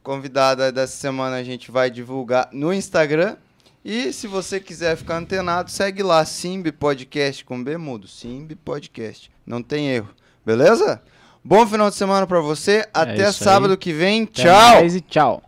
[SPEAKER 3] Convidada dessa semana a gente vai divulgar no Instagram. E se você quiser ficar antenado, segue lá, Simbi Podcast com B mudo. Simbi Podcast. Não tem erro. Beleza? Bom final de semana pra você. Até
[SPEAKER 4] É isso aí.
[SPEAKER 3] sábado que vem.
[SPEAKER 4] Até
[SPEAKER 3] Tchau.
[SPEAKER 4] mais e tchau.